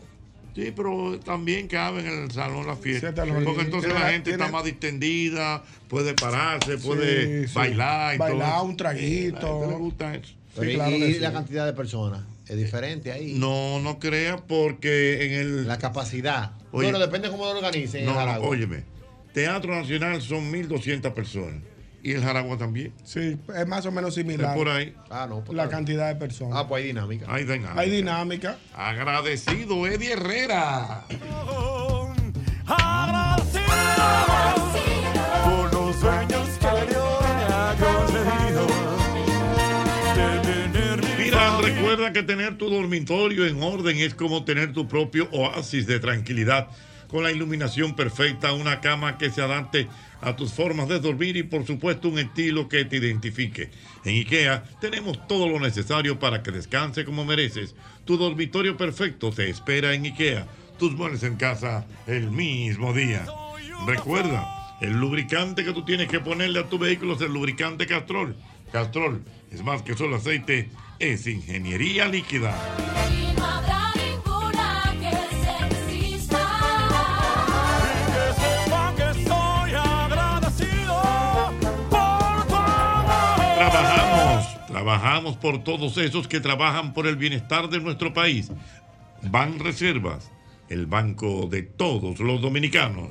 Sí, pero también cabe en el salón la fiesta.
Sí, salón.
Porque entonces
Tiene-
la gente
tiene-
está más distendida, puede pararse, puede
Sí, sí.
bailar. Y
Bailar,
todo.
un traguito.
Sí, a la gente le gusta eso.
Pero y- y la cantidad de personas es diferente ahí.
No, no creas porque en el...
La capacidad.
Oye.
bueno, depende cómo lo organicen.
No,
en
no,
Jaragua.
óyeme. Teatro Nacional son 1.200 personas. Y el Jaragua también.
Sí, es más o menos similar.
Es por ahí. ah,
Ah, no.
La cantidad de personas.
Ah, pues hay dinámica.
Hay dinámica.
Hay dinámica.
Agradecido, Eddie Herrera.
por los sueños que Dios me ha concedido.
Mira, recuerda que tener tu dormitorio en orden es como tener tu propio oasis de tranquilidad, con la iluminación perfecta, una cama que se adapte a tus formas de dormir y por supuesto un estilo que te identifique. En IKEA tenemos todo lo necesario para que descanse como mereces. Tu dormitorio perfecto te espera en IKEA. Tus muebles en casa el mismo día. Recuerda, el lubricante que tú tienes que ponerle a tu vehículo es el lubricante Castrol. Castrol es más que solo aceite, es ingeniería líquida.
Y no habrá ninguna que se resista.
Trabajamos, trabajamos por todos esos que trabajan por el bienestar de nuestro país. Ban Reservas, el banco de todos los dominicanos.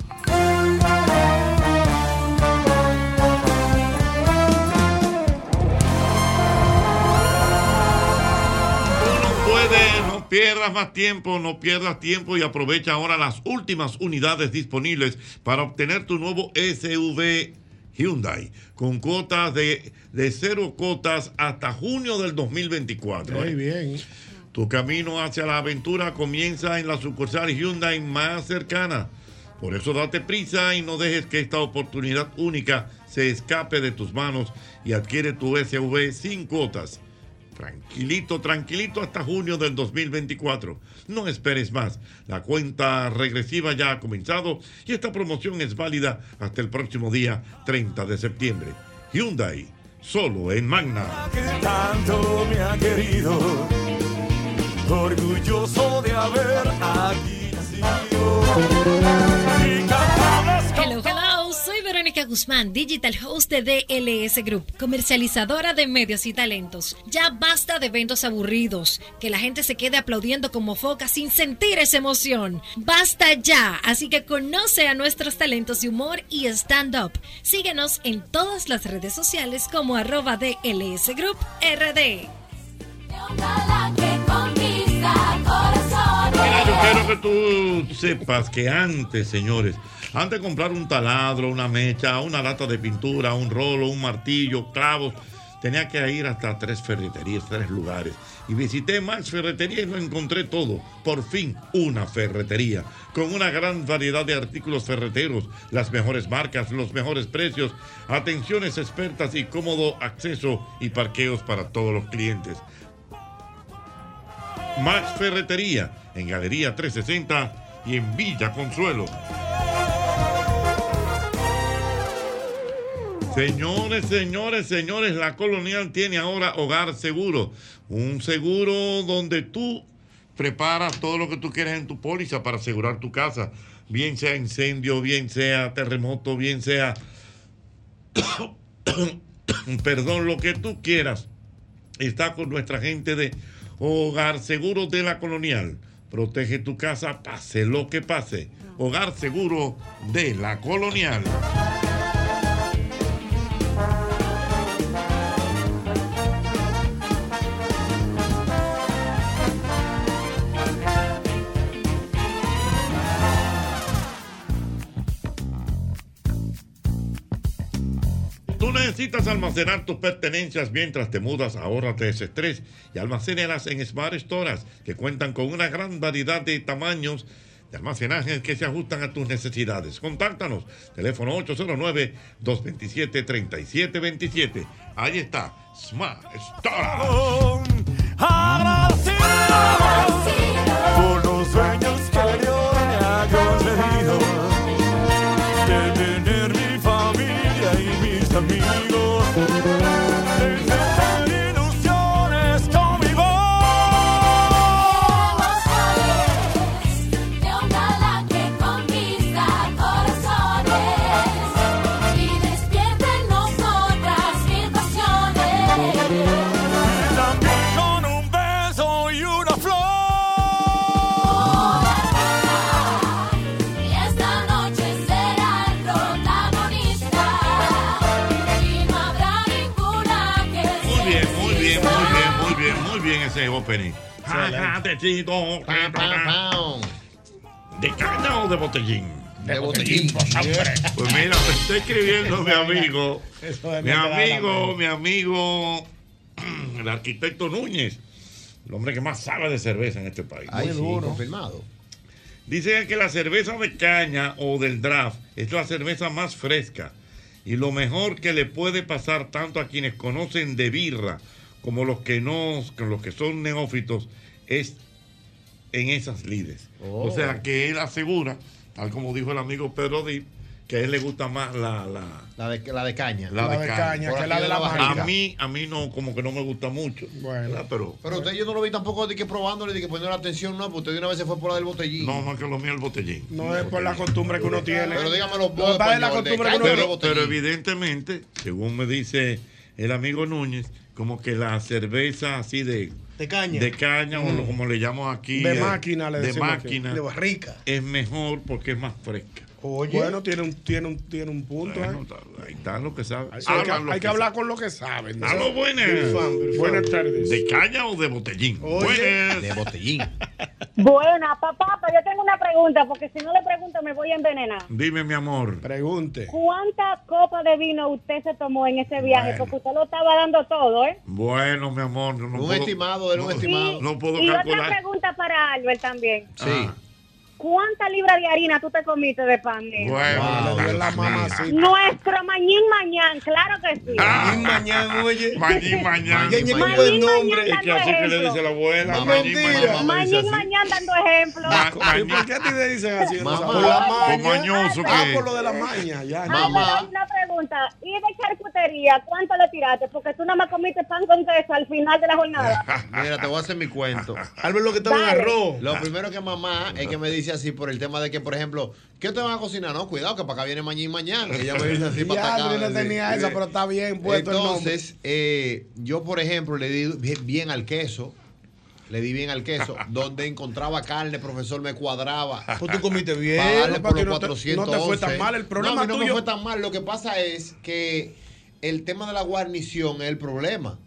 puede, no pierdas más tiempo, no pierdas tiempo y aprovecha ahora las últimas unidades disponibles para obtener tu nuevo SUV Hyundai con cuotas de, de cero cuotas hasta junio del 2024. ¿eh?
Muy bien.
Tu camino hacia la aventura comienza en la sucursal Hyundai más cercana. Por eso date prisa y no dejes que esta oportunidad única se escape de tus manos y adquiere tu SUV sin cuotas. Tranquilito, tranquilito hasta junio del 2024. No esperes más. La cuenta regresiva ya ha comenzado y esta promoción es válida hasta el próximo día 30 de septiembre. Hyundai, solo en Magna.
tanto me ha querido, orgulloso de haber aquí nacido. Y cantadas
Hello, hello, soy Verónica Guzmán, digital host de DLS Group, comercializadora de medios y talentos. Ya basta de eventos aburridos, que la gente se quede aplaudiendo como foca sin sentir esa emoción. Basta ya, así que conoce a nuestros talentos de humor y stand-up. Síguenos en todas las redes sociales como arroba DLS Group RD.
Mira, yo quiero que tú sepas que antes, señores, antes de comprar un taladro, una mecha, una lata de pintura, un rolo, un martillo, clavos, tenía que ir hasta tres ferreterías, tres lugares. Y visité más ferreterías y lo encontré todo. Por fin, una ferretería. Con una gran variedad de artículos ferreteros, las mejores marcas, los mejores precios, atenciones expertas y cómodo acceso y parqueos para todos los clientes. Max Ferretería en Galería 360 y en Villa Consuelo. Señores, señores, señores, la Colonial tiene ahora Hogar Seguro. Un seguro donde tú preparas todo lo que tú quieres en tu póliza para asegurar tu casa. Bien sea incendio, bien sea terremoto, bien sea... Perdón, lo que tú quieras. Está con nuestra gente de Hogar Seguro de la Colonial. Protege tu casa, pase lo que pase. Hogar Seguro de la Colonial. Tú necesitas almacenar tus pertenencias mientras te mudas, ahórrate ese estrés y almacénalas en Smart Storage, que cuentan con una gran variedad de tamaños de almacenaje que se ajustan a tus necesidades. Contáctanos, teléfono 809-227-3727. Ahí está, Smart Storage.
por los sueños que Dios me ha concedido de tener mi familia y mis amigos de tener ilusiones conmigo
De onda la que conquista corazones y despierta en nosotras mil pasiones.
también con un beso y una flor
Y esta noche será el protagonista y no habrá ninguna que
Muy bien, muy bien, muy bien, muy bien, muy bien ese opening. Ajá, te chido, ta, ta, ta. ¿De caña o de botellín? De botellín, por Pues mira, me está escribiendo mi amigo,
Eso es
mi
verdad,
amigo, mi amigo, el arquitecto Núñez, el hombre que más sabe de cerveza en este país.
Ay,
Muy
sí,
duro.
confirmado.
Dice que la cerveza de caña o del draft es la cerveza más fresca y lo mejor que le puede pasar tanto a quienes conocen de birra como los que no, con los que son neófitos, es en esas lides.
Oh.
O sea que él asegura, tal como dijo el amigo Pedro Dip, que a él le gusta más la, la,
La de, la de caña.
la de caña.
Por aquí barriga.
A mí, a mí no, como que no me gusta mucho. ¿verdad? Pero,
Pero usted yo no lo vi tampoco de que probándole, de que poniendo atención, no, porque usted de una vez se fue por la del botellín.
no, no es que lo mío es el botellín.
No es por la costumbre que uno tiene.
Pero dígame
Lo
los
que pasa es la costumbre que uno tiene.
pero, pero evidentemente, según me dice el amigo Núñez, como que la cerveza así de,
De caña.
de caña, o lo- como le llamamos aquí,
De
eh,
máquina, le
de
decimos aquí.
máquina,
De barrica.
es mejor porque es más fresca.
Bueno, tiene un, tiene un, tiene un punto. ¿eh?
Ahí está lo que sabe.
Hay que-
Hablan
hay
lo
que,
que
hablar con lo que saben.
A lo buenas.
Birfan, Birfan. Buenas tardes.
¿De caña o de botellín? Buenas. De botellín.
Buena, papá, pero yo tengo una pregunta, porque si no le pregunto me voy a envenenar.
Dime, mi amor. Pregunte.
¿Cuántas copas de vino usted se tomó en ese viaje?
Bueno.
Porque usted lo estaba dando todo, ¿eh?
Bueno, mi amor. No
Un estimado,
era
un estimado.
No puedo
y otra
calcular. Ah.
pregunta para Albert también.
Sí.
¿Cuántas libras de harina tú te comiste de pan? nena?
Bueno,
Le dio la mamacita.
Nuestro mañín mañán, claro que sí.
mañana, oye.
Ah, Mañín, mañana.
Mañín,
Mañín,
buen nombre.
mañana,
Es que así que le
eso.
dice la abuela.
No,
Mañín,
mentira.
mañana.
Mañín mañán dando ejemplo.
¿Y por qué a ti te dicen así?
Mamá.
Por la maña.
Por mañoso que
Ah,
es.
por lo de la maña. Ya,
Ay, me doy una pregunta. ¿Y de charcutería cuánto le tiraste? Porque tú no me comiste pan con queso al final de la
Eh,
jornada.
Mira, te voy a hacer mi cuento.
Álvaro, lo que
estaba en Dale. arroz.
Lo primero que mamá es que me dice así por el tema de que, por ejemplo, ¿qué te van a cocinar? No, cuidado, que para acá viene mañana y mañana. Ella me dice así para
Ya,
acá.
no
sí.
tenía esa, pero está bien puesto el nombre.
Entonces, eh, yo, por ejemplo, le di bi- bien al queso. Le di bien al queso. Donde encontraba carne, profesor, me cuadraba.
Pues tú
Ah,
comiste bien.
Para darle
No,
por
pa' que
los
no te- no te fue
411.
tan mal. El
No,
problema
a mí no
tuyo-
me fue tan mal. Lo que pasa es que el tema de la guarnición es el problema.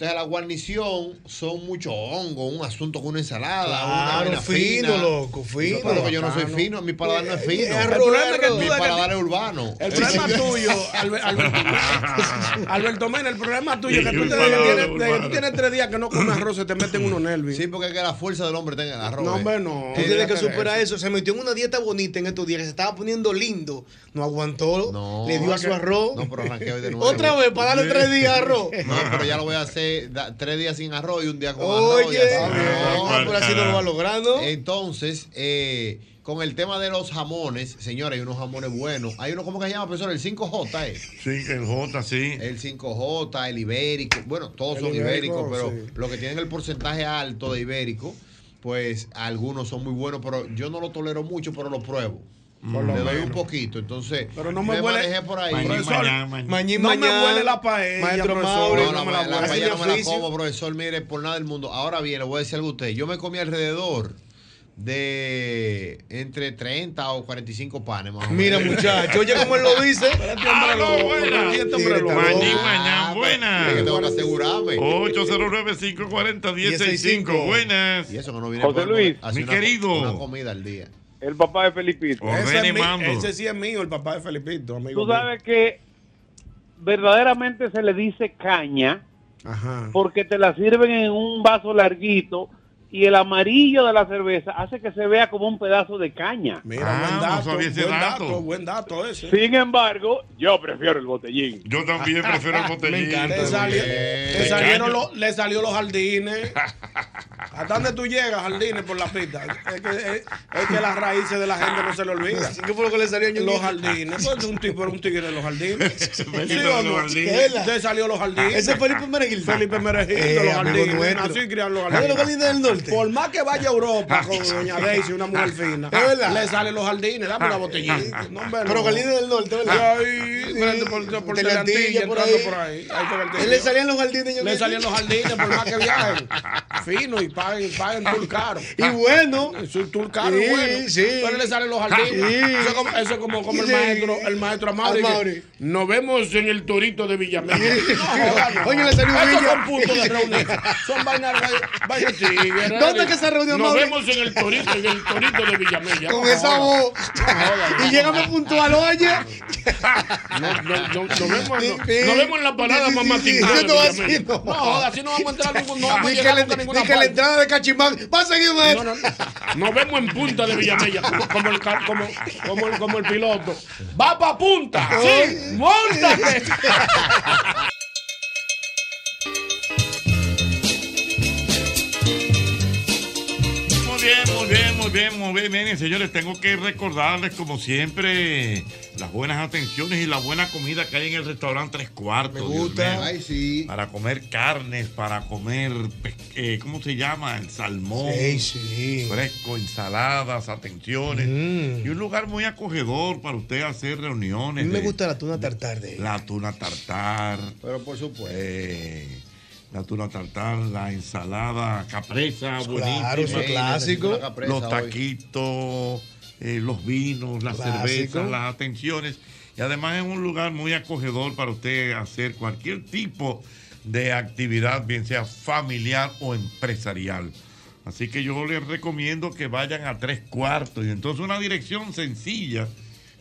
Entonces, la guarnición son muchos hongos, un asunto con una ensalada. una
Claro,
vaina
fino,
fina.
loco, fino.
Pero que yo no soy
Bacano.
fino, mi paladar no es fino.
Eh, el problema es que tú
mi
de que-
paladar es urbano.
El problema tuyo, Albert- Alberto Mena, Alberto Mena, el problema tuyo es que tú, te- que tienes, de que tú tienes tres días que no comes arroz, se te meten unos nervios.
Sí, porque es que la fuerza del hombre tenga el arroz.
No,
eh.
hombre, no.
Eh,
Tú tienes que
déjate de
superar eso. Se metió en una dieta bonita en estos días, que se estaba poniendo lindo. No aguantó. le dio a su arroz.
No, pero arranqué hoy de nuevo.
Otra vez, para darle tres días de arroz.
No, pero ya lo voy a hacer da- tres días sin arroz y un día con arroz.
Oye,
y así.
está bien. No, pero así no lo va logrando.
Entonces, eh, con el tema de los jamones, señores, hay unos jamones buenos. Hay uno, ¿cómo que se llama, profesor? El 5J, ¿eh?
Sí, el J, sí.
El 5J, el ibérico. Bueno, todos
El
son
ibérico,
ibéricos, pero
sí.
los que tienen el porcentaje alto de ibérico, pues algunos son muy buenos, pero yo no lo tolero mucho, pero lo pruebo.
Mm. Por lo
Le doy un
menos.
poquito, entonces
Pero no me huele-
manejé por ahí.
Mañín, Profesor, mañán, mañán. mañín,
no
mañán.
me huele la paella,
Maestro
profesor.
Mauri,
no, la,
no me la
paella- la
huele.
paella
Ese
no me la
oficio.
como, profesor, mire, por nada del mundo. Ahora bien, le voy a decir algo a usted. Yo me comí alrededor de entre 30 o 45 panes más o
Mira,
menos.
muchacho, oye, como él lo dice.
Ah, no, buena. Mañín, mañana, buena.
Ah, pues, Es que tengo que asegurarme.
809-540-165. Buenas.
Y eso que no viene
José
por-
Luis.
hace
Mi
una-
querido.
Una comida al día.
El papá de Felipito.
Ese, es mi- ese sí es mío, el papá de Felipito, amigo.
Tú sabes que verdaderamente se le dice caña porque te la sirven en un vaso larguito y el amarillo de la cerveza hace que se vea como un pedazo de caña.
Mira, buen dato, buen dato. buen dato ese.
Sin embargo, yo prefiero el botellín.
Yo también prefiero el botellín.
Le, salió- le salieron los, le salió los jardines. ¿Hasta dónde tú llegas, jardines, por la pista? Es que, es- es que las raíces de la gente no se le olvida.
¿Qué fue lo que le salió a
Los jardines. Pues un tipo era un tigre de los jardines. ¿Sí
Felipe
o
de
no?
los jardines.
Le salió los jardines.
Ese es eh, Felipe Meregil.
Felipe Meregil de los jardines. Nació y criado en los jardines.
del norte.
Por más que vaya a Europa con doña Daisy, una mujer fina,
Es verdad.
le salen los jardines, dame una botellita. No, hombre, no.
Pero Galines del Norte, ¿verdad?
Ay, prende por, por
Teleantilla,
Teleantilla,
por
entrando
ahí.
por ahí. Ahí por Teleantilla.
Él le salían los jardines. yo
Le
vi.
salían los jardines, por más que viajen. Fino y paguen, paguen tour caro.
Y bueno.
Su tour caro
Sí,
y bueno.
sí. Ah,
Pero le salen los jardines.
Sí.
Eso es como, eso es como, como el
Sí.
maestro, el maestro Amaury.
Amaury.
que, Nos vemos en el torito de Villamil.
Oye, le salió
Esos
Villa.
son puntos de reunión. Son vainas vainas tigres.
¿Dónde que se reunió,
Nos
Amaury?
vemos en el torito, en el torito de Villamella.
Con esa voz. Y llegamos puntual, oye.
No, no, no, nos vemos, no,
Sí,
nos
sí.
vemos en la parada
Sí, sí,
mamá
sí.
Tijana,
Yo no voy a decir,
Villamella.
no.
No, joda, así no vamos a entrar ningún- no vamos a
Ni que
llegar
le-
nunca a ninguna
ni que la
parte.
entrada de Cachimán. Va a seguir, maestro.
Nos vemos en punta de Villamella, como, como el, ca- como, como el, como el piloto. ¡Va pa' punta! ¡Sí! ¡Móntate!
Muy bien, muy bien, muy bien, muy bien. Miren, señores, tengo que recordarles, como siempre, las buenas atenciones y la buena comida que hay en el restaurante Tres Cuartos. Me
gusta. Ay,
sí. Para comer carnes, para comer, pes- eh, ¿cómo se llama? El salmón.
Sí, sí.
Fresco, ensaladas, atenciones. Y un lugar muy acogedor para usted hacer reuniones.
Mm. me
de-
gusta la tuna tartar de
la tuna tartar. Eh,
Pero por supuesto.
la tuna tartar, la ensalada capresa,
Claro,
buenísima.
eso es clásico.
Los taquitos, eh, los vinos, las
Clásico.
cervezas, las atenciones. Y además es un lugar muy acogedor para usted hacer cualquier tipo de actividad, bien sea familiar o empresarial. Así que yo les recomiendo que vayan a tres cuartos. Y entonces una dirección sencilla.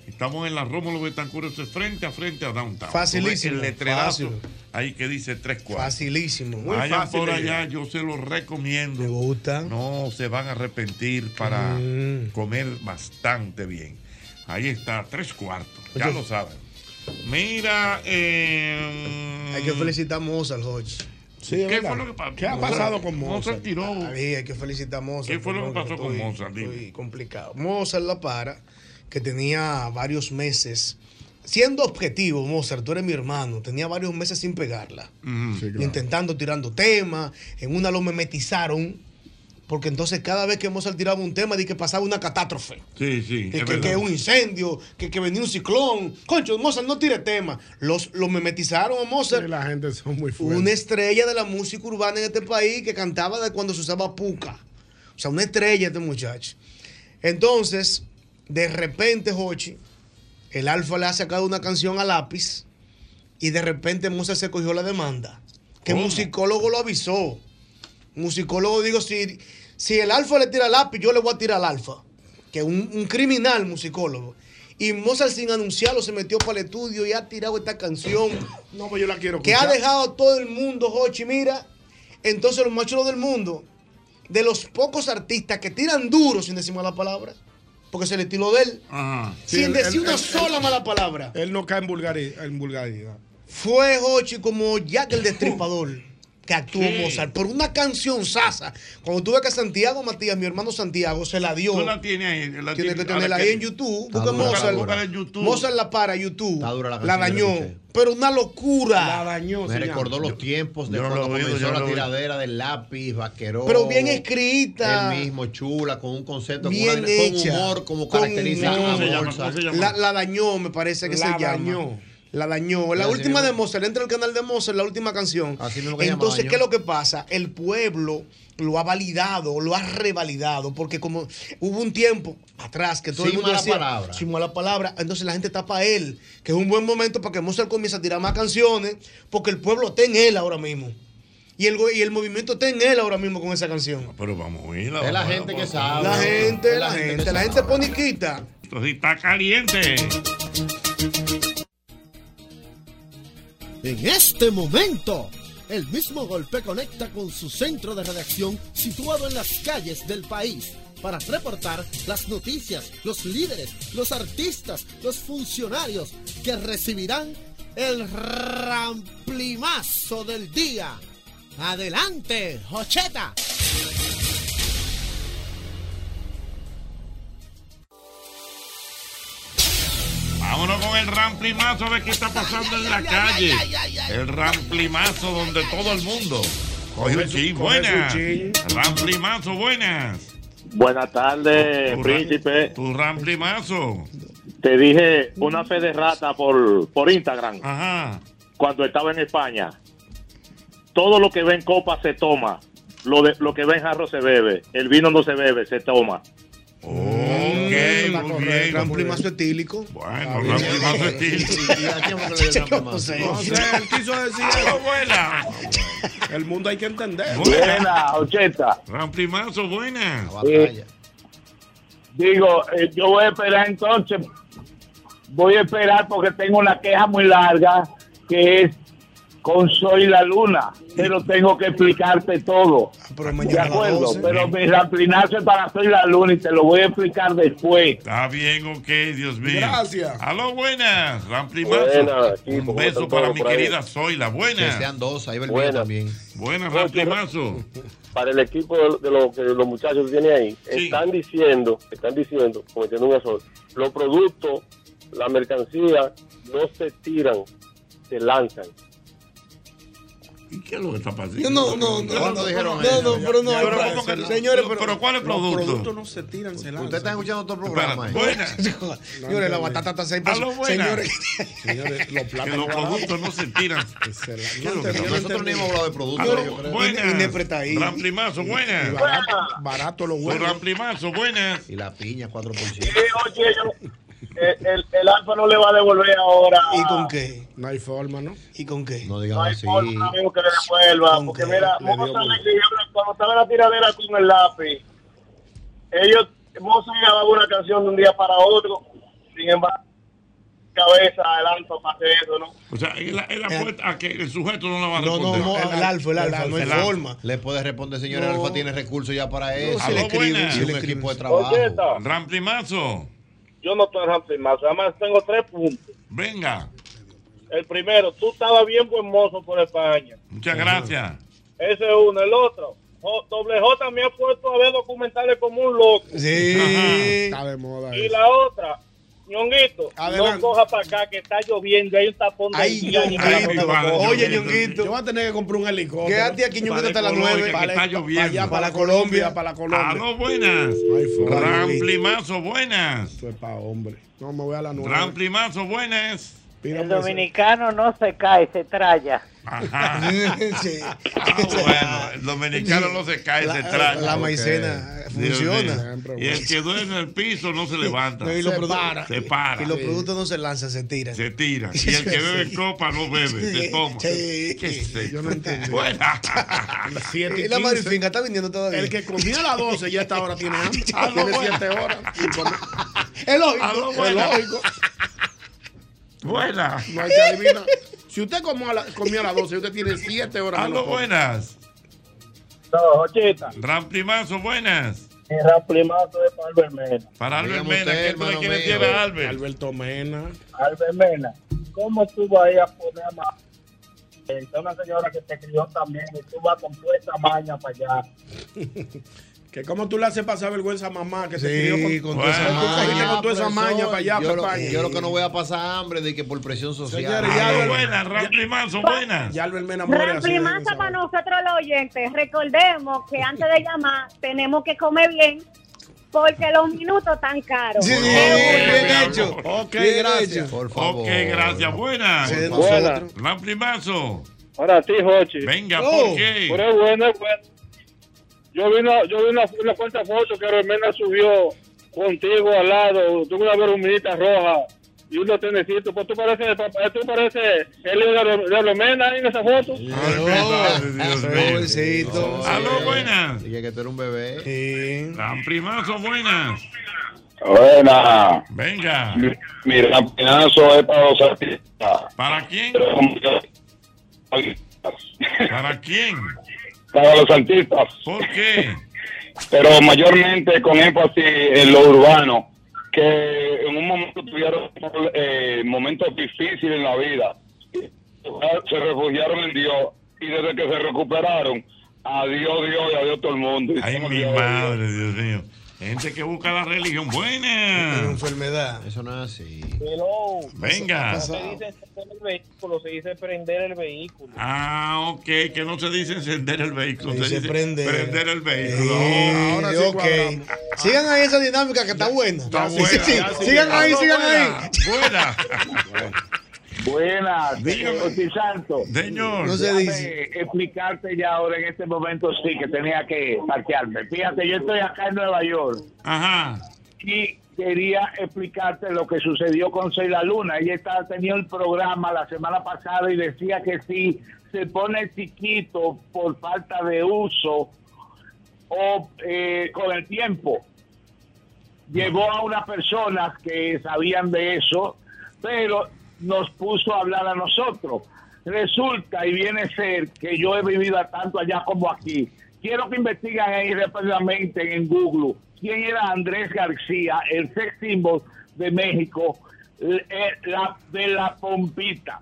Estamos en la Rómulo Betancourt, eso es frente a frente a Downtown.
Facilísimo,
Tú ves El letrerazo
fácil.
ahí que dice tres cuartos.
Facilísimo. muy
Vayan
fácil
por
de
allá,
llegar.
yo se los recomiendo. Me
gustan.
No se van a arrepentir para
Mm.
comer bastante bien. Ahí está, tres cuartos. Ya
Oye.
lo saben. Mira, eh,
Hay que felicitar a Mozart, Jorge.
Sí, es ¿Qué verdad. fue lo que pa- ¿Qué ha pasado con Mozart? Mozart tiró.
Ahí hay que felicitar a Mozart.
¿Qué fue lo que
perdón,
pasó con
estoy-
Mozart? Dime.
estoy complicado. Mozart la para, que tenía varios meses. Siendo objetivo, Mozart, tú eres mi hermano, tenía varios meses sin pegarla.
Mm.
claro.
Intentando tirando temas, en una lo memetizaron, porque entonces cada vez que Mozart tiraba un tema, di que pasaba una catástrofe.
Sí, sí.
Que,
es
que,
verdad.
que un incendio, que, que venía un ciclón. Concho, Mozart no tire tema. Los, los memetizaron a Mozart. la gente son muy Una estrella de la música urbana en este país que cantaba de cuando se usaba puca. O sea, una estrella este muchacho. Entonces, de repente, Hochi, el Alfa le ha sacado una canción a lápiz y de repente Mozart se cogió la demanda. Que el musicólogo lo avisó. Musicólogo, digo, si, si el Alfa le tira lápiz, yo le voy a tirar al Alfa que un, un criminal musicólogo. Y Mozart sin anunciarlo se metió para el estudio y ha tirado esta canción
No, pues yo la quiero
que ha
escuchar.
dejado a todo el mundo, Hochi, mira. Entonces los machuros del mundo, de los pocos artistas que tiran duro sin decir mala palabra, porque es el estilo de él,
Sí,
sin
él-
decir
él-
una
él-
sola mala palabra,
Él no cae en vulgaridad. En vulgaridad.
fue Hochi como Jack el Destripador. Que actuó
¿Qué?
Mozart por una canción sasa. Cuando tuve que Santiago Matías, mi hermano Santiago, se la dio.
Tú la tienes ahí. la
Tiene que
tienes-
tenerla
a la
ahí
que-
en YouTube.
Está
Busca
dura, está
Mozart.
dura. YouTube.
Mozart la para YouTube. La,
canción,
dañó.
yo la escuché.
Pero una locura. La
dañó.
Me recordó los tiempos de
yo no
cuando
lo he oído,
comenzó
yo no
la
lo he oído.
tiradera del lápiz, vaquerón.
Pero bien escrita.
El mismo, chula, con un concepto, con,
Bien
una- con
hecha.
humor, como
Con
caracteriza
humor.
a Mozart.
La, la dañó, me parece que
La
se llama.
dañó.
La dañó. La
Así
última
mismo.
de Mozart. Entra al canal de Mozart, la última canción.
que se llama,
Entonces,
dañó.
¿qué es lo que pasa? El pueblo lo ha validado, lo ha revalidado, porque como hubo un tiempo atrás que todo
Sin
el mundo
mala
decía,
palabra.
sin mala palabra, entonces la gente tapa a él, que es un buen momento para que Mozart comience a tirar más canciones, porque el pueblo está en él ahora mismo. Y el, go- y el movimiento está en él ahora mismo con esa canción.
Pero vamos a oírla.
Es la
vamos a-
gente que
vamos
sabe.
a-
La gente, Es la la gente que gente, la sabe. gente poniquita.
Esto sí está caliente.
En este momento, el mismo golpe conecta con su centro de redacción situado en las calles del país para reportar las noticias, los líderes, los artistas, los funcionarios que recibirán el ramplimazo del día. Adelante, Jocheta.
Vámonos con el ramplimazo a ver qué está pasando en la calle. El ramplimazo donde todo el mundo coge un chin.
coge su
Buenas.
chin.
Ramplimazo, buenas.
Buenas tardes,
Tu ra-
príncipe.
Tu ramplimazo.
Te dije una fe de rata por, por Instagram.
Ajá.
Cuando estaba en España. Todo lo que ven copa se toma. Lo, de, lo que ven jarro se bebe. El vino no se bebe, se toma.
Mm,
Ok, muy bien.
Ramplimazo etílico.
Bueno, ramplimazo etílico.
No sé, él quiso decir algo
buena.
Ah, El mundo hay que entender.
Buena, 80.
Ramplimazo, buenas.
Digo, eh, yo voy a esperar entonces. Voy a esperar porque tengo una queja muy larga que es con Soy la Luna. Pero tengo que explicarte todo. De acuerdo, pero mi ramplinazo es para Soy la Luna y te lo voy a explicar después.
Está bien, ok, Dios mío.
Gracias.
Aló, buenas. Ramplimazo.
Buenas,
un beso
están
para
todos
mi
por ahí?
querida Zoila. Buenas.
Que sean dos, ahí va el
Buenas.
mío también.
Buenas, Ramplimazo.
para el equipo de, de lo que los muchachos que tienen ahí, están diciendo, están diciendo, cometiendo un error, los productos, la mercancía, no se tiran, se lanzan.
¿Y qué es lo que está pasando?
No, no, no, no.
¿Cuándo
dijeron eso?
pero no,
Pero
hay-
¿cómo que-
señores, pero, ¿cuál es el
Los
producto?
productos no se tiran, se lanzan.
Usted está escuchando otro programa.
Buenas.
Señores, la batata está a seis
Aló,
pesos.
buenas.
Señores,
Señores, los
Que los productos no se tiran. ¿Qué es lo que está pasando?
Nosotros no hemos hablado de productos.
Aló,
yo creo.
Buenas. Ramplimazo,
Y
buenas.
barato-
Barato los
huevos.
Ramplimazo, buenas.
Y la piña, 4%.
oye, yo- el, el, el Alfa no le va a devolver ahora.
¿Y con qué?
No hay forma, ¿no?
¿Y con qué?
No digas así.
Forma, amigo, que le devuelva. Porque mira,
Le dio
Mozart
bueno.
le escribió una- cuando estaba en la tiradera con el lápiz, ellos, Mozart grababa una canción de un día para otro. Sin embargo, cabeza, el Alfa, para hacer eso, ¿no?
O sea, él, él apuesta a que el sujeto no la va a
Eh. No,
responder.
no, no, el alfa, el alfa, no hay
El alfa.
forma. Le puede responder, señor, el alfa tiene recursos ya para eso.
si le escribe, si
y un
le escribe.
equipo de trabajo.
Oye, Ramplimazo.
Yo no estoy en Ramplimazo. Además, tengo tres puntos.
Venga.
El primero, tú estabas bien buen mozo por España.
Muchas gracias.
Ese es uno. El otro, J, doble J me ha puesto a ver documentales como un loco.
Está de moda.
Y la otra, ñonguito,
Adelante.
no coja para acá que está lloviendo, hay un tapón de
Ay,
silla y para
Ñonguito.
la moto.
Oye, Ñonguito. Yo voy a tener que comprar un helicóptero.
Quédate aquí, Ñonguito, hasta las nueve.
Para,
Está lloviendo.
allá,
Para
para Colombia, para Colombia.
Ah,
A dos buenas. Ramplimazo, buenas.
Esto es para hombre. No, me voy a la nueve.
Ramplimazo, buenas.
El
dominicano no se cae, se tralla.
Ajá. Ah, bueno, el dominicano no se cae, se traga.
la maicena
Ok. Dios
funciona.
mío.
Siempre,
Y el que duerme en el piso no se levanta.
No, y los produ-
Se para.
Y los productos no se lanzan, se tiran.
Se tira. Y el que bebe copa no bebe, se toma. ¿Qué sé yo? Buena.
siete
Y la
quince.
marifinga está viniendo todavía.
El que comía a las 12 ya a esta hora tiene hambre.
Ah, no,
tiene
bueno.
7 horas. Es
Ah, no,
lógico. Es
bueno.
lógico.
Buena.
No hay que adivinar. Si usted comió a, la- comió a las 12, usted tiene 7 horas.
Aló, buenas. Ramplimazo, buenas.
Ramplimazo de Albert Mena.
Para Albert Mena, ¿qué tú le quieres decir a Albert?
Alberto Mena.
Albert Mena, ¿cómo tú vas a ir a poner a ma- eh, a una señora que te crió también y tú vas con toda esa maña para allá?
Que como tú le haces pasar vergüenza a mamá que
Sí,
se crió
con
con,
toda esa
Tú cogiste
maña.
con toda esa maña para allá,
yo,
papá.
lo, yo lo que no voy a pasar hambre de que por presión social. Ah,
Señores, ya Aló, lo-
buenas, Ramplimazo, buenas.
Ya Albert Mena muere así.
Rampli masa para nosotros los oyentes. Recordemos que antes de llamar tenemos que comer bien porque los minutos están caros.
Ok,
Bien
gracias.
Por
favor. Ok, gracias. Buenas.
Sí,
Buenas.
nosotros.
Ramplimazo.
Ahora a ti, Jochi.
Venga,
Oh.
¿por qué?
Pero es bueno, es bueno. Yo vi una, yo vi una, una cuanta foto que Romena subió contigo al lado. Tú una bermudita roja y unos tenecitos. Pues tú pareces, papá, tú pareces el líder de, de Romena ahí en esa foto.
Pobrecito.
Aló, buenas.
Dije que tú eres un bebé.
Ramplimazo, buenas.
Buena.
Venga.
Mi ramplinazo es para los artistas.
¿Para quién? ¿Para quién?
Para los artistas.
¿Por qué?
Pero mayormente con énfasis Eh, en lo urbano. Que en un momento tuvieron eh, momentos difíciles en la vida. Se refugiaron en Dios. Y desde que se recuperaron, adiós Dios y adiós todo el mundo.
Ay, mi
Ah,
madre, Dios mío. Gente que busca la religión. Buenas.
enfermedad.
Eso no es así.
Hello.
Venga.
No se dice encender el vehículo, se dice prender el vehículo.
Ah, ok, que no se dice encender el vehículo, se, dice
prender.
prender. el vehículo.
Eh,
Ahora sí
ok.
cuadramos.
Sigan ahí esa dinámica que está buena.
Está
Sí,
buena.
sí, sí.
Ya sí.
Sigan ahí,
Ah, no,
sigan
buena,
ahí.
Buena.
Buenas,
Dígame.
José Santo.
Señor.
no se dice. explicarte ya ahora en este momento sí que tenía que parquearme. Fíjate, yo estoy acá en Nueva York.
Ajá.
Y quería explicarte lo que sucedió con Sheila Luna. Ella estaba, tenía el programa la semana pasada y decía que si se pone chiquito por falta de uso o eh, con el tiempo. Llevó a unas personas que sabían de eso, pero nos puso a hablar a nosotros. Resulta y viene a ser que yo he vivido tanto allá como aquí. Quiero que investigan ahí rápidamente en Google quién era Andrés García, el sex symbol de México, eh, la, de la pompita.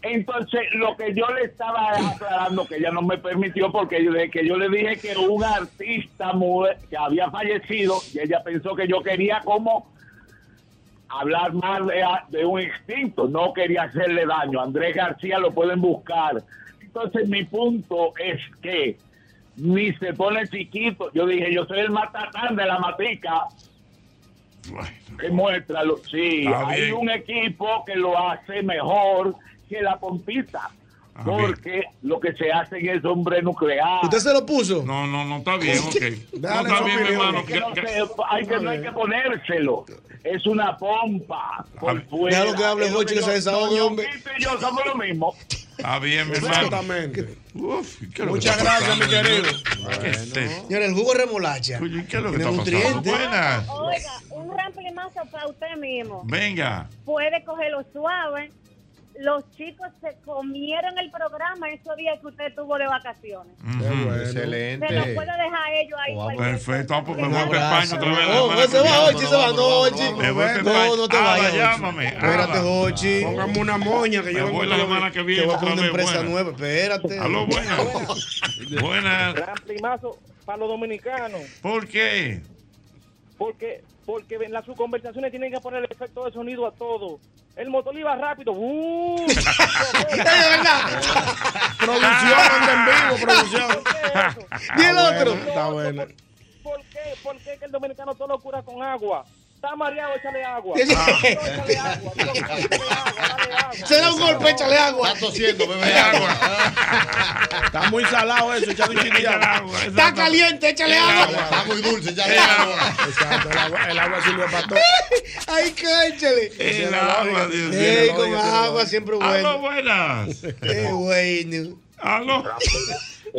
Entonces, lo que yo le estaba aclarando, que ella no me permitió, porque yo, desde que yo le dije que un artista mu- que había fallecido, y ella pensó que yo quería como hablar más de, de un instinto, no quería hacerle daño. Andrés García lo pueden buscar. Entonces mi punto es que ni se pone chiquito. Yo dije, yo soy el matatán de la matica. Que muestra, lo- sí,
Está
hay
bien.
un equipo que lo hace mejor que la pompita.
Ah,
Porque lo que se hace es hombre nuclear.
¿Usted se lo puso?
No, no, no está bien, ok. No está bien, mi hermano.
Que no se- hay que, no hay que ponérselo. Es una pompa. Por fuera.
Déjalo que hable,
Es
Jochi, que se
yo-
desahogue, hombre.
Ñonguito y yo somos lo mismo.
Está bien, mi hermano.
Exactamente.
Uf, ¿qué es lo que
Muchas
está
gracias, mi
pasando,
querido.
señor? ¿Qué es esto?
Señor, el jugo de remolacha.
Este. ¿Qué es lo que
Tiene
está pasando?
nutrientes.
Buenas.
Oiga, un ramplimazo para usted mismo.
Venga.
Puede cogerlo suave. Los chicos se comieron el programa esos días que usted tuvo de vacaciones. Se lo puedo dejar a ellos ahí. cualquier
Perfecto, ah, pues me
Un
voy para
abrazo.
España otra vez.
Oh,
hermano,
se va,
cuidado.
Jochi, se va. No, Jochi.
Me voy para España.
No, no te
Ada,
vayas. Jochi.
llámame.
Espérate,
Ada.
Jochi.
Póngame
una moña que
yo Me voy la semana que viene
Te voy a
otra
poner una
vez,
empresa
buena.
nueva. Espérate.
Aló, buenas. Buenas.
Gran primazo para los dominicanos.
¿Por qué?
Porque, porque en las sus conversaciones tienen que poner el efecto de sonido a todo. El motor iba rápido. ¡uh!
Producción, anda en vivo, producción.
¿Y el
Ah,
otro?
Está bueno.
Ah, ¿Por qué? ¿Por qué que el dominicano todo lo cura con agua? Está mareado, échale agua.
Se da un golpe, échale agua.
Está tosiendo, bebe agua. Está muy salado eso, echado un chile de agua.
Está caliente, échale agua.
Está muy dulce, ya de agua. Exacto, el agua, el agua sirve para todo.
Ay, cáchale.
El agua, Dios mío.
Ey, con agua siempre
Ah,
Aló,
bueno.
buenas.
Qué bueno.
Aló.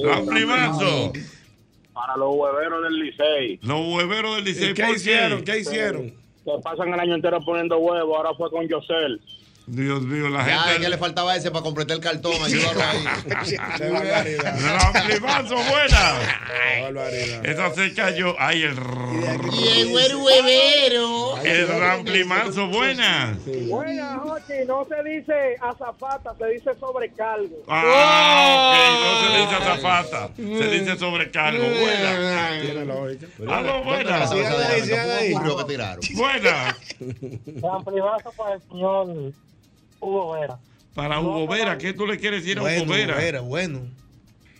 Ramplimazo.
Para los hueveros del Licey.
Los hueveros del Licey.
¿Qué
¿por
hicieron? ¿Qué hicieron? Se pasan el año entero poniendo huevos. Ahora fue con Yosel.
Dios mío, la
gente-
Ya, ya le faltaba ese para completar el cartón. Ayúdalo ahí.
Ramplimazo, buenas. Esa se cayó. Ay, el.
Llegó el huevero.
El ramplimazo, buenas.
Buena, Jochi, no se dice azafata, se dice sobrecargo.
Ah, ok, no se dice azafata, se dice sobrecargo. Buena.
Tiene lógica.
Aló, buenas.
que tiraron.
Buenas.
Gran privazo para el señor Hugo Vera.
Para Hugo Vera, ¿qué tú le quieres decir a
Bueno,
Hugo Vera?
Vera, bueno.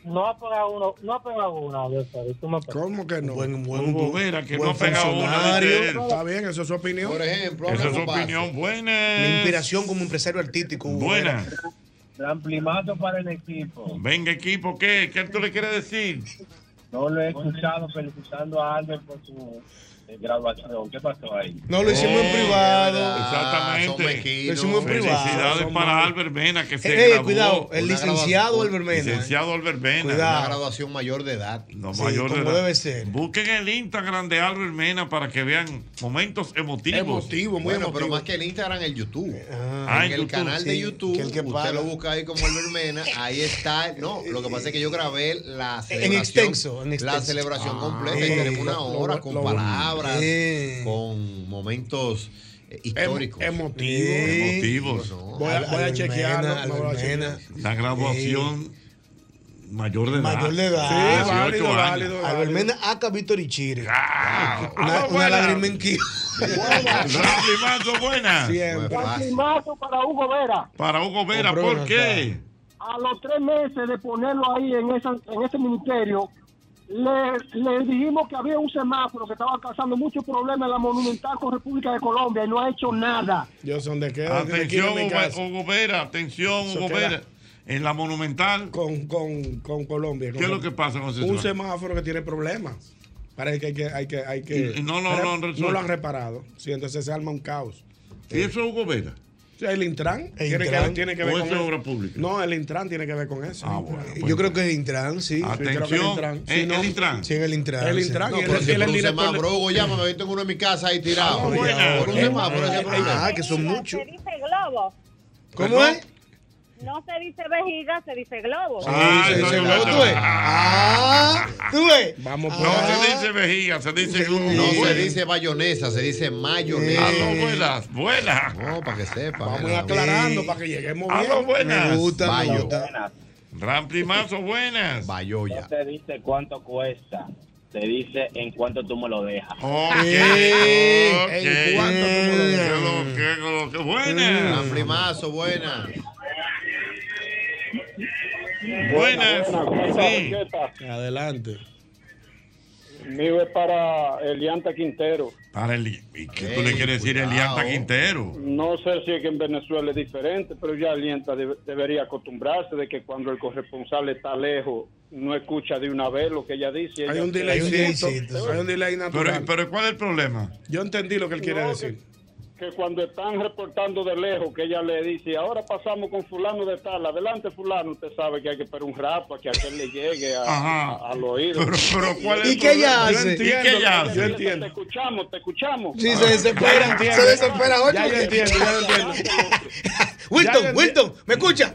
No ha pegado uno, no ha pegado una, yo sé, tú me pegas.
¿Cómo que no?
Buen,
Hugo Vera, que no ha pegado una, dice él.
Está bien, eso es su opinión. Por ejemplo,
Esa es su opinión. Buena.
Mi inspiración como empresario artístico. Hugo
Buena.
Vera.
Ramplimazo para el equipo.
Venga, equipo, ¿qué? ¿Qué tú le quieres decir?
No lo he escuchado felicitando a Albert por su eh, graduación. ¿Qué pasó ahí?
No, lo hicimos
Eh,
en privado.
Exactamente.
Lo hicimos en privado.
Felicidades
Son
para
malos.
Albert Mena, que se
Ey, ey,
graduó.
cuidado, el
Una
licenciado
graduación.
Albert Mena, eh.
Licenciado Albert Mena.
Cuidado.
Una graduación
Graduación mayor de edad.
No,
Sí,
mayor de
como
edad.
debe ser.
Busquen el Instagram de Albert Mena para que vean momentos emotivos.
Emotivo, muy bueno, pero más que el Instagram, el YouTube. en
Ah, en
el
YouTube,
canal de
sí,
YouTube,
que el que
usted
paga.
lo busca ahí como Albert Mena, ahí está. No, lo que pasa es que yo grabé la celebración.
extenso, en
La
extenso.
celebración
Ah,
completa y
eh,
tenemos una
lo-
hora
lo-
con
lo-
palabras,
eh.
con momentos eh, históricos.
emotivos.
Emotivos.
Voy a, voy a chequearlo.
Albert
me voy a chequear.
La graduación mayor de edad.
Eh, Mayor de edad.
18 años.
Albert Mena, acá Víctor Ichire.
Ah,
Una, una
buena.
lágrima en Quito.
Ramplimazo, buenas.
Ramplimazo para Hugo Vera.
Para Hugo Vera,
Hombre,
¿por qué?
A los tres meses de ponerlo ahí en, esa, en ese ministerio, le, le dijimos que había un semáforo que estaba causando muchos problemas en la Monumental con República de Colombia y no ha hecho nada.
Yo son de qué.
Atención, Hugo, Hugo Vera, atención,
Eso
Hugo
queda.
Vera. En la Monumental.
Con, con, con Colombia.
¿Qué es lo que pasa con ese
Un
semáforo?
semáforo que tiene problemas. Parece que hay que. Hay que, hay que
Y- y no lo-
Re-
no han resuelto.
lo han reparado. Sí, entonces se arma un caos. Eh,
¿Y eso es Hugo Vera?
Sí, el Intran.
El
tiene,
Intran.
Que, tiene que
¿O
ver
eso
con
es
eso.
obra pública?
No, el Intran tiene que ver con eso. Ah, bueno.
pues,
Yo creo que es Intran, sí.
Atención,
Sí, creo que Intran.
¿eh, el Intran?
Sí, en el Intran.
El
sí.
Intran,
No,
y él-
pero si
él
por
es
un
director de-
semáforo, Hugo, llámame, yo tengo uno en mi casa ahí tirado.
Ah, buena.
Por un
Eh,
semáforo, ese
eh,
problema.
Ah, que son muchos.
Se dice globo.
¿Cómo es?
No se dice vejiga, se dice globo.
Ah,
Sí, sí,
eso
sí,
es
claro,
verdad.
tú ves. Ah, tú ves.
Vamos
No se dice vejiga, se dice Ah, Hugo.
Ah. No se
Vera.
dice bayonesa, se dice mayonesa.
Aló, buenas, buenas.
No, para que sepa.
Vamos
Mira,
aclarando para que lleguemos bien.
Aló, buenas.
Me gusta, me
Bayo.
gusta.
Ramplimazo, buenas.
Bayoya.
No se dice cuánto cuesta, se dice en cuánto tú me lo dejas.
Ok,
Eh,
ok.
en cuanto tú me lo dejas.
Que lo- que
Mm.
lo- que- Buenas.
Ramplimazo, buena.
Buenas. Sí.
Adelante.
Mío es para Elianta Quintero.
Para el, ¿Y qué
Eh,
tú le quieres decir Elianta Quintero?
No sé si es que en Venezuela es diferente, pero ya Elianta de- debería acostumbrarse de que cuando el corresponsal está lejos, no escucha de una vez lo que ella dice.
Hay
Ella-
un delaycito. Hay un delay natural.
Pero-
¿cuál es el problema?
Yo entendí lo que él quiere
No,
decir.
Que cuando están reportando de lejos, que ella le dice, ahora pasamos con fulano de tal, adelante fulano, usted sabe que hay que esperar un rato a que aquel le llegue a-
Ajá.
a- al oído.
¿cuál es el ¿Y qué ella problema? Yo hace? entiendo, ¿Y qué ella hace? yo
Te escuchamos, te escuchamos. Ah,
Sí, se desespera,
Ya entiendo.
se desespera. oye,
Ya yo
porque-
entiendo, ya yo entiendo.
Wilton, Wilton, ¿me escucha?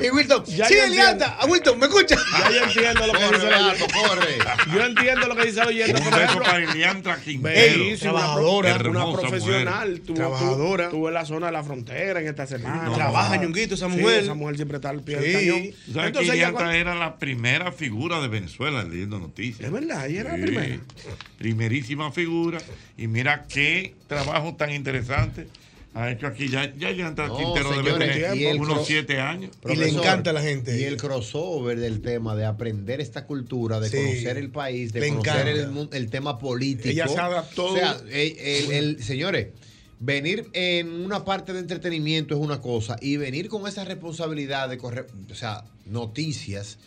y Wilton,
Ya
sí,
yo
Elianta, a Wilton, ¿me escucha?
Ya yo entiendo lo que dice el oyente. Yo entiendo lo que dice el oyente.
Un
por
beso
ejemplo.
para Eliantra Quintero.
Bellísima, una pro- una
Hermosa
profesional.
mujer.
Tuvo,
Trabajadora.
Tuvo en la zona de la frontera en esta semana.
No, Trabaja, no. Ñonguito, esa
Sí,
mujer.
esa mujer siempre está al pie
Sí.
del
¿Sabes
cañón.
que
Entonces, ella
Eliantra
cuando-
era la primera figura de Venezuela leyendo noticias.
Es verdad, ella era la
Sí.
primera.
Primerísima figura. Y mira qué trabajo tan interesante ha hecho aquí. Ya, ya Eliantra
No,
Quintero
señores,
debe
y
tener
el
unos
cro-
siete años.
Profesor,
la gente.
Y el crossover del tema de aprender esta cultura, de
Sí.
conocer el país, de
Le
conocer
encanta.
el, mun- el tema político.
Ella se adaptó.
O sea, el- el- el- señores, venir en una parte de entretenimiento es una cosa y venir con esa responsabilidad de correr, o sea, noticias.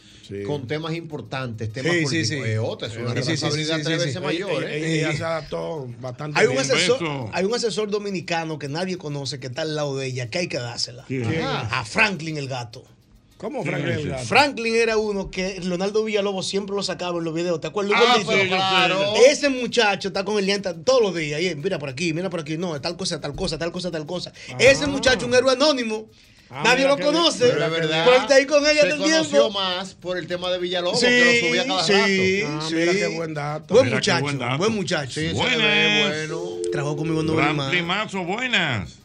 Con temas importantes, temas
Sí, sí,
políticos,
sí.
es otra, es una
Sí, sí, sí,
responsabilidad
sí, sí,
tres
sí.
veces mayor.
Ella-
¿eh?
ella se
adaptó bastante
Hay un, asesor, hay un asesor dominicano que nadie conoce que está al lado de ella, que hay que dársela.
¿Quién?
Ajá. A Franklin el gato.
¿Cómo Franklin el gato?
Franklin era uno que Leonardo Villalobos siempre lo sacaba en los videos. ¿Te acuerdas?
Ah,
gordito?
pero claro.
Ese muchacho está con el lianta todos los días. Y él, mira por aquí, mira por aquí. No, tal cosa, tal cosa, tal cosa, tal cosa. Ese muchacho es un héroe anónimo.
Ah,
nadie
mira
lo
que-
conoce.
Pero es verdad.
Pero él está ahí con ella
se
todo el
conoció
tiempo.
más por el tema de Villalobos,
Sí,
que lo subía cada
sí,
Ah,
rato.
sí. Buen
Mira Ah, qué
muchacho,
buen
buen,
dato.
muchacho.
Sí, se le ve
bueno. Trabajó conmigo en Doble
Gran primazo, buenas.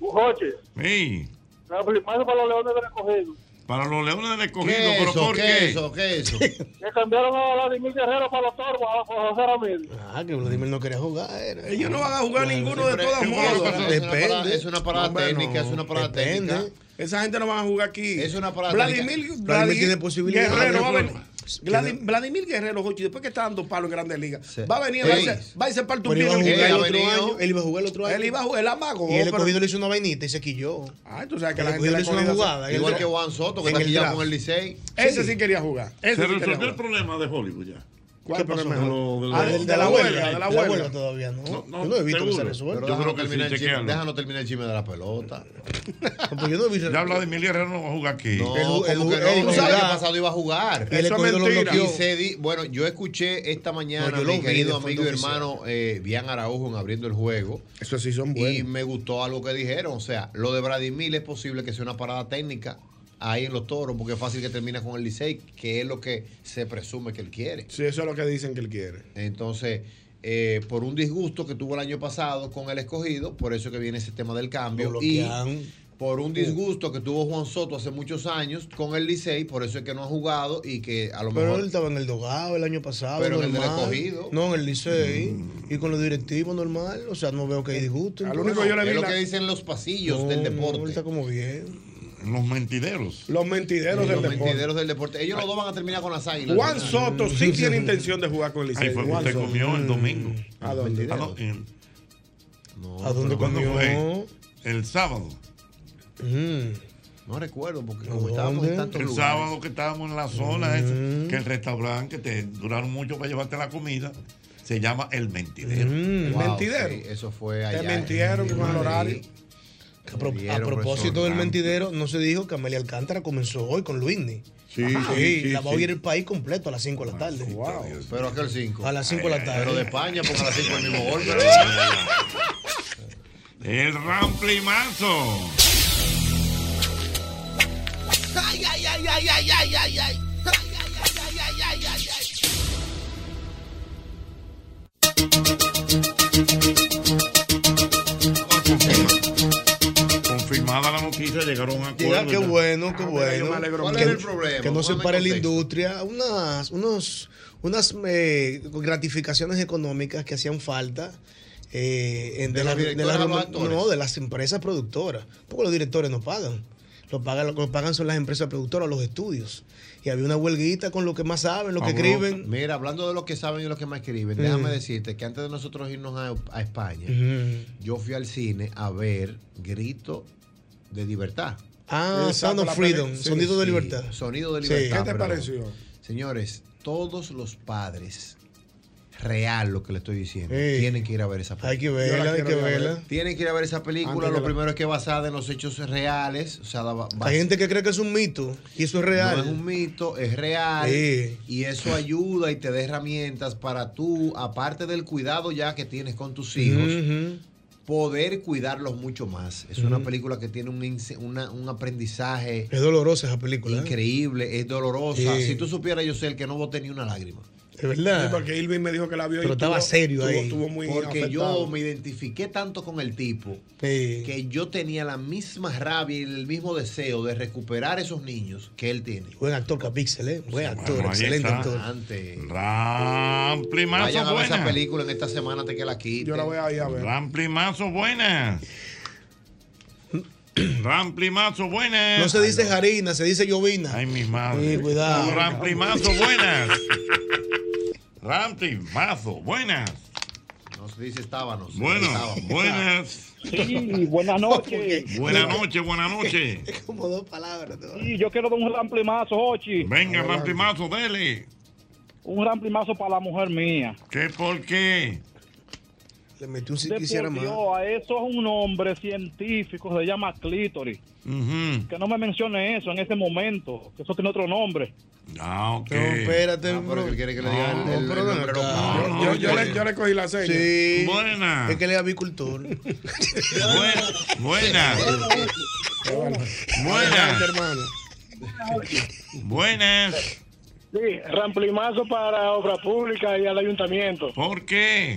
Joche,
Sí.
la primera para los leones de recogido.
Para los leones del escogido,
¿Qué
pero
eso?
¿por
¿Qué,
qué?
eso? ¿Qué eso?
Le cambiaron a Vladimir Guerrero para los toros, a a José Ramírez.
Ah, que Vladimir no quería jugar. era.
Ellos no van a jugar ninguno de
siempre-
todas
siempre
modos.
lo pasan.
Depende.
Es una parada- es una parada
Hombre,
técnica, es una parada
depende.
técnica.
Esa gente no va a jugar aquí. Es
una
parada
Vladimir,
técnica. Vladimir tiene posibilidades.
Guerrero va a
Tiene-
venir. Vladimir, Vladimir Guerrero, Jochi, después que está dando palo en Grandes Ligas, va a venir,
Sí.
va a ser- va a ser parte un
Pero iba a
pino.
jugar el
Él
otro año. Él iba a jugar el otro año.
Él iba a jugar, él amagó.
Y el
pero-
escogido le hizo una vainita y se quilló.
Ay, tú sabes que
El
la gente
escogido
le
le hizo una
cogido-
jugada.
Igual que Juan Soto, que
En
está
el
aquí ya
draft.
con el Licey.
Ese sí quería jugar.
Se
Ese sí quería
resolvió el
jugar.
problema de Hollywood ya.
¿Cuál
¿Qué pasó?
problema?
Lo- lo-
Ah, del- de la huelga. De la huelga
huelga.
todavía, ¿no?
No, no,
Yo no he visto que se
seguro.
resuelva.
Yo creo
Déjanos
que
terminar
sí,
el chisme-
chequealo.
Déjanos terminar el chisme de la pelota.
Ya habla de Emilio Herrero no va a jugar aquí.
No, como que no, tú sabes que el pasado iba a jugar.
Eso es mentira.
Y se di- bueno, yo escuché esta mañana
No,
a
yo lo
mi
vi
querido
de
amigo y
fondo
hermano eh, Bian Araujo en abriendo el juego.
Eso sí son
buenos. Y me gustó algo que dijeron. O sea, lo de Vladimir es posible que sea una parada técnica ahí en los toros, porque es fácil que termine con el Licey, que es lo que se presume que él quiere.
Sí, eso es lo que dicen que él quiere.
Entonces, eh, por un disgusto que tuvo el año pasado con el escogido, por eso que viene ese tema del cambio.
Lo
Y
bloquean.
por un disgusto que tuvo Juan Soto hace muchos años con el Licey, por eso es que no ha jugado y que a lo
Pero
mejor...
él estaba en el Dogado el año pasado.
Pero en el Mm. del
normal.
escogido.
No, en el Licey. Y con los directivos normal. O sea, no veo que hay disgusto.
Al único yo le vi Es lo la- que dicen los pasillos del deporte.
Está como bien.
Los mentideros.
Los mentideros
Sí,
del
los
deporte.
mentideros del deporte. Ellos los dos van a terminar con las águilas.
Juan Soto sí tiene intención de jugar con el Licey.
Ahí fue que
Juan
usted
Soto.
comió
Mm.
el domingo.
¿A dónde?
Ah, no, en-
No,
¿A dónde
pero cuando
comió?
fue?
El sábado.
No recuerdo porque como estábamos en tantos
El
lugares.
sábado que estábamos en la zona, esa, que el restaurante que te duraron mucho para llevarte la comida, se llama El Mentidero.
Mm. Wow,
Mentidero.
sí, eso fue
Te
allá. en
mintieron con el
Madrid.
horario.
A, pro- a
Dieron,
propósito
profesor,
del
tanto.
mentidero, no se dijo que Amelia Alcántara comenzó hoy con Luisni.
Sí,
Ajá.
sí, sí,
La va a
sí.
oír el país completo a las 5 de la tarde.
Pero aquel 5.
A las 5 de la tarde.
Pero de España, porque a las 5 el mismo golpe.
El Ramplimazo.
Ay, ay, ay, ay, ay, ay, ay, ay. Ay, ay, ay, ay, ay, ay, ay, ay.
Confirmada la noticia, llegaron a un
Llega,
acuerdo.
qué
ya.
bueno, qué bueno.
Que-
que, Que no se pare la industria. Unas, unos, unas eh, gratificaciones económicas que hacían falta. eh, en-
¿De los
la-
directores
la-
a los actores?
no, de las empresas productoras. Porque los directores no pagan. lo pagan, lo pagan son las empresas productoras, los estudios. Y había una huelguita con los que más saben, los que
Pablo,
escriben.
Mira, hablando de los que saben y los que más escriben,
Ujú.
déjame decirte que antes de nosotros irnos a, a España,
Ujú.
yo fui al cine a ver Grito de Libertad.
Ah, Sound of Freedom, Sonido de Libertad.
Sonido de
Sí.
Libertad.
¿Qué te
brother.
pareció?
Señores, todos los padres, real lo que le estoy diciendo,
Sí.
tienen que ir a ver esa película.
Hay que verla,
Yo la
hay
quiero
que
ir a ver.
verla.
Tienen que ir a ver esa película.
Antes
Lo
que la-
primero es que es basada en los hechos reales. O sea, la ba-
Hay gente que cree que es un mito y eso es real.
no es un mito, es real.
Sí.
Y eso ayuda y te da herramientas para tú, aparte del cuidado ya que tienes con tus hijos, poder cuidarlos mucho más. Es una
Ujú.
película que tiene un, inse- una- un aprendizaje
Es dolorosa esa película. ¿eh?
increíble, es dolorosa.
Sí.
Si tú supieras, yo sé el que no boté ni una lágrima.
Es verdad.
Sí,
porque Irving me dijo que la vio
Pero estaba serio ahí.
Porque yo
afectado.
me identifiqué tanto con el tipo que yo tenía la misma rabia y el mismo deseo de recuperar esos niños que él tiene.
Buen actor, Capixel, ¿eh? Buen actor,
Bueno, ahí
excelente
está.
actor.
Ramplimazo
Vayan a ver esa
buena.
película en esta semana te que la quiten.
Yo la voy a ir a ver. Ramplimazo buenas. Ramplimazo buenas.
No se
Ah,
dice jarina, se dice llovina. Ay,
mi madre.
Sí, cuidado.
Ramplimazo buenas. Ramplimazo buenas.
Nos dice estábanos.
Bueno,
Estábamos.
buenas.
Sí, buenas noches.
Buenas noches, buenas noches.
Como dos palabras.
Sí, yo quiero dar un ramplimazo, Ochi.
Venga, ramplimazo, dele.
Un ramplimazo para la mujer mía.
¿Qué por qué?
Le metí un
De por Dios, a eso es un hombre científico, se llama clítoris. Que no me mencione eso en ese momento, que eso tiene otro nombre.
Ah, ok.
espérate,
bro.
que
le diga el- el- el nombre
yo,
yo- yo le- yo le cogí la seña.
Sí.
Buena.
Es que él es avicultor.
Buenas.
Adelante, hermano.
Buenas.
Sí, ramplimazo para obra pública y al ayuntamiento.
¿Por qué?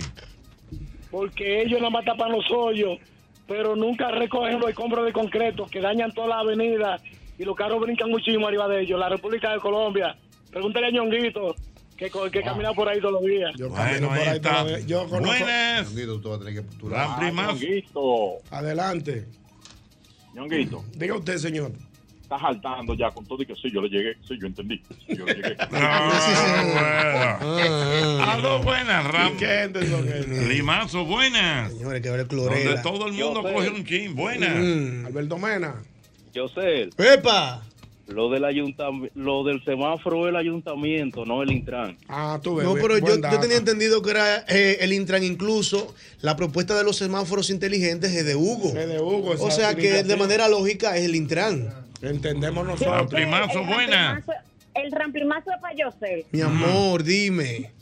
Porque ellos nada más tapan los hoyos, pero nunca recogen los escombros de concreto que dañan toda la avenida y los carros brincan muchísimo arriba de ellos. La República de Colombia, pregúntale a Ñonguito que, co-
Ah.
que camina por ahí todos los días.
Bueno, ahí está. Buenas.
Ñonguito, tú vas a tener que- tú-
Ramplimazo.
Adelante.
Ñonguito,
Diga usted, señor.
está saltando ya con todo y que sí, yo le llegué, sí, yo entendí. sí, yo le llegué.
Ah, dos buenas, Ram. Limazo, buenas.
Señores, que ver el
Donde
clorela.
todo el mundo
Yo sé.
coge un chin, buenas.
Mm.
Alberto Mena.
Yo sé.
¡Epa!
Lo del, ayuntam- lo del semáforo es el ayuntamiento, no el Intran.
Ah, tú ves.
No, pero
buen
yo, yo
dato.
tenía entendido que era eh, el Intran incluso la propuesta de los semáforos inteligentes es de Hugo. Es de Hugo. O
esa
sea que de
aplicación.
manera lógica es el Intran.
Entendemos
Ramplimazo,
El
buena.
ramplimazo- El ramplimazo es para Yosel.
Mm.
Mi amor, dime.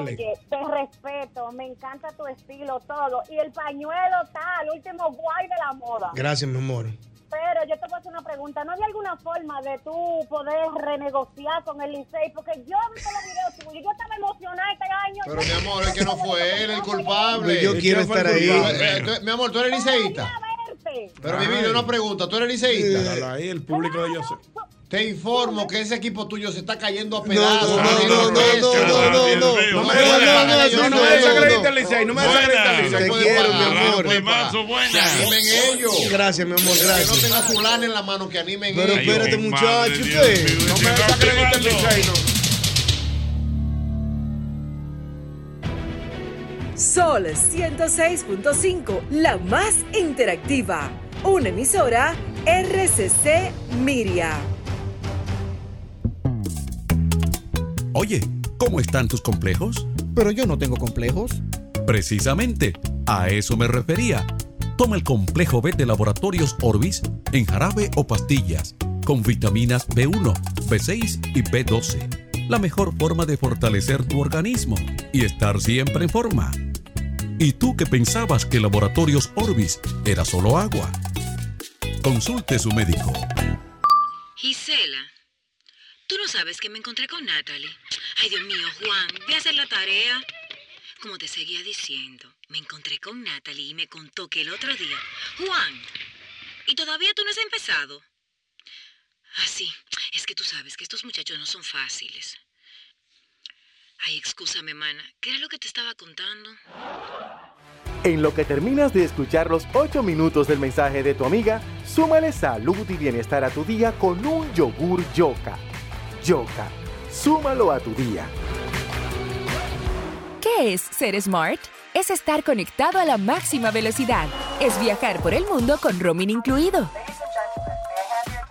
Oye, te respeto, me encanta tu estilo, todo. Y el pañuelo está al último guay de la moda.
Gracias, mi amor.
Pero yo te voy a hacer una pregunta. ¿No había alguna forma de tú poder renegociar con el Licey? Porque yo vi con los videos tuyos. Yo estaba emocionada este año.
Pero mi amor, es que no fue él el culpable.
Yo quiero estar ahí.
Eh, eh, tú- Mi amor, tú eres liceísta. Pero mi vida, una pregunta. ¿Tú eres liceísta?
Ahí el público de ellos.
Te informo que ese equipo tuyo se está cayendo a
no,
pedazos.
no, no, no, no, no, no. No me desacredites, no, no, no, desacredites, Licey, no me desacredites, Licey.
Te
Puede
quiero, mi
parar,
amor.
puede parar.
Que animen ellos.
Gracias, mi amor,
Que no
gracias.
tenga fulana en la mano, que animen
Pero
ellos.
espérate, muchacho, usted. No me desacredite el Licey, no.
Sol 106.5, la más interactiva. Una emisora RCC Miria.
Oye, ¿cómo están tus complejos? Pero yo no tengo complejos. Precisamente, a eso me refería. Toma el complejo B de Laboratorios Orbis en jarabe o pastillas, con vitaminas B1, B6 y B12. La mejor forma de fortalecer tu organismo y estar siempre en forma. ¿Y tú que pensabas que Laboratorios Orbis era solo agua? Consulte su médico.
Gisela, tú no sabes que me encontré con Natalie. Ay, Dios mío, Juan, ve a hacer la tarea. Como te seguía diciendo, me encontré con Natalie y me contó que el otro día. Juan, ¿y todavía tú no has empezado? Ah, sí, es que tú sabes que estos muchachos no son fáciles. Ay, excúsame, mana, ¿qué era lo que te estaba contando?
En lo que terminas de escuchar los 8 minutos del mensaje de tu amiga, súmale salud y bienestar a tu día con un yogur yoka. Yoka, súmalo a tu día.
¿Qué es ser smart? Es estar conectado a la máxima velocidad. Es viajar por el mundo con roaming incluido.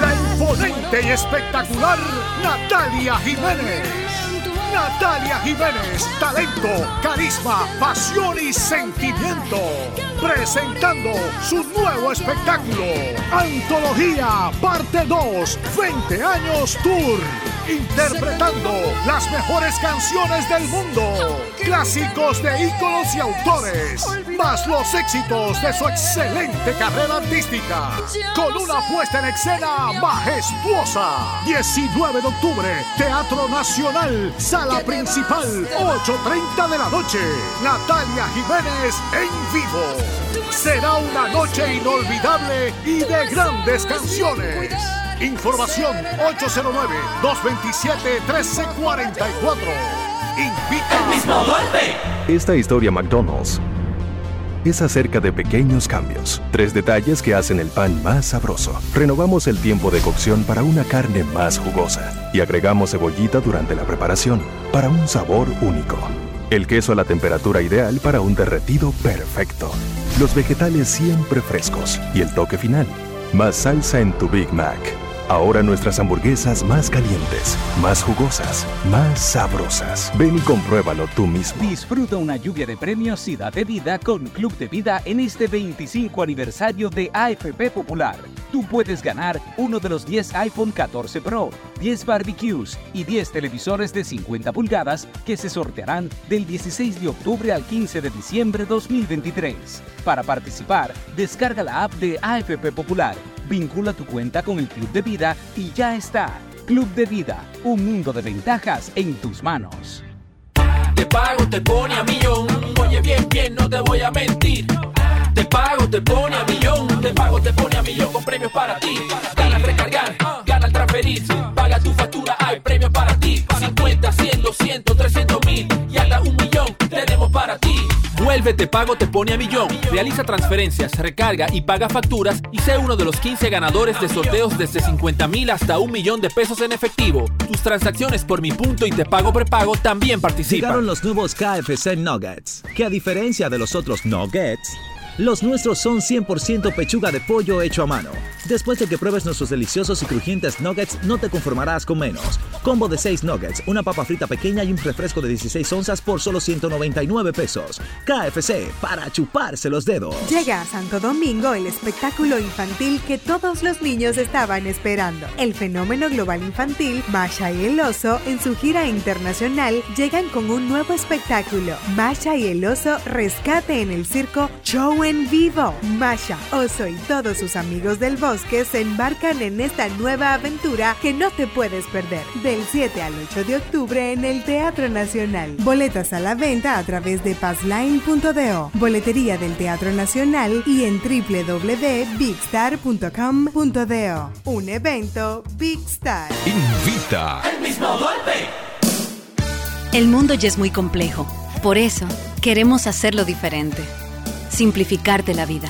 la imponente y espectacular Natalia Jiménez. Natalia Jiménez, talento, carisma, pasión y sentimiento, presentando su nuevo espectáculo, Antología, parte 2, 20 años tour interpretando las mejores canciones del mundo, clásicos de íconos y autores, más los éxitos de su excelente carrera artística, con una puesta en escena majestuosa. 19 de octubre, Teatro Nacional, sala principal, 8.30 de la noche, Natalia Jiménez en vivo. Será una noche inolvidable y de grandes canciones. Información 809-227-1344. Invita.
¡El mismo golpe!
Esta historia McDonald's es acerca de pequeños cambios. Tres detalles que hacen el pan más sabroso. Renovamos el tiempo de cocción para una carne más jugosa y agregamos cebollita durante la preparación para un sabor único. El queso a la temperatura ideal para un derretido perfecto. Los vegetales siempre frescos y el toque final. Más salsa en tu Big Mac. Ahora nuestras hamburguesas más calientes, más jugosas, más sabrosas. Ven y compruébalo tú mismo.
Disfruta una lluvia de premios y date vida con Club de Vida en este 25 aniversario de AFP Popular. Tú puedes ganar uno de los 10 iPhone 14 Pro, 10 barbecues y 10 televisores de 50 pulgadas que se sortearán del 16 de octubre al 15 de diciembre 2023. Para participar, descarga la app de AFP Popular, vincula tu cuenta con el Club de Vida y ya está. Club de Vida, un mundo de ventajas en tus manos.
Te pago, te pone a millón. Oye, bien, bien, no te voy a mentir. Te pago, te pone a millón. Te pago, te pone a millón con premios para ti. Gana al recargar, gana al transferir. Paga tu factura, hay premios para ti. 50, 100, 200, 300 mil y hasta un millón tenemos para ti. Vuelve, te pago, te pone a millón. Realiza transferencias, recarga y paga facturas y sé uno de los 15 ganadores de sorteos desde 50 mil hasta un millón de pesos en efectivo. Tus transacciones por mi punto y te pago prepago también participan.
Llegaron los nuevos KFC Nuggets, que a diferencia de los otros Nuggets, los nuestros son 100% pechuga de pollo hecho a mano. Después de que pruebes nuestros deliciosos y crujientes nuggets, no te conformarás con menos. Combo de 6 nuggets, una papa frita pequeña y un refresco de 16 onzas por solo 199 pesos. KFC, para chuparse los dedos.
Llega a Santo Domingo el espectáculo infantil que todos los niños estaban esperando. El fenómeno global infantil, Masha y el oso, en su gira internacional, llegan con un nuevo espectáculo. Masha y el oso, rescate en el circo Show en vivo. Masha, oso y todos sus amigos del bosque se embarcan en esta nueva aventura que no te puedes perder. Del 7 al 8 de octubre en el Teatro Nacional. Boletas a la venta a través de passline.do, boletería del Teatro Nacional y en www.bigstar.com.do. Un evento Big Star.
Invita.
¡El mismo golpe!
El mundo ya es muy complejo. Por eso, queremos hacerlo diferente. Simplificarte la vida.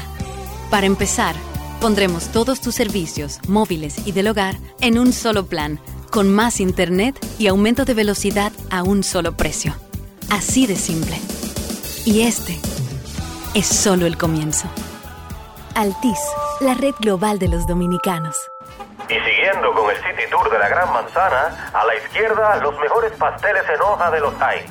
Para empezar, Pondremos todos tus servicios, móviles y del hogar, en un solo plan, con más internet y aumento de velocidad a un solo precio. Así de simple. Y este es solo el comienzo. Altis, la red global de los dominicanos.
Y siguiendo con el City Tour de la Gran Manzana, a la izquierda los mejores pasteles en hoja de los Times.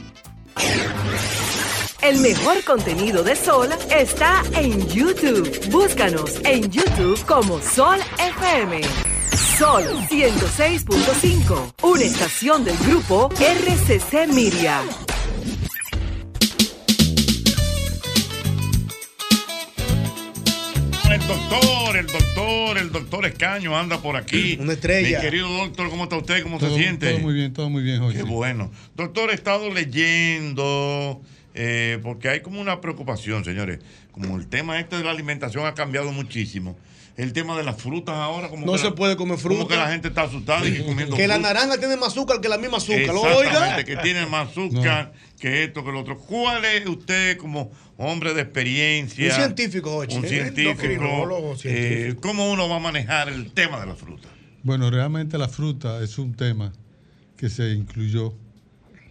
El mejor contenido de Sol está en YouTube. Búscanos en YouTube como Sol FM. Sol 106.5, una estación del grupo RCC Miria.
El doctor, el doctor, el doctor Escaño anda por aquí. Una
estrella.
Mi querido doctor, ¿cómo está usted? ¿Cómo
Todo-
se siente?
Todo muy bien, todo muy bien, Jorge.
Qué bueno. Doctor, he estado leyendo, eh, porque hay como una preocupación, señores. Como el tema este de la alimentación ha cambiado muchísimo. El tema de las frutas ahora, como
No
que
se
la-
puede comer fruta.
Como que la gente está asustada y que comiendo
Que la
fruta.
naranja tiene más azúcar que la misma azúcar. ¿Lo
Exactamente,
oiga?
que tiene más azúcar que esto, que lo otro. ¿Cuál es usted como hombre de experiencia?
Un científico, Jorge.
Un científico.
Endocrinólogo,
eh,
científico.
¿Cómo uno va a manejar el tema de la fruta?
Bueno, realmente la fruta es un tema que se incluyó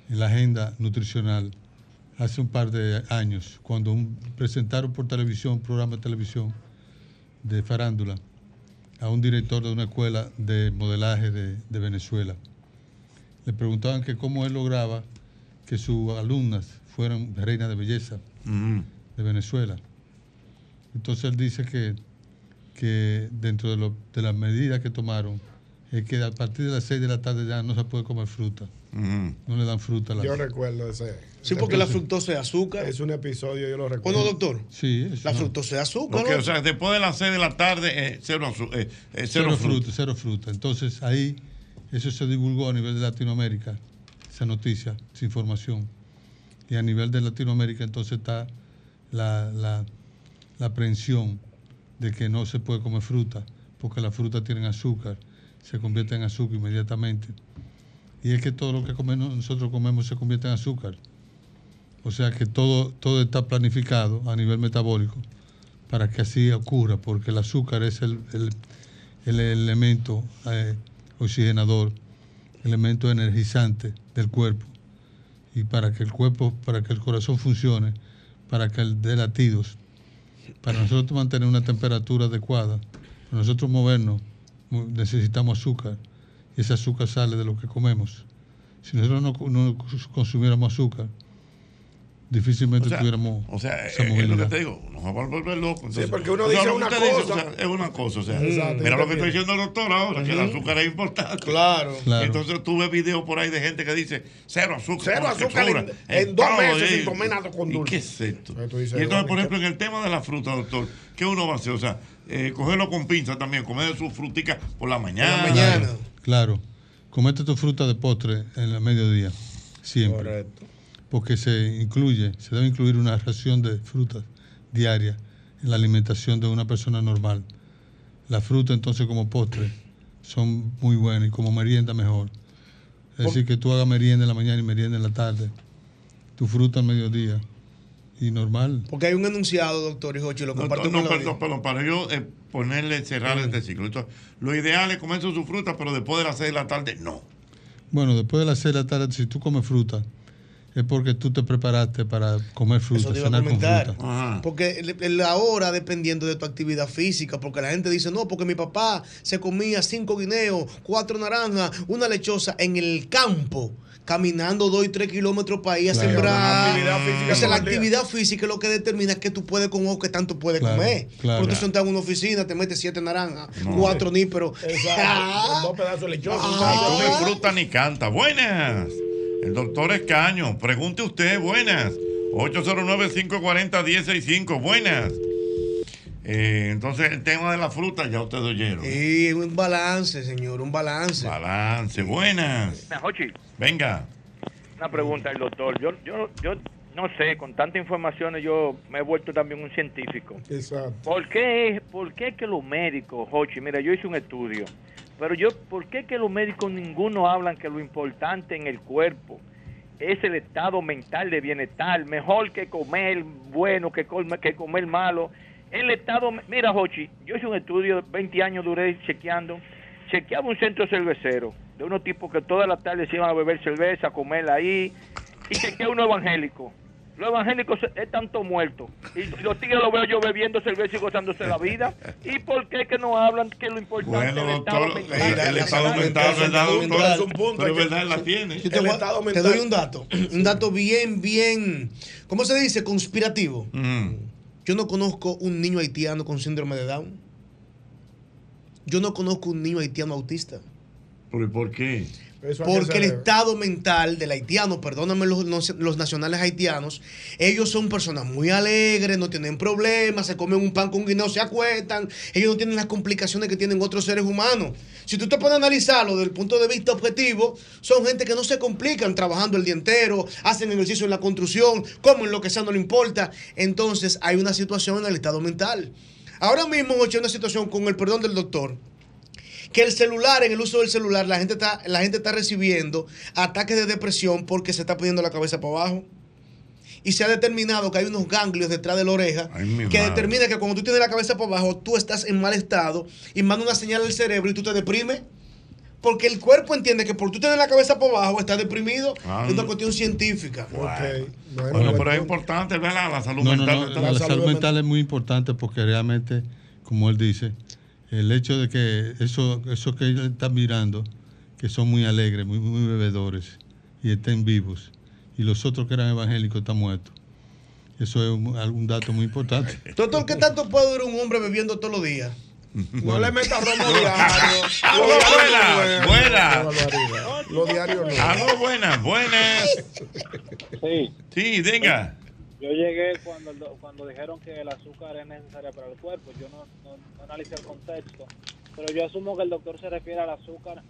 en la agenda nutricional hace un par de años, cuando un- presentaron por televisión, un programa de televisión de farándula, a un director de una escuela de modelaje de, de Venezuela. Le preguntaban que cómo él lograba que sus alumnas fueran reinas de belleza
Mm.
de Venezuela. Entonces él dice que que dentro de, lo- de las medidas que tomaron es que a partir de las 6 de la tarde ya no se puede comer fruta.
Mm.
No le dan fruta a la Yo recuerdo ese. Sí, ese porque la episodio.
fructosa es azúcar.
Es un episodio, yo lo recuerdo.
Bueno, doctor.
Sí, es
La
una-
fructosa es azúcar.
Porque, o sea, después de las 6 de la tarde, eh, cero, azu- eh, eh, cero
cero, fruta.
fruta.
cero fruta. Entonces ahí eso se divulgó a nivel de Latinoamérica, esa noticia, esa información. Y a nivel de Latinoamérica entonces está la, la, la aprehensión de que no se puede comer fruta, porque las frutas tienen azúcar, se convierte en azúcar inmediatamente. Y es que todo lo que comemos, nosotros comemos se convierte en azúcar. O sea que todo, todo está planificado a nivel metabólico para que así ocurra, porque el azúcar es el, el- el elemento eh, oxigenador, elemento energizante del cuerpo. Y para que el cuerpo, para que el corazón funcione, para que el dé latidos, para nosotros mantener una temperatura adecuada, para nosotros movernos, mu- necesitamos azúcar. Y ese azúcar sale de lo que comemos. Si nosotros no, co- no consumiéramos azúcar, difícilmente
O sea,
tuviéramos
O sea, eh,
esa
es lo que
movilidad.
te digo, nos vamos a volver locos.
Sí,
entonces.
porque uno
O sea,
dice
lo que
una
usted dice,
cosa.
o sea, es una cosa, o sea,
Exacto,
mira
yo
lo que está
también.
diciendo el doctor ahora, que el azúcar es importante.
Claro.
Claro.
Entonces tú ves videos por ahí de gente que dice cero azúcar.
Cero
con
azúcar
textura,
en- en dos
todo,
meses
eh.
sin comer nada con
¿Y
dulce.
¿Qué es esto?
dices,
y entonces,
bueno,
por
¿y
ejemplo, en el tema de la fruta, doctor, ¿qué uno va a hacer? O sea, eh, cogerlo con pinza también, comer sus fruticas por la mañana.
Claro. Comete tu fruta de postre en el mediodía. Siempre. Porque se incluye, se debe incluir una ración de frutas diaria en la alimentación de una persona normal. La fruta entonces como postre son muy buenas y como merienda mejor. Es decir, que tú hagas merienda en la mañana y merienda en la tarde. Tu fruta al mediodía. Y normal.
Porque hay un enunciado, doctor y Jochi, lo
No,
comparto
no,
con la
perdón, perdón, para yo eh, ponerle, cerrar este ciclo. Entonces, lo ideal es comer su fruta, pero después de las 6 de la tarde, no.
Bueno, después de las 6 de la tarde, si tú comes fruta, es porque tú te preparaste para comer
Eso
fruta,
te iba a
cenar con
comentar.
fruta.
Porque el- el- la hora dependiendo de tu actividad física, porque la gente dice, no, porque mi papá se comía cinco guineos, cuatro naranjas, una lechosa en el campo, caminando dos y tres kilómetros para ir a
Claro.
sembrar.
Una actividad física
o sea, la
todo el día.
actividad física es lo que determina que tú puedes comer o que tanto puedes
Claro,
comer.
claro.
Porque tú sentas en una oficina, te metes siete naranjas,
No.
cuatro níperos.
Exacto, dos pedazos de
Ah.
lechosa.
Ni come fruta ni canta. Buenas. El doctor Escaño, pregunte usted, buenas. 809-540-165, buenas. Eh, entonces, el tema de la fruta ya ustedes oyeron.
Sí, un balance, señor, un balance.
Balance, buenas.
Mira, Jochi,
Venga.
una pregunta al doctor. Yo, yo, yo no sé, con tanta información yo me he vuelto también un científico.
Exacto.
¿Por qué, es- ¿Por qué que los médicos, Jochi, mira, yo hice un estudio, pero yo, ¿por qué que los médicos ninguno hablan que lo importante en el cuerpo es el estado mental de bienestar, mejor que comer bueno, que, come- que comer malo? El estado, mira, Jochi, yo hice un estudio, 20 años duré chequeando, chequeaba un centro cervecero de unos tipos que todas las tardes se iban a beber cerveza, a comer ahí, y chequeaba uno evangélico. Los evangélicos están todos muertos. Y los tigres los veo yo bebiendo cerveza y gozándose la vida. ¿Y por qué que no hablan que lo importante
Bueno,
del estado
doctor, eh,
mental?
el- el estado mental, ¿verdad, doctor?
Es un punto,
Pero es
hay que-
verdad, la tiene.
Yo te, voy a- te doy un dato, un dato bien, bien, ¿cómo se dice? Conspirativo. Yo no conozco un niño haitiano con síndrome de Down. Yo no conozco un niño haitiano autista.
¿Pero por qué?
Porque el estado mental del haitiano, perdóname los, los- los nacionales haitianos, ellos son personas muy alegres, no tienen problemas, se comen un pan con guineo, se acuestan, ellos no tienen las complicaciones que tienen otros seres humanos. Si tú te pones a analizarlo desde el punto de vista objetivo, son gente que no se complican trabajando el día entero, hacen ejercicio en la construcción, comen lo que sea, no le importa. Entonces hay una situación en el estado mental. Ahora mismo, Jochi, hay una situación con el perdón del doctor que el celular, en el uso del celular, la gente está, la gente está recibiendo ataques de depresión porque se está poniendo la cabeza para abajo. Y se ha determinado que hay unos ganglios detrás de la oreja
mi
que
madre.
determina que cuando tú tienes la cabeza para abajo, tú estás en mal estado y manda una señal al cerebro y tú te deprimes. Porque el cuerpo entiende que por tú tener la cabeza para abajo estás deprimido.
Ah.
es una cuestión científica.
Bueno, pero es importante, ¿verdad? La salud
No, no,
mental.
no,
de
la,
todos.
salud mental es muy importante porque realmente, como él dice, el hecho de que eso, eso que él está mirando, que son muy alegres, muy, muy bebedores y estén vivos, y los otros que eran evangélicos están muertos. Eso es un, algún dato muy importante.
Doctor, ¿qué tanto puede durar un hombre bebiendo todos los días?
Bueno.
le metas romo
Aló, buenas, buenas.
Los diarios no.
Aló, Ah, buenas, buenas.
Sí.
Sí, venga.
Yo llegué cuando, el do- cuando dijeron que el azúcar es necesaria para el cuerpo. Yo no, no, no analicé el contexto. Pero yo asumo que el doctor se refiere al azúcar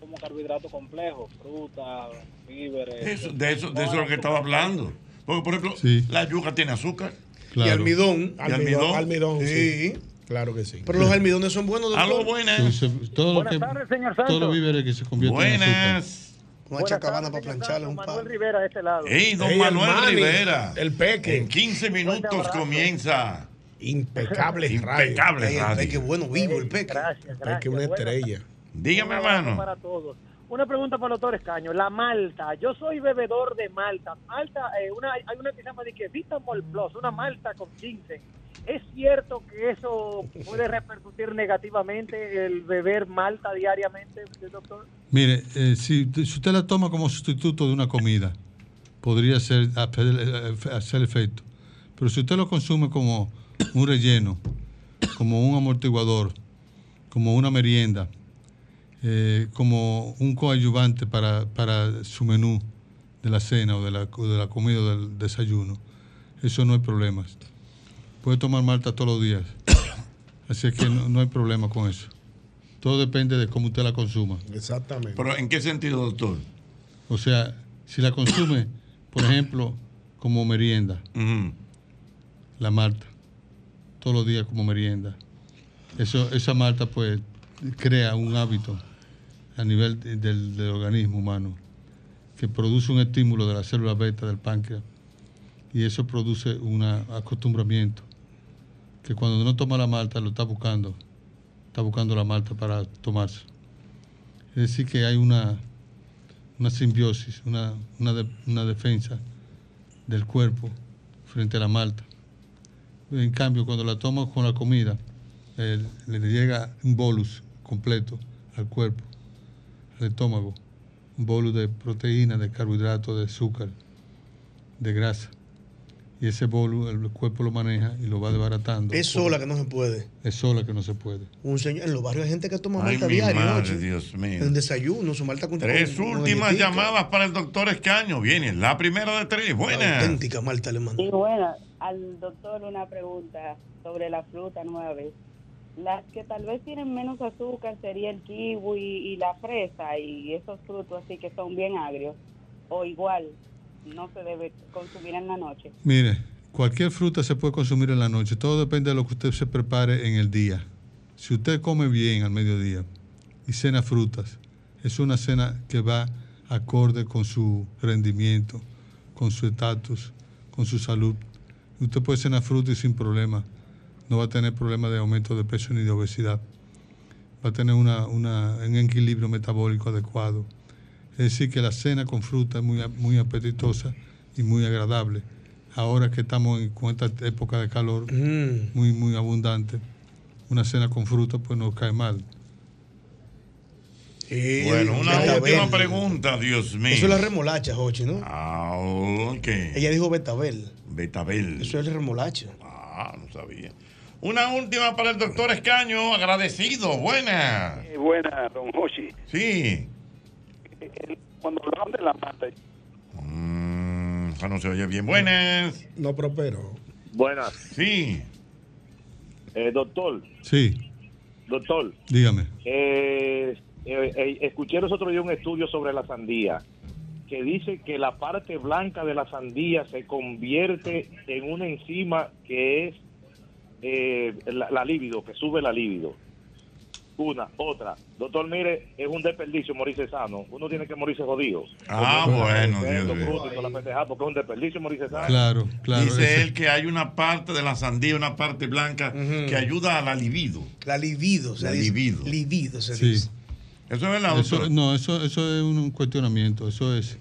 como carbohidrato complejo, fruta, víveres.
Eso- de eso, de eso es lo que estaba hablando. Porque, por ejemplo, la yuca tiene azúcar.
Y almidón.
Y almidón.
sí.
Claro que sí.
Pero los almidones son buenos. doctor.
Aló, buenas.
Entonces, todo lo
Buenas
que,
tardes, señor
todos
Santos.
los víveres que se convierten en azúcar.
Buenas.
Una chacabana para plancharle un par.
Rivera de este lado.
Ey, don
Ey,
Manuel
el Manny,
Rivera.
El Peque.
En 15 minutos comienza.
Impecable
radio. Impecable
Ey, el
radio.
Peque bueno, vivo, el Peque.
Gracias, gracias.
Peque, una
Buenas
estrella.
tardes.
Dígame,
Un abrazo Para todos. Una pregunta para el doctor Escaño. La malta. Yo soy bebedor de malta. Malta, eh, una, hay una que se llama de que Vitamol Plus, una malta con 15. ¿Es cierto que eso puede repercutir negativamente el beber malta diariamente, doctor?
Mire, eh, si, si usted la toma como sustituto de una comida, podría ser, hacer, eh, hacer efecto. Pero si usted lo consume como un relleno, como un amortiguador, como una merienda, eh, como un coadyuvante para, para su menú de la cena o de la, o de la comida o del desayuno, eso no hay problemas. Puede tomar malta todos los días. Así es que no, no hay problema con eso. Todo depende de cómo usted la consuma.
Exactamente.
Pero ¿en qué sentido, doctor?
O sea, si la consume, por ejemplo, como merienda, la malta, todos los días como merienda, eso, esa malta pues crea un hábito a nivel de- del, del organismo humano que produce un estímulo de la célula beta del páncreas y eso produce un acostumbramiento que cuando no toma la malta lo está buscando, está buscando la malta para tomarse. Es decir, que hay una, una simbiosis, una, una, de- una defensa del cuerpo frente a la malta. En cambio, cuando la tomas con la comida, el- le llega un bolus completo al cuerpo, al estómago, un bolus de proteína, de carbohidratos, de azúcar, de grasa. Y ese bolus el cuerpo lo maneja y lo va desbaratando.
Es sola que no se puede.
Es sola que no se puede.
Un señor, en los barrios hay gente que toma
Ay,
malta
mi
diario,
madre,
ocho.
Dios mío.
En desayuno, su malta con
Tres
con- con
últimas
galletica.
llamadas para el doctor Escaño. Viene la primera de tres.
La
Buenas.
auténtica malta alemana.
Y bueno, al doctor una pregunta sobre la fruta nueve. Las que tal vez tienen menos azúcar sería el kiwi y la fresa y esos frutos así que son bien agrios. O igual, no se debe consumir en la noche.
Mire, cualquier fruta se puede consumir en la noche. Todo depende de lo que usted se prepare en el día. Si usted come bien al mediodía y cena frutas, es una cena que va acorde con su rendimiento, con su estatus, con su salud. Usted puede cenar frutas y sin problema. No va a tener problema de aumento de peso ni de obesidad. Va a tener una- una- un equilibrio metabólico adecuado. Es decir, que la cena con fruta es muy, a- muy apetitosa y muy agradable ahora que estamos en- con esta época de calor
Mm.
muy, muy abundante, una cena con fruta pues nos cae mal.
Bueno, una
Betabel.
última pregunta, Dios mío.
Eso es la remolacha, Jochi, ¿no?
Ah, ok.
Ella dijo Betabel.
Betabel.
Eso es remolacha.
Ah, no sabía. Una última para el doctor Escaño, agradecido, buena.
Eh, buena, don Hoshi.
Sí.
Cuando hablaban de la mata,
Mm, esa no se oye bien, buenas.
No prospero.
Buenas.
Sí.
eh, doctor,
Sí,
doctor,
dígame.
eh, eh, eh, escuché los otros días un estudio sobre la sandía que dice que la parte blanca de la sandía se convierte en una enzima que es eh, la, la libido, que sube la libido. Una, otra. Doctor, mire, es un desperdicio morirse sano. Uno tiene que morirse jodido.
Ah,
Porque-
bueno,
porque-
Dios mío.
porque- porque- Porque es un desperdicio morirse sano.
Claro, claro.
Dice
ese-
él que hay una parte de la sandía, una parte blanca, que ayuda a la libido.
La libido,
se La libido.
Libido se
Sí.
dice.
Eso es verdad,
Eso,
doctor.
no, eso, eso es un cuestionamiento, eso es...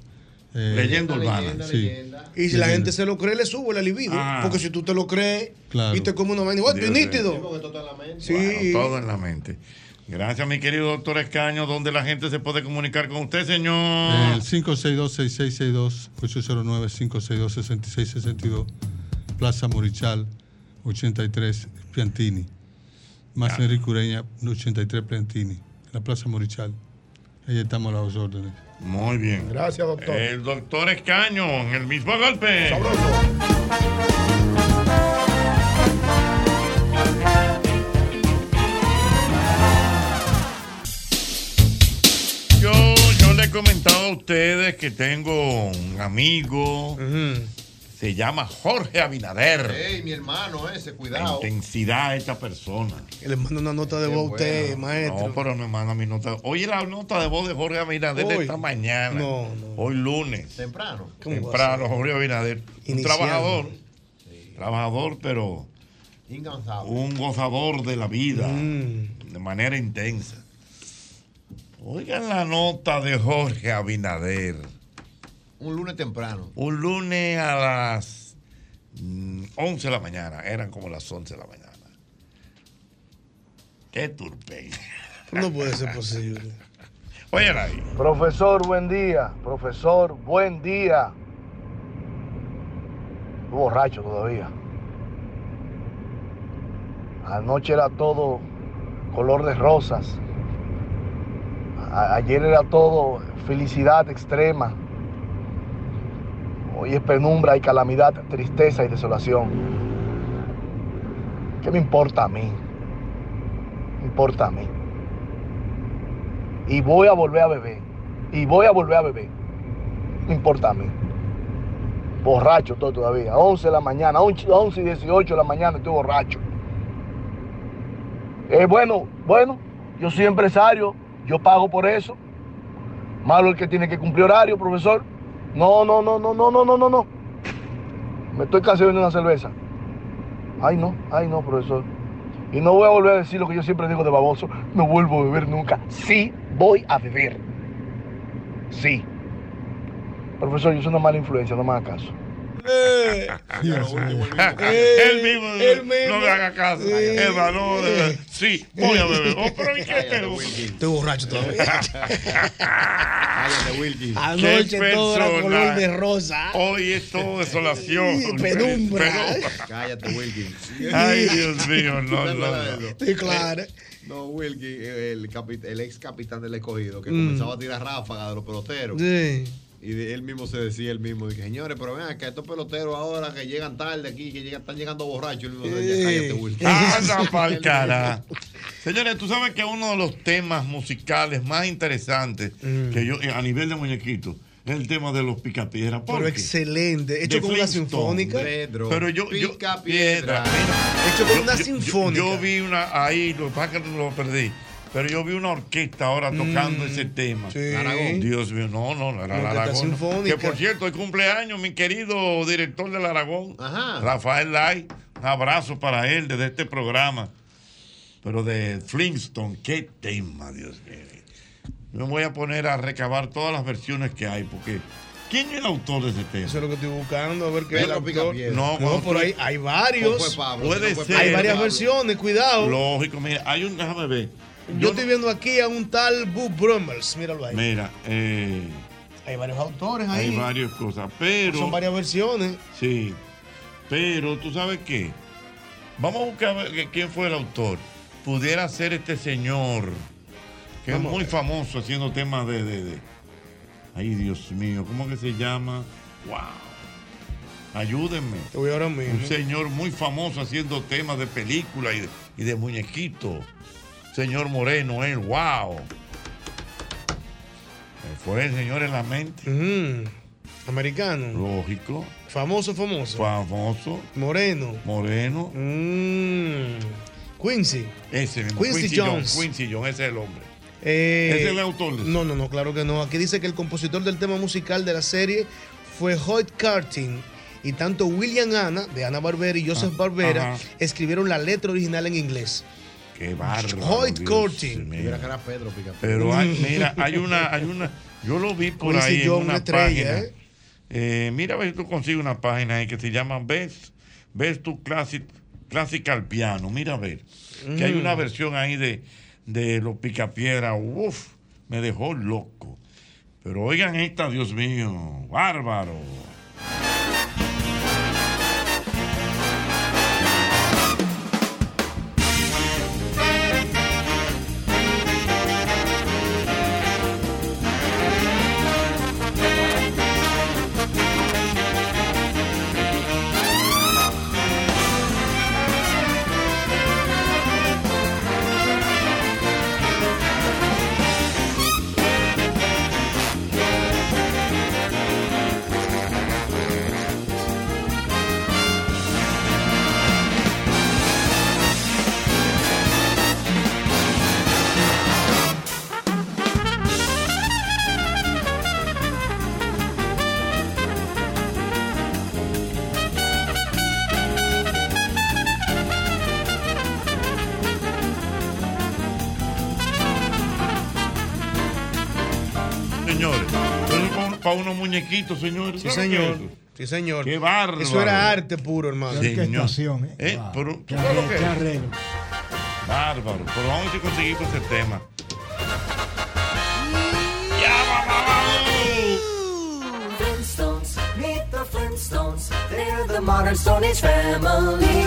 eh,
Leyenda urbana.
Sí.
Y si la
Leyenda.
gente se lo cree, le sube la libido.
Ah.
Porque si tú te lo crees
Claro.
y te comes una vaina, igual, tú
Dios
nítido.
mío.
Sí.
Bueno, todo en la mente. Gracias, mi querido doctor Escaño, donde la gente se puede comunicar con usted, señor.
El 562-6662-809-562-6662, Plaza Morichal, 83 Piantini. Más Enrique Ureña, 83 Piantini, la Plaza Morichal. Ahí estamos a las órdenes.
Muy bien.
Gracias, doctor.
El doctor Escaño, en el mismo golpe. Yo, yo le he comentado a ustedes que tengo un amigo, se llama Jorge Abinader.
Ey, mi hermano eh, ese, cuidado.
La intensidad de esta persona.
Le mando una nota de voz a usted, maestro.
No, pero no manda mi nota. Oye, la nota de voz de Jorge Abinader de
Hoy.
esta mañana.
No,
Hoy lunes.
Temprano.
Temprano, Jorge Abinader. Un
Iniciando.
trabajador. Trabajador, pero
Incansable.
un gozador de la vida.
Mm.
De manera intensa. Oigan la nota de Jorge Abinader.
Un lunes temprano.
Un lunes a las mm, 11 de la mañana. Eran como las 11 de la mañana. Qué turpe.
No puede ser posible.
Oye, ahí.
Profesor, buen día. Profesor, buen día. Borracho todavía. Anoche era todo color de rosas. A- ayer era todo felicidad extrema. Hoy es penumbra y calamidad, tristeza y desolación. ¿Qué me importa a mí? Me importa a mí. Y voy a volver a beber. Y voy a volver a beber. No importa a mí. Borracho estoy todavía. 11 de la mañana, 11 11 y 18 de la mañana estoy borracho. Eh, bueno, bueno, yo soy empresario, yo pago por eso. Malo el que tiene que cumplir horario, profesor. No, no, no, no, no, no, no, no, no. Me estoy casi bebiendo una cerveza. Ay, no, ay, no, profesor. Y no voy a volver a decir lo que yo siempre digo de baboso. No vuelvo a beber nunca. Sí, voy a beber. Sí. Profesor, yo soy una mala influencia, no me haga caso.
Él mismo, no me haga caso. El valor de- Sí, voy a beber. Oh, pero ¿y qué te
Estoy borracho todavía.
Qué
Anoche todo era color de
persona.
rosa.
Hoy es todo desolación.
Penumbra.
Cállate, Wilkin.
Ay, Dios mío,
¿Te
no, no,
acuerdas
no.
de eso? Eh,
Sí, claro.
No, Wilkin, el, capi- el ex capitán del escogido, que
Mm.
comenzaba a tirar ráfagas de los peloteros.
Sí.
Y de- él mismo se decía, él mismo, dije, señores, pero vean que estos peloteros ahora que llegan tarde aquí, que llegan, están llegando borrachos, él mismo se decía, cállate, Wilkin.
Anda pa'l cara. Señores, tú sabes que uno de los temas musicales más interesantes
Mm.
que yo, a nivel de muñequito, es el tema de los picapiedras. ¿Por
Pero
qué?
excelente. Hecho
De
con una
Flintstone.
sinfónica.
Pero yo, yo piedra.
Hecho con
Yo-
una
yo- yo-
sinfónica.
Yo, vi una ahí, lo que pasa es que lo perdí. Pero yo vi una orquesta ahora tocando ese tema.
Mm. Sí. Aragón.
Dios mío, no, no, no era
Orquesta
la Aragón. no.
sinfónica.
Que por cierto, hoy cumpleaños, mi querido director del Aragón,
Ajá.
Rafael Lai. Un abrazo para él desde este programa. Pero de Flintstone, qué tema, Dios mío. Me voy a poner a recabar todas las versiones que hay, porque ¿Quién es el autor de ese tema?
Eso es lo que estoy buscando, a ver qué es el
Pedro
autor.
Picapiedra.
No,
No, Pues
por ahí hay varios.
Fue Pablo, Puede fue ser.
Hay varias
Pablo.
versiones, cuidado.
Lógico, mira, hay un. Déjame ver.
yo, estoy viendo aquí a un tal Boo Brummels, míralo ahí.
Mira, eh,
Hay varios autores ahí.
hay varias cosas, pero.
Son varias versiones.
Sí. Pero, ¿tú sabes qué? Vamos a buscar a ver que- quién fue el autor. Pudiera ser este señor, que
Vamos a
es muy
ver.
famoso haciendo temas de, de- de- Ay, Dios mío, ¿cómo que se llama? ¡Wow! Ayúdenme.
Te voy ahora mismo.
Un señor muy famoso haciendo temas de película y de, y de muñequito. Señor Moreno, él, wow. Eh, Fue el señor en la mente.
Mm. Americano.
Lógico.
Famoso, famoso.
Famoso.
Moreno. Mm.
Moreno. Eh,
Quincy.
Ese mismo.
Quincy Jones.
Quincy Jones, ese es el hombre.
Eh,
¿Es el autor de eso?
No, no, no, claro que no. Aquí dice que el compositor del tema musical de la serie fue Hoyt Carting. Y tanto William Anna, de Ana Barbera, y
Ah,
Joseph Barbera
ajá.
escribieron la letra original en inglés.
Qué bárbaro.
Hoyt
Dios
Carting.
mío.
Mira que era Pedro Picapiedra.
Pero hay, mira, hay una, hay una. Yo lo vi por
Quincy
ahí en
Jones,
una
una estrella,
página.
¿eh?
Eh, mira a ver si tú consigues una página ahí que se llama Best, Best to Classic, Classical Piano. Mira a ver. Que hay
Mm.
una versión ahí de, de los picapiedras. Uf, me dejó loco. Pero oigan esta, Dios mío, bárbaro. Señores, para unos muñequitos, señores.
Sí,
¿Saben qué
señor.
es eso?
Sí, señor.
Qué bárbaro.
Eso era arte puro, hermano.
Señor. ¿Eh? Pero, ¿tú sabes lo que es? Bárbaro. Pero vamos a ver si conseguimos ese tema.
Flintstones, meet the Flintstones. They're the modern Stone Age family.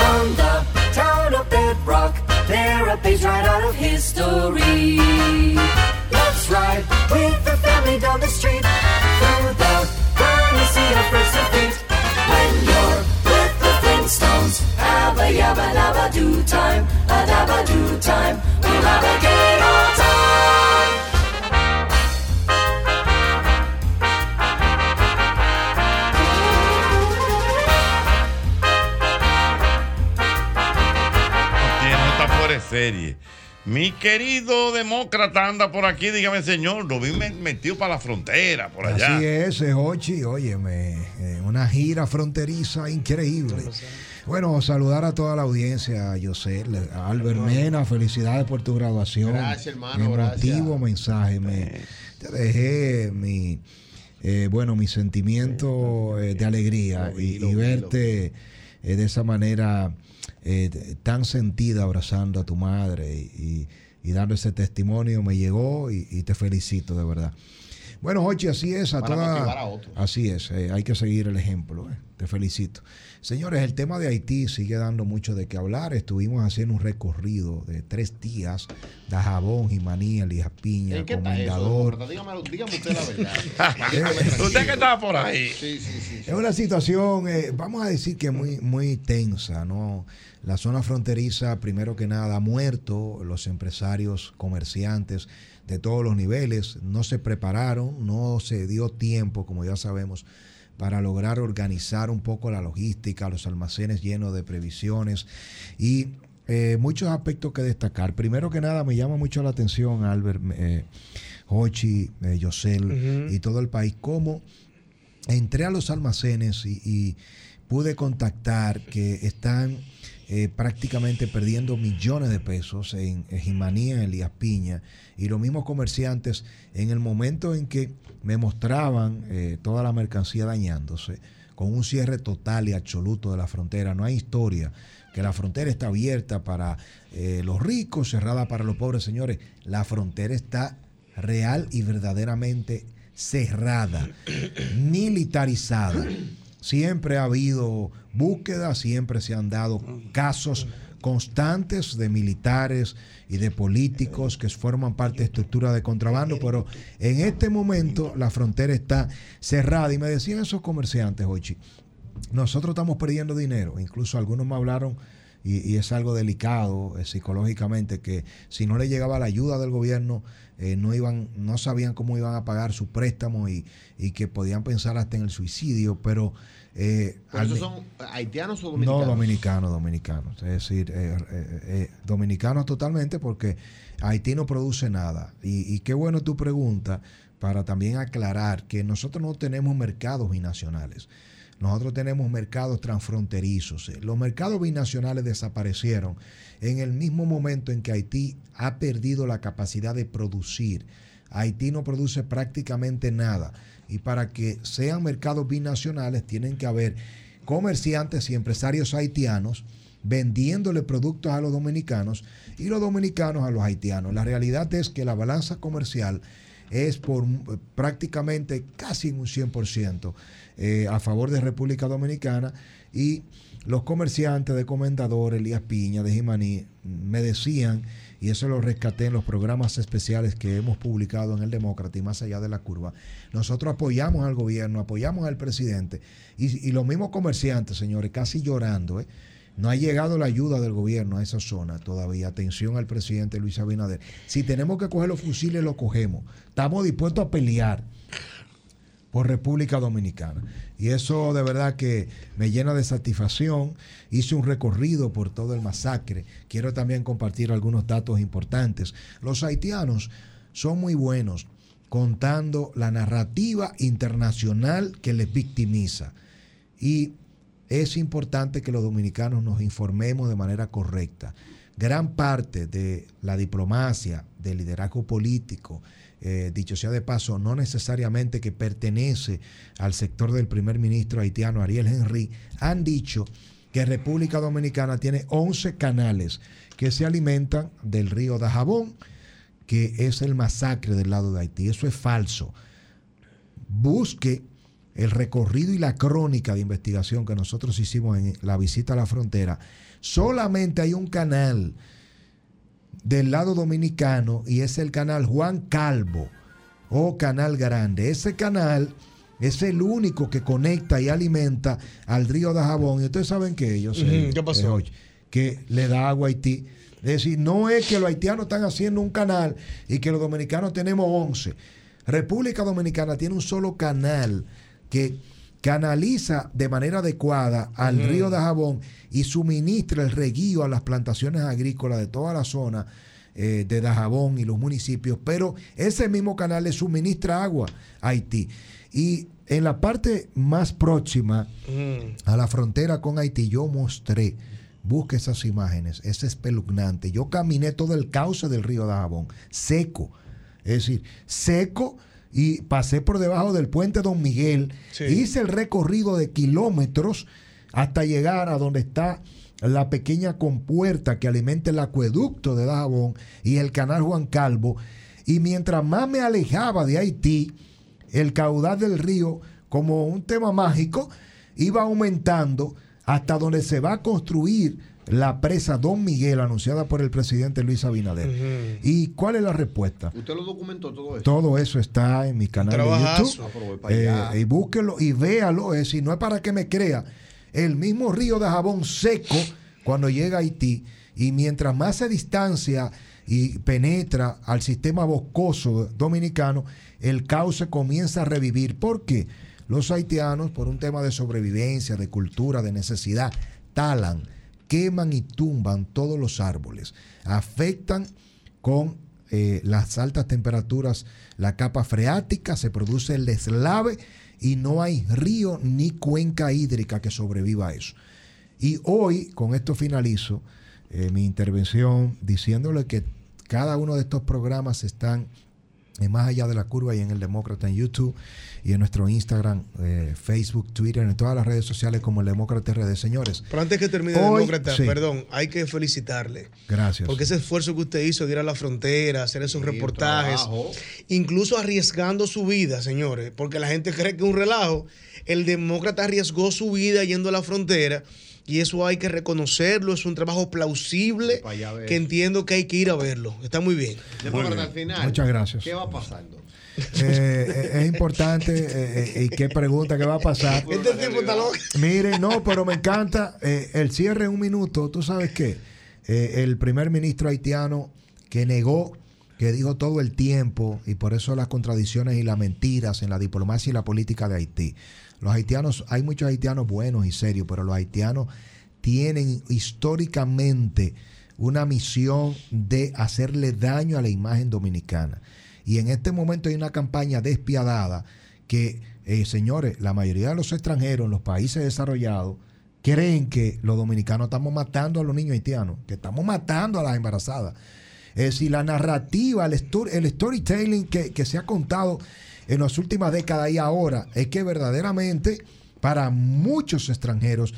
From the town of Bedrock, they're a page right out of history. Let's ride with the family down the street through the courtesy of first and feet. When you're with the Flintstones, have a yabba dabba do time, a dabba do time. We'll have a good old time.
Que Eh, no está fuera de serie. Mi querido demócrata anda por aquí, dígame, señor. Lo vi me- metido para la frontera, por allá.
Así es, eh, Ochi, óyeme, eh, una gira fronteriza increíble. Bueno, saludar a toda la audiencia, a José, le- a Albert Mena, felicidades por tu graduación.
Gracias, hermano,
Emotivo mensaje, me te dejé mi, eh, bueno, mi sentimiento eh, de alegría y, y verte eh, de esa manera eh, t- tan sentida abrazando a tu madre y, y- y dando ese testimonio me llegó y- y te felicito de verdad. Bueno, Jochi, así es. A
Para
toda-
motivar a otros.
Así es. eh, hay que seguir el ejemplo. eh, Te felicito. Señores, el tema de Haití sigue dando mucho de qué hablar. Estuvimos haciendo un recorrido de tres días: Dajabón, Jimaní, Elías Piña,
¿En qué está eso,
Comendador.
demócrata? Dígame, dígame usted la verdad.
Usted que
estaba por ahí.
Sí, sí, sí.
Es una situación, eh, vamos a decir que muy, muy tensa, ¿no? La zona fronteriza, primero que nada, ha muerto, los empresarios, comerciantes de todos los niveles no se prepararon, no se dio tiempo, como ya sabemos, para lograr organizar un poco la logística, los almacenes llenos de previsiones y eh, muchos aspectos que destacar. Primero que nada, me llama mucho la atención, Albert, eh, Hochi, eh, Yosel
Ujú.
y todo el país, cómo entré a los almacenes y, y pude contactar que están eh, prácticamente perdiendo millones de pesos en, en Jimanía, en Elías Piña, y los mismos comerciantes en el momento en que me mostraban eh, toda la mercancía dañándose, con un cierre total y absoluto de la frontera, no hay historia, que la frontera está abierta para eh, los ricos, cerrada para los pobres, señores, la frontera está real y verdaderamente cerrada, militarizada. Siempre ha habido búsquedas, siempre se han dado casos constantes de militares y de políticos que forman parte de estructura de contrabando, pero en este momento la frontera está cerrada. Y me decían esos comerciantes, Ochi, nosotros estamos perdiendo dinero, incluso algunos me hablaron y, y, es algo delicado eh, psicológicamente que si no le llegaba la ayuda del gobierno eh, no iban no sabían cómo iban a pagar su préstamo y, y que podían pensar hasta en el suicidio pero eh,
Pero
al-
esos son haitianos o dominicanos.
no, dominicanos, dominicanos. Es decir, eh, eh, eh, dominicanos totalmente porque Haití no produce nada. Y, y qué bueno tu pregunta para también aclarar que nosotros no tenemos mercados binacionales. Nosotros tenemos mercados transfronterizos. Eh, Los mercados binacionales desaparecieron en el mismo momento en que Haití ha perdido la capacidad de producir. Haití no produce prácticamente nada. Y para que sean mercados binacionales tienen que haber comerciantes y empresarios haitianos vendiéndole productos a los dominicanos y los dominicanos a los haitianos. La realidad es que la balanza comercial es por eh, prácticamente casi en un 100% eh, a favor de República Dominicana y los comerciantes de Comendador, Elías Piña, de Jimaní, me decían, y eso lo rescaté en los programas especiales que hemos publicado en El Demócrata y más allá de la curva, nosotros apoyamos al gobierno, apoyamos al presidente, y, y los mismos comerciantes, señores, casi llorando, ¿eh? No ha llegado la ayuda del gobierno a esa zona todavía. Atención al presidente Luis Abinader. Si tenemos que coger los fusiles, los cogemos. Estamos dispuestos a pelear por República Dominicana. Y eso de verdad que me llena de satisfacción. Hice un recorrido por todo el masacre. Quiero también compartir algunos datos importantes. Los haitianos son muy buenos contando la narrativa internacional que les victimiza. Y es importante que los dominicanos nos informemos de manera correcta. Gran parte de la diplomacia, del liderazgo político, eh, dicho sea de paso, no necesariamente que pertenece al sector del primer ministro haitiano Ariel Henry, han dicho que República Dominicana tiene 11 canales que se alimentan del río Dajabón, que es el masacre del lado de Haití. Eso es falso. Busque el recorrido y la crónica de investigación que nosotros hicimos en la visita a la frontera, solamente hay un canal del lado dominicano y es el canal Juan Calvo o Canal Grande. Ese canal es el único que conecta y alimenta al río de Jabón. Y ustedes saben que ellos... eh,
Ujú, ¿qué pasó?
eh, oye, que le da agua a Haití. Es decir, no es que los haitianos están haciendo un canal y que los dominicanos tenemos 11. República Dominicana tiene un solo canal que canaliza de manera adecuada al
Ujú.
río de Jabón y suministra el reguío a las plantaciones agrícolas de toda la zona eh, de Dajabón y los municipios, pero ese mismo canal le suministra agua a Haití. Y en la parte más próxima,
Hmm.
a la frontera con Haití, yo mostré, busque esas imágenes, es espeluznante. Yo caminé todo el cauce del río Dajabón, seco, es decir, seco y pasé por debajo del puente Don Miguel, hice el recorrido de kilómetros hasta llegar a donde está la pequeña compuerta que alimenta el acueducto de Dajabón y el canal Juan Calvo. Y mientras más me alejaba de Haití, el caudal del río como un tema mágico iba aumentando hasta donde se va a construir la presa Don Miguel anunciada por el presidente Luis Abinader. ¿Y cuál es la respuesta?
¿Usted lo documentó todo eso?
Todo eso está en mi canal de
trabajazo. Ah, pero voy
YouTube.
para allá.
Eh, y búsquelo y véalo. Es decir, no es para que me crea. El mismo río de jabón seco cuando llega a Haití y mientras más se distancia y penetra al sistema boscoso dominicano, el cauce comienza a revivir. ¿Por qué? Los haitianos, por un tema de sobrevivencia, de cultura, de necesidad, talan, queman y tumban todos los árboles. Afectan con eh, las altas temperaturas, la capa freática, se produce el deslave y no hay río ni cuenca hídrica que sobreviva a eso. Y hoy, con esto finalizo eh, mi intervención diciéndole que cada uno de estos programas están en Más Allá de la Curva y en El Demócrata en YouTube y en nuestro Instagram, eh, Facebook, Twitter, en todas las redes sociales como El Demócrata RD. Señores,
Pero antes que termine
Hoy,
Demócrata,
sí.
perdón, hay que felicitarle.
gracias.
Porque ese esfuerzo que usted hizo de ir a la frontera, hacer esos reportajes,
trabajo.
incluso arriesgando su vida, señores, porque la gente cree que es un relajo. El demócrata arriesgó su vida yendo a la frontera y eso hay que reconocerlo, es un trabajo plausible
Para allá ver.
que entiendo que hay que ir a verlo. Está muy bien.
Demócrata, al final.
Muchas gracias.
¿Qué va a pasar?
Eh, eh, es importante eh, eh, y qué pregunta que va a pasar.
Este tipo está loco.
Mire, no, pero me encanta eh, el cierre en un minuto. ¿Tú sabes qué? Eh, el primer ministro haitiano que negó, que dijo todo el tiempo, y por eso las contradicciones y las mentiras en la diplomacia y la política de Haití. Los haitianos, hay muchos haitianos buenos y serios, pero los haitianos tienen históricamente una misión de hacerle daño a la imagen dominicana. Y en este momento hay una campaña despiadada que, eh, señores, la mayoría de los extranjeros en los países desarrollados creen que los dominicanos estamos matando a los niños haitianos, que estamos matando a las embarazadas. Es decir, la narrativa, el, stor- el storytelling que, que se ha contado en las últimas décadas y ahora es que verdaderamente para muchos extranjeros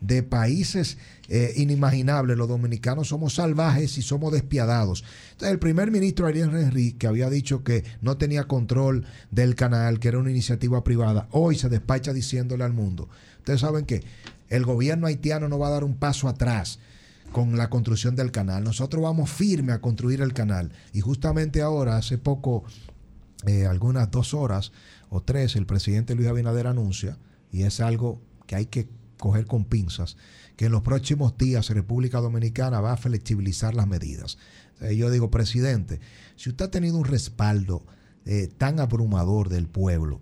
de países eh, inimaginables, los dominicanos somos salvajes y somos despiadados. Entonces, el primer ministro Ariel Henry, que había dicho que no tenía control del canal, que era una iniciativa privada, hoy se despacha diciéndole al mundo, ustedes saben que el gobierno haitiano no va a dar un paso atrás con la construcción del canal. Nosotros vamos firme a construir el canal. Y justamente ahora, hace poco, eh, algunas dos horas o tres, el presidente Luis Abinader anuncia, y es algo que hay que coger con pinzas, que en los próximos días República Dominicana va a flexibilizar las medidas. Eh, yo digo, presidente, si usted ha tenido un respaldo eh, tan abrumador del pueblo,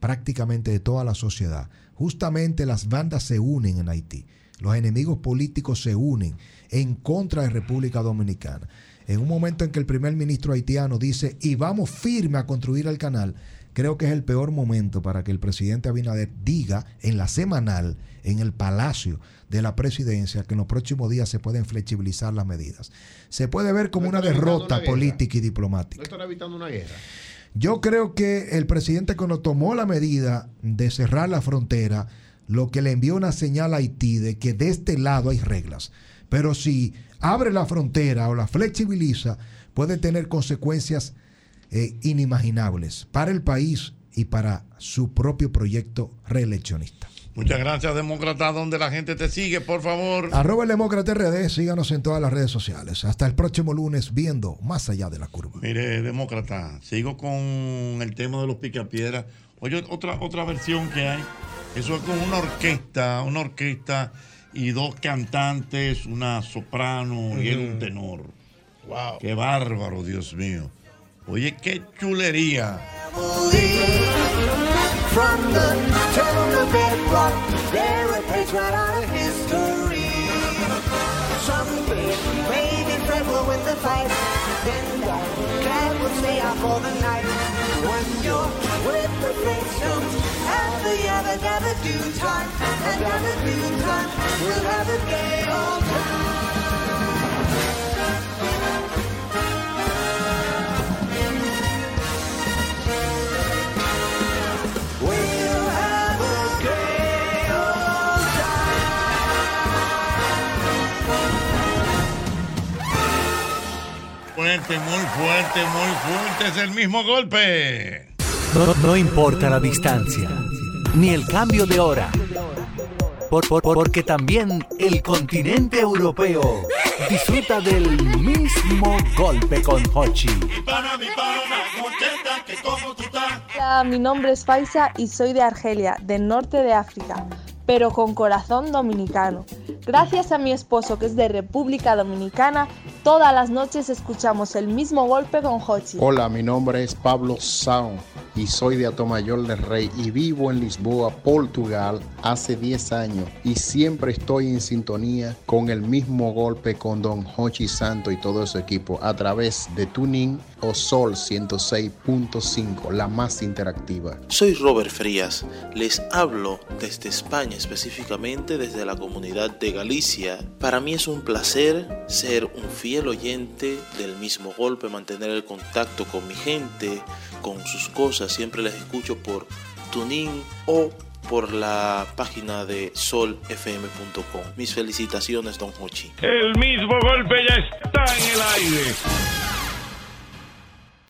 prácticamente de toda la sociedad, justamente las bandas se unen en Haití, los enemigos políticos se unen en contra de República Dominicana. En un momento en que el primer ministro haitiano dice, y vamos firme a construir el canal, creo que es el peor momento para que el presidente Abinader diga en la semanal, en el Palacio de la Presidencia, que en los próximos días se pueden flexibilizar las medidas. Se puede ver como una
evitando
derrota
una guerra.
política y diplomática.
No estará evitando una guerra.
Yo creo que el presidente cuando tomó la medida de cerrar la frontera, lo que le envió una señal a Haití de que de este lado hay reglas. Pero si abre la frontera o la flexibiliza, puede tener consecuencias eh, inimaginables para el país y para su propio proyecto reeleccionista.
Muchas gracias, Demócrata, donde la gente te sigue, por favor.
Arroba el Demócrata RD, síganos en todas las redes sociales. Hasta el próximo lunes viendo más allá de la curva.
Mire, demócrata, sigo con el tema de los picapiedras. Oye, otra, otra versión que hay. Eso es con una orquesta, una orquesta y dos cantantes, una soprano y él un
Ujú.
tenor. Wow. Qué bárbaro, Dios mío. Oye, qué chulería.
From the town of bedrock, they're a page right out of history. Someday, maybe Fred will win the fight. Then Dad, Dad will stay out for the night. When you're with the great suits, and the yabba dabba do time, and dabba do time, we'll have a gay old time. We'll have a gay old
Fuerte, muy fuerte, muy fuerte. Es el mismo golpe.
No, no importa la distancia, ni el cambio de hora, por- por- porque también el continente europeo disfruta del mismo golpe con Hochi.
Hola, mi nombre es Faisa y soy de Argelia, del norte de África, pero con corazón dominicano.
Gracias a mi esposo que es de República Dominicana, todas las noches escuchamos el mismo golpe con Hochi.
Hola, mi nombre es Pablo Saun y soy de Atomayor del Rey y vivo en Lisboa, Portugal, hace 10 años y siempre estoy en sintonía con el mismo golpe con Don Hochi Santo y todo su equipo a través de Tuning o Sol 106.5, la más interactiva.
Soy Robert Frías. Les hablo desde España, específicamente desde la comunidad de Galicia. Para mí es un placer ser un fiel oyente del mismo golpe, mantener el contacto con mi gente, con sus cosas. Siempre les escucho por Tuning o por la página de solfm.com. Mis felicitaciones, don Hochi.
El mismo golpe ya está en el aire.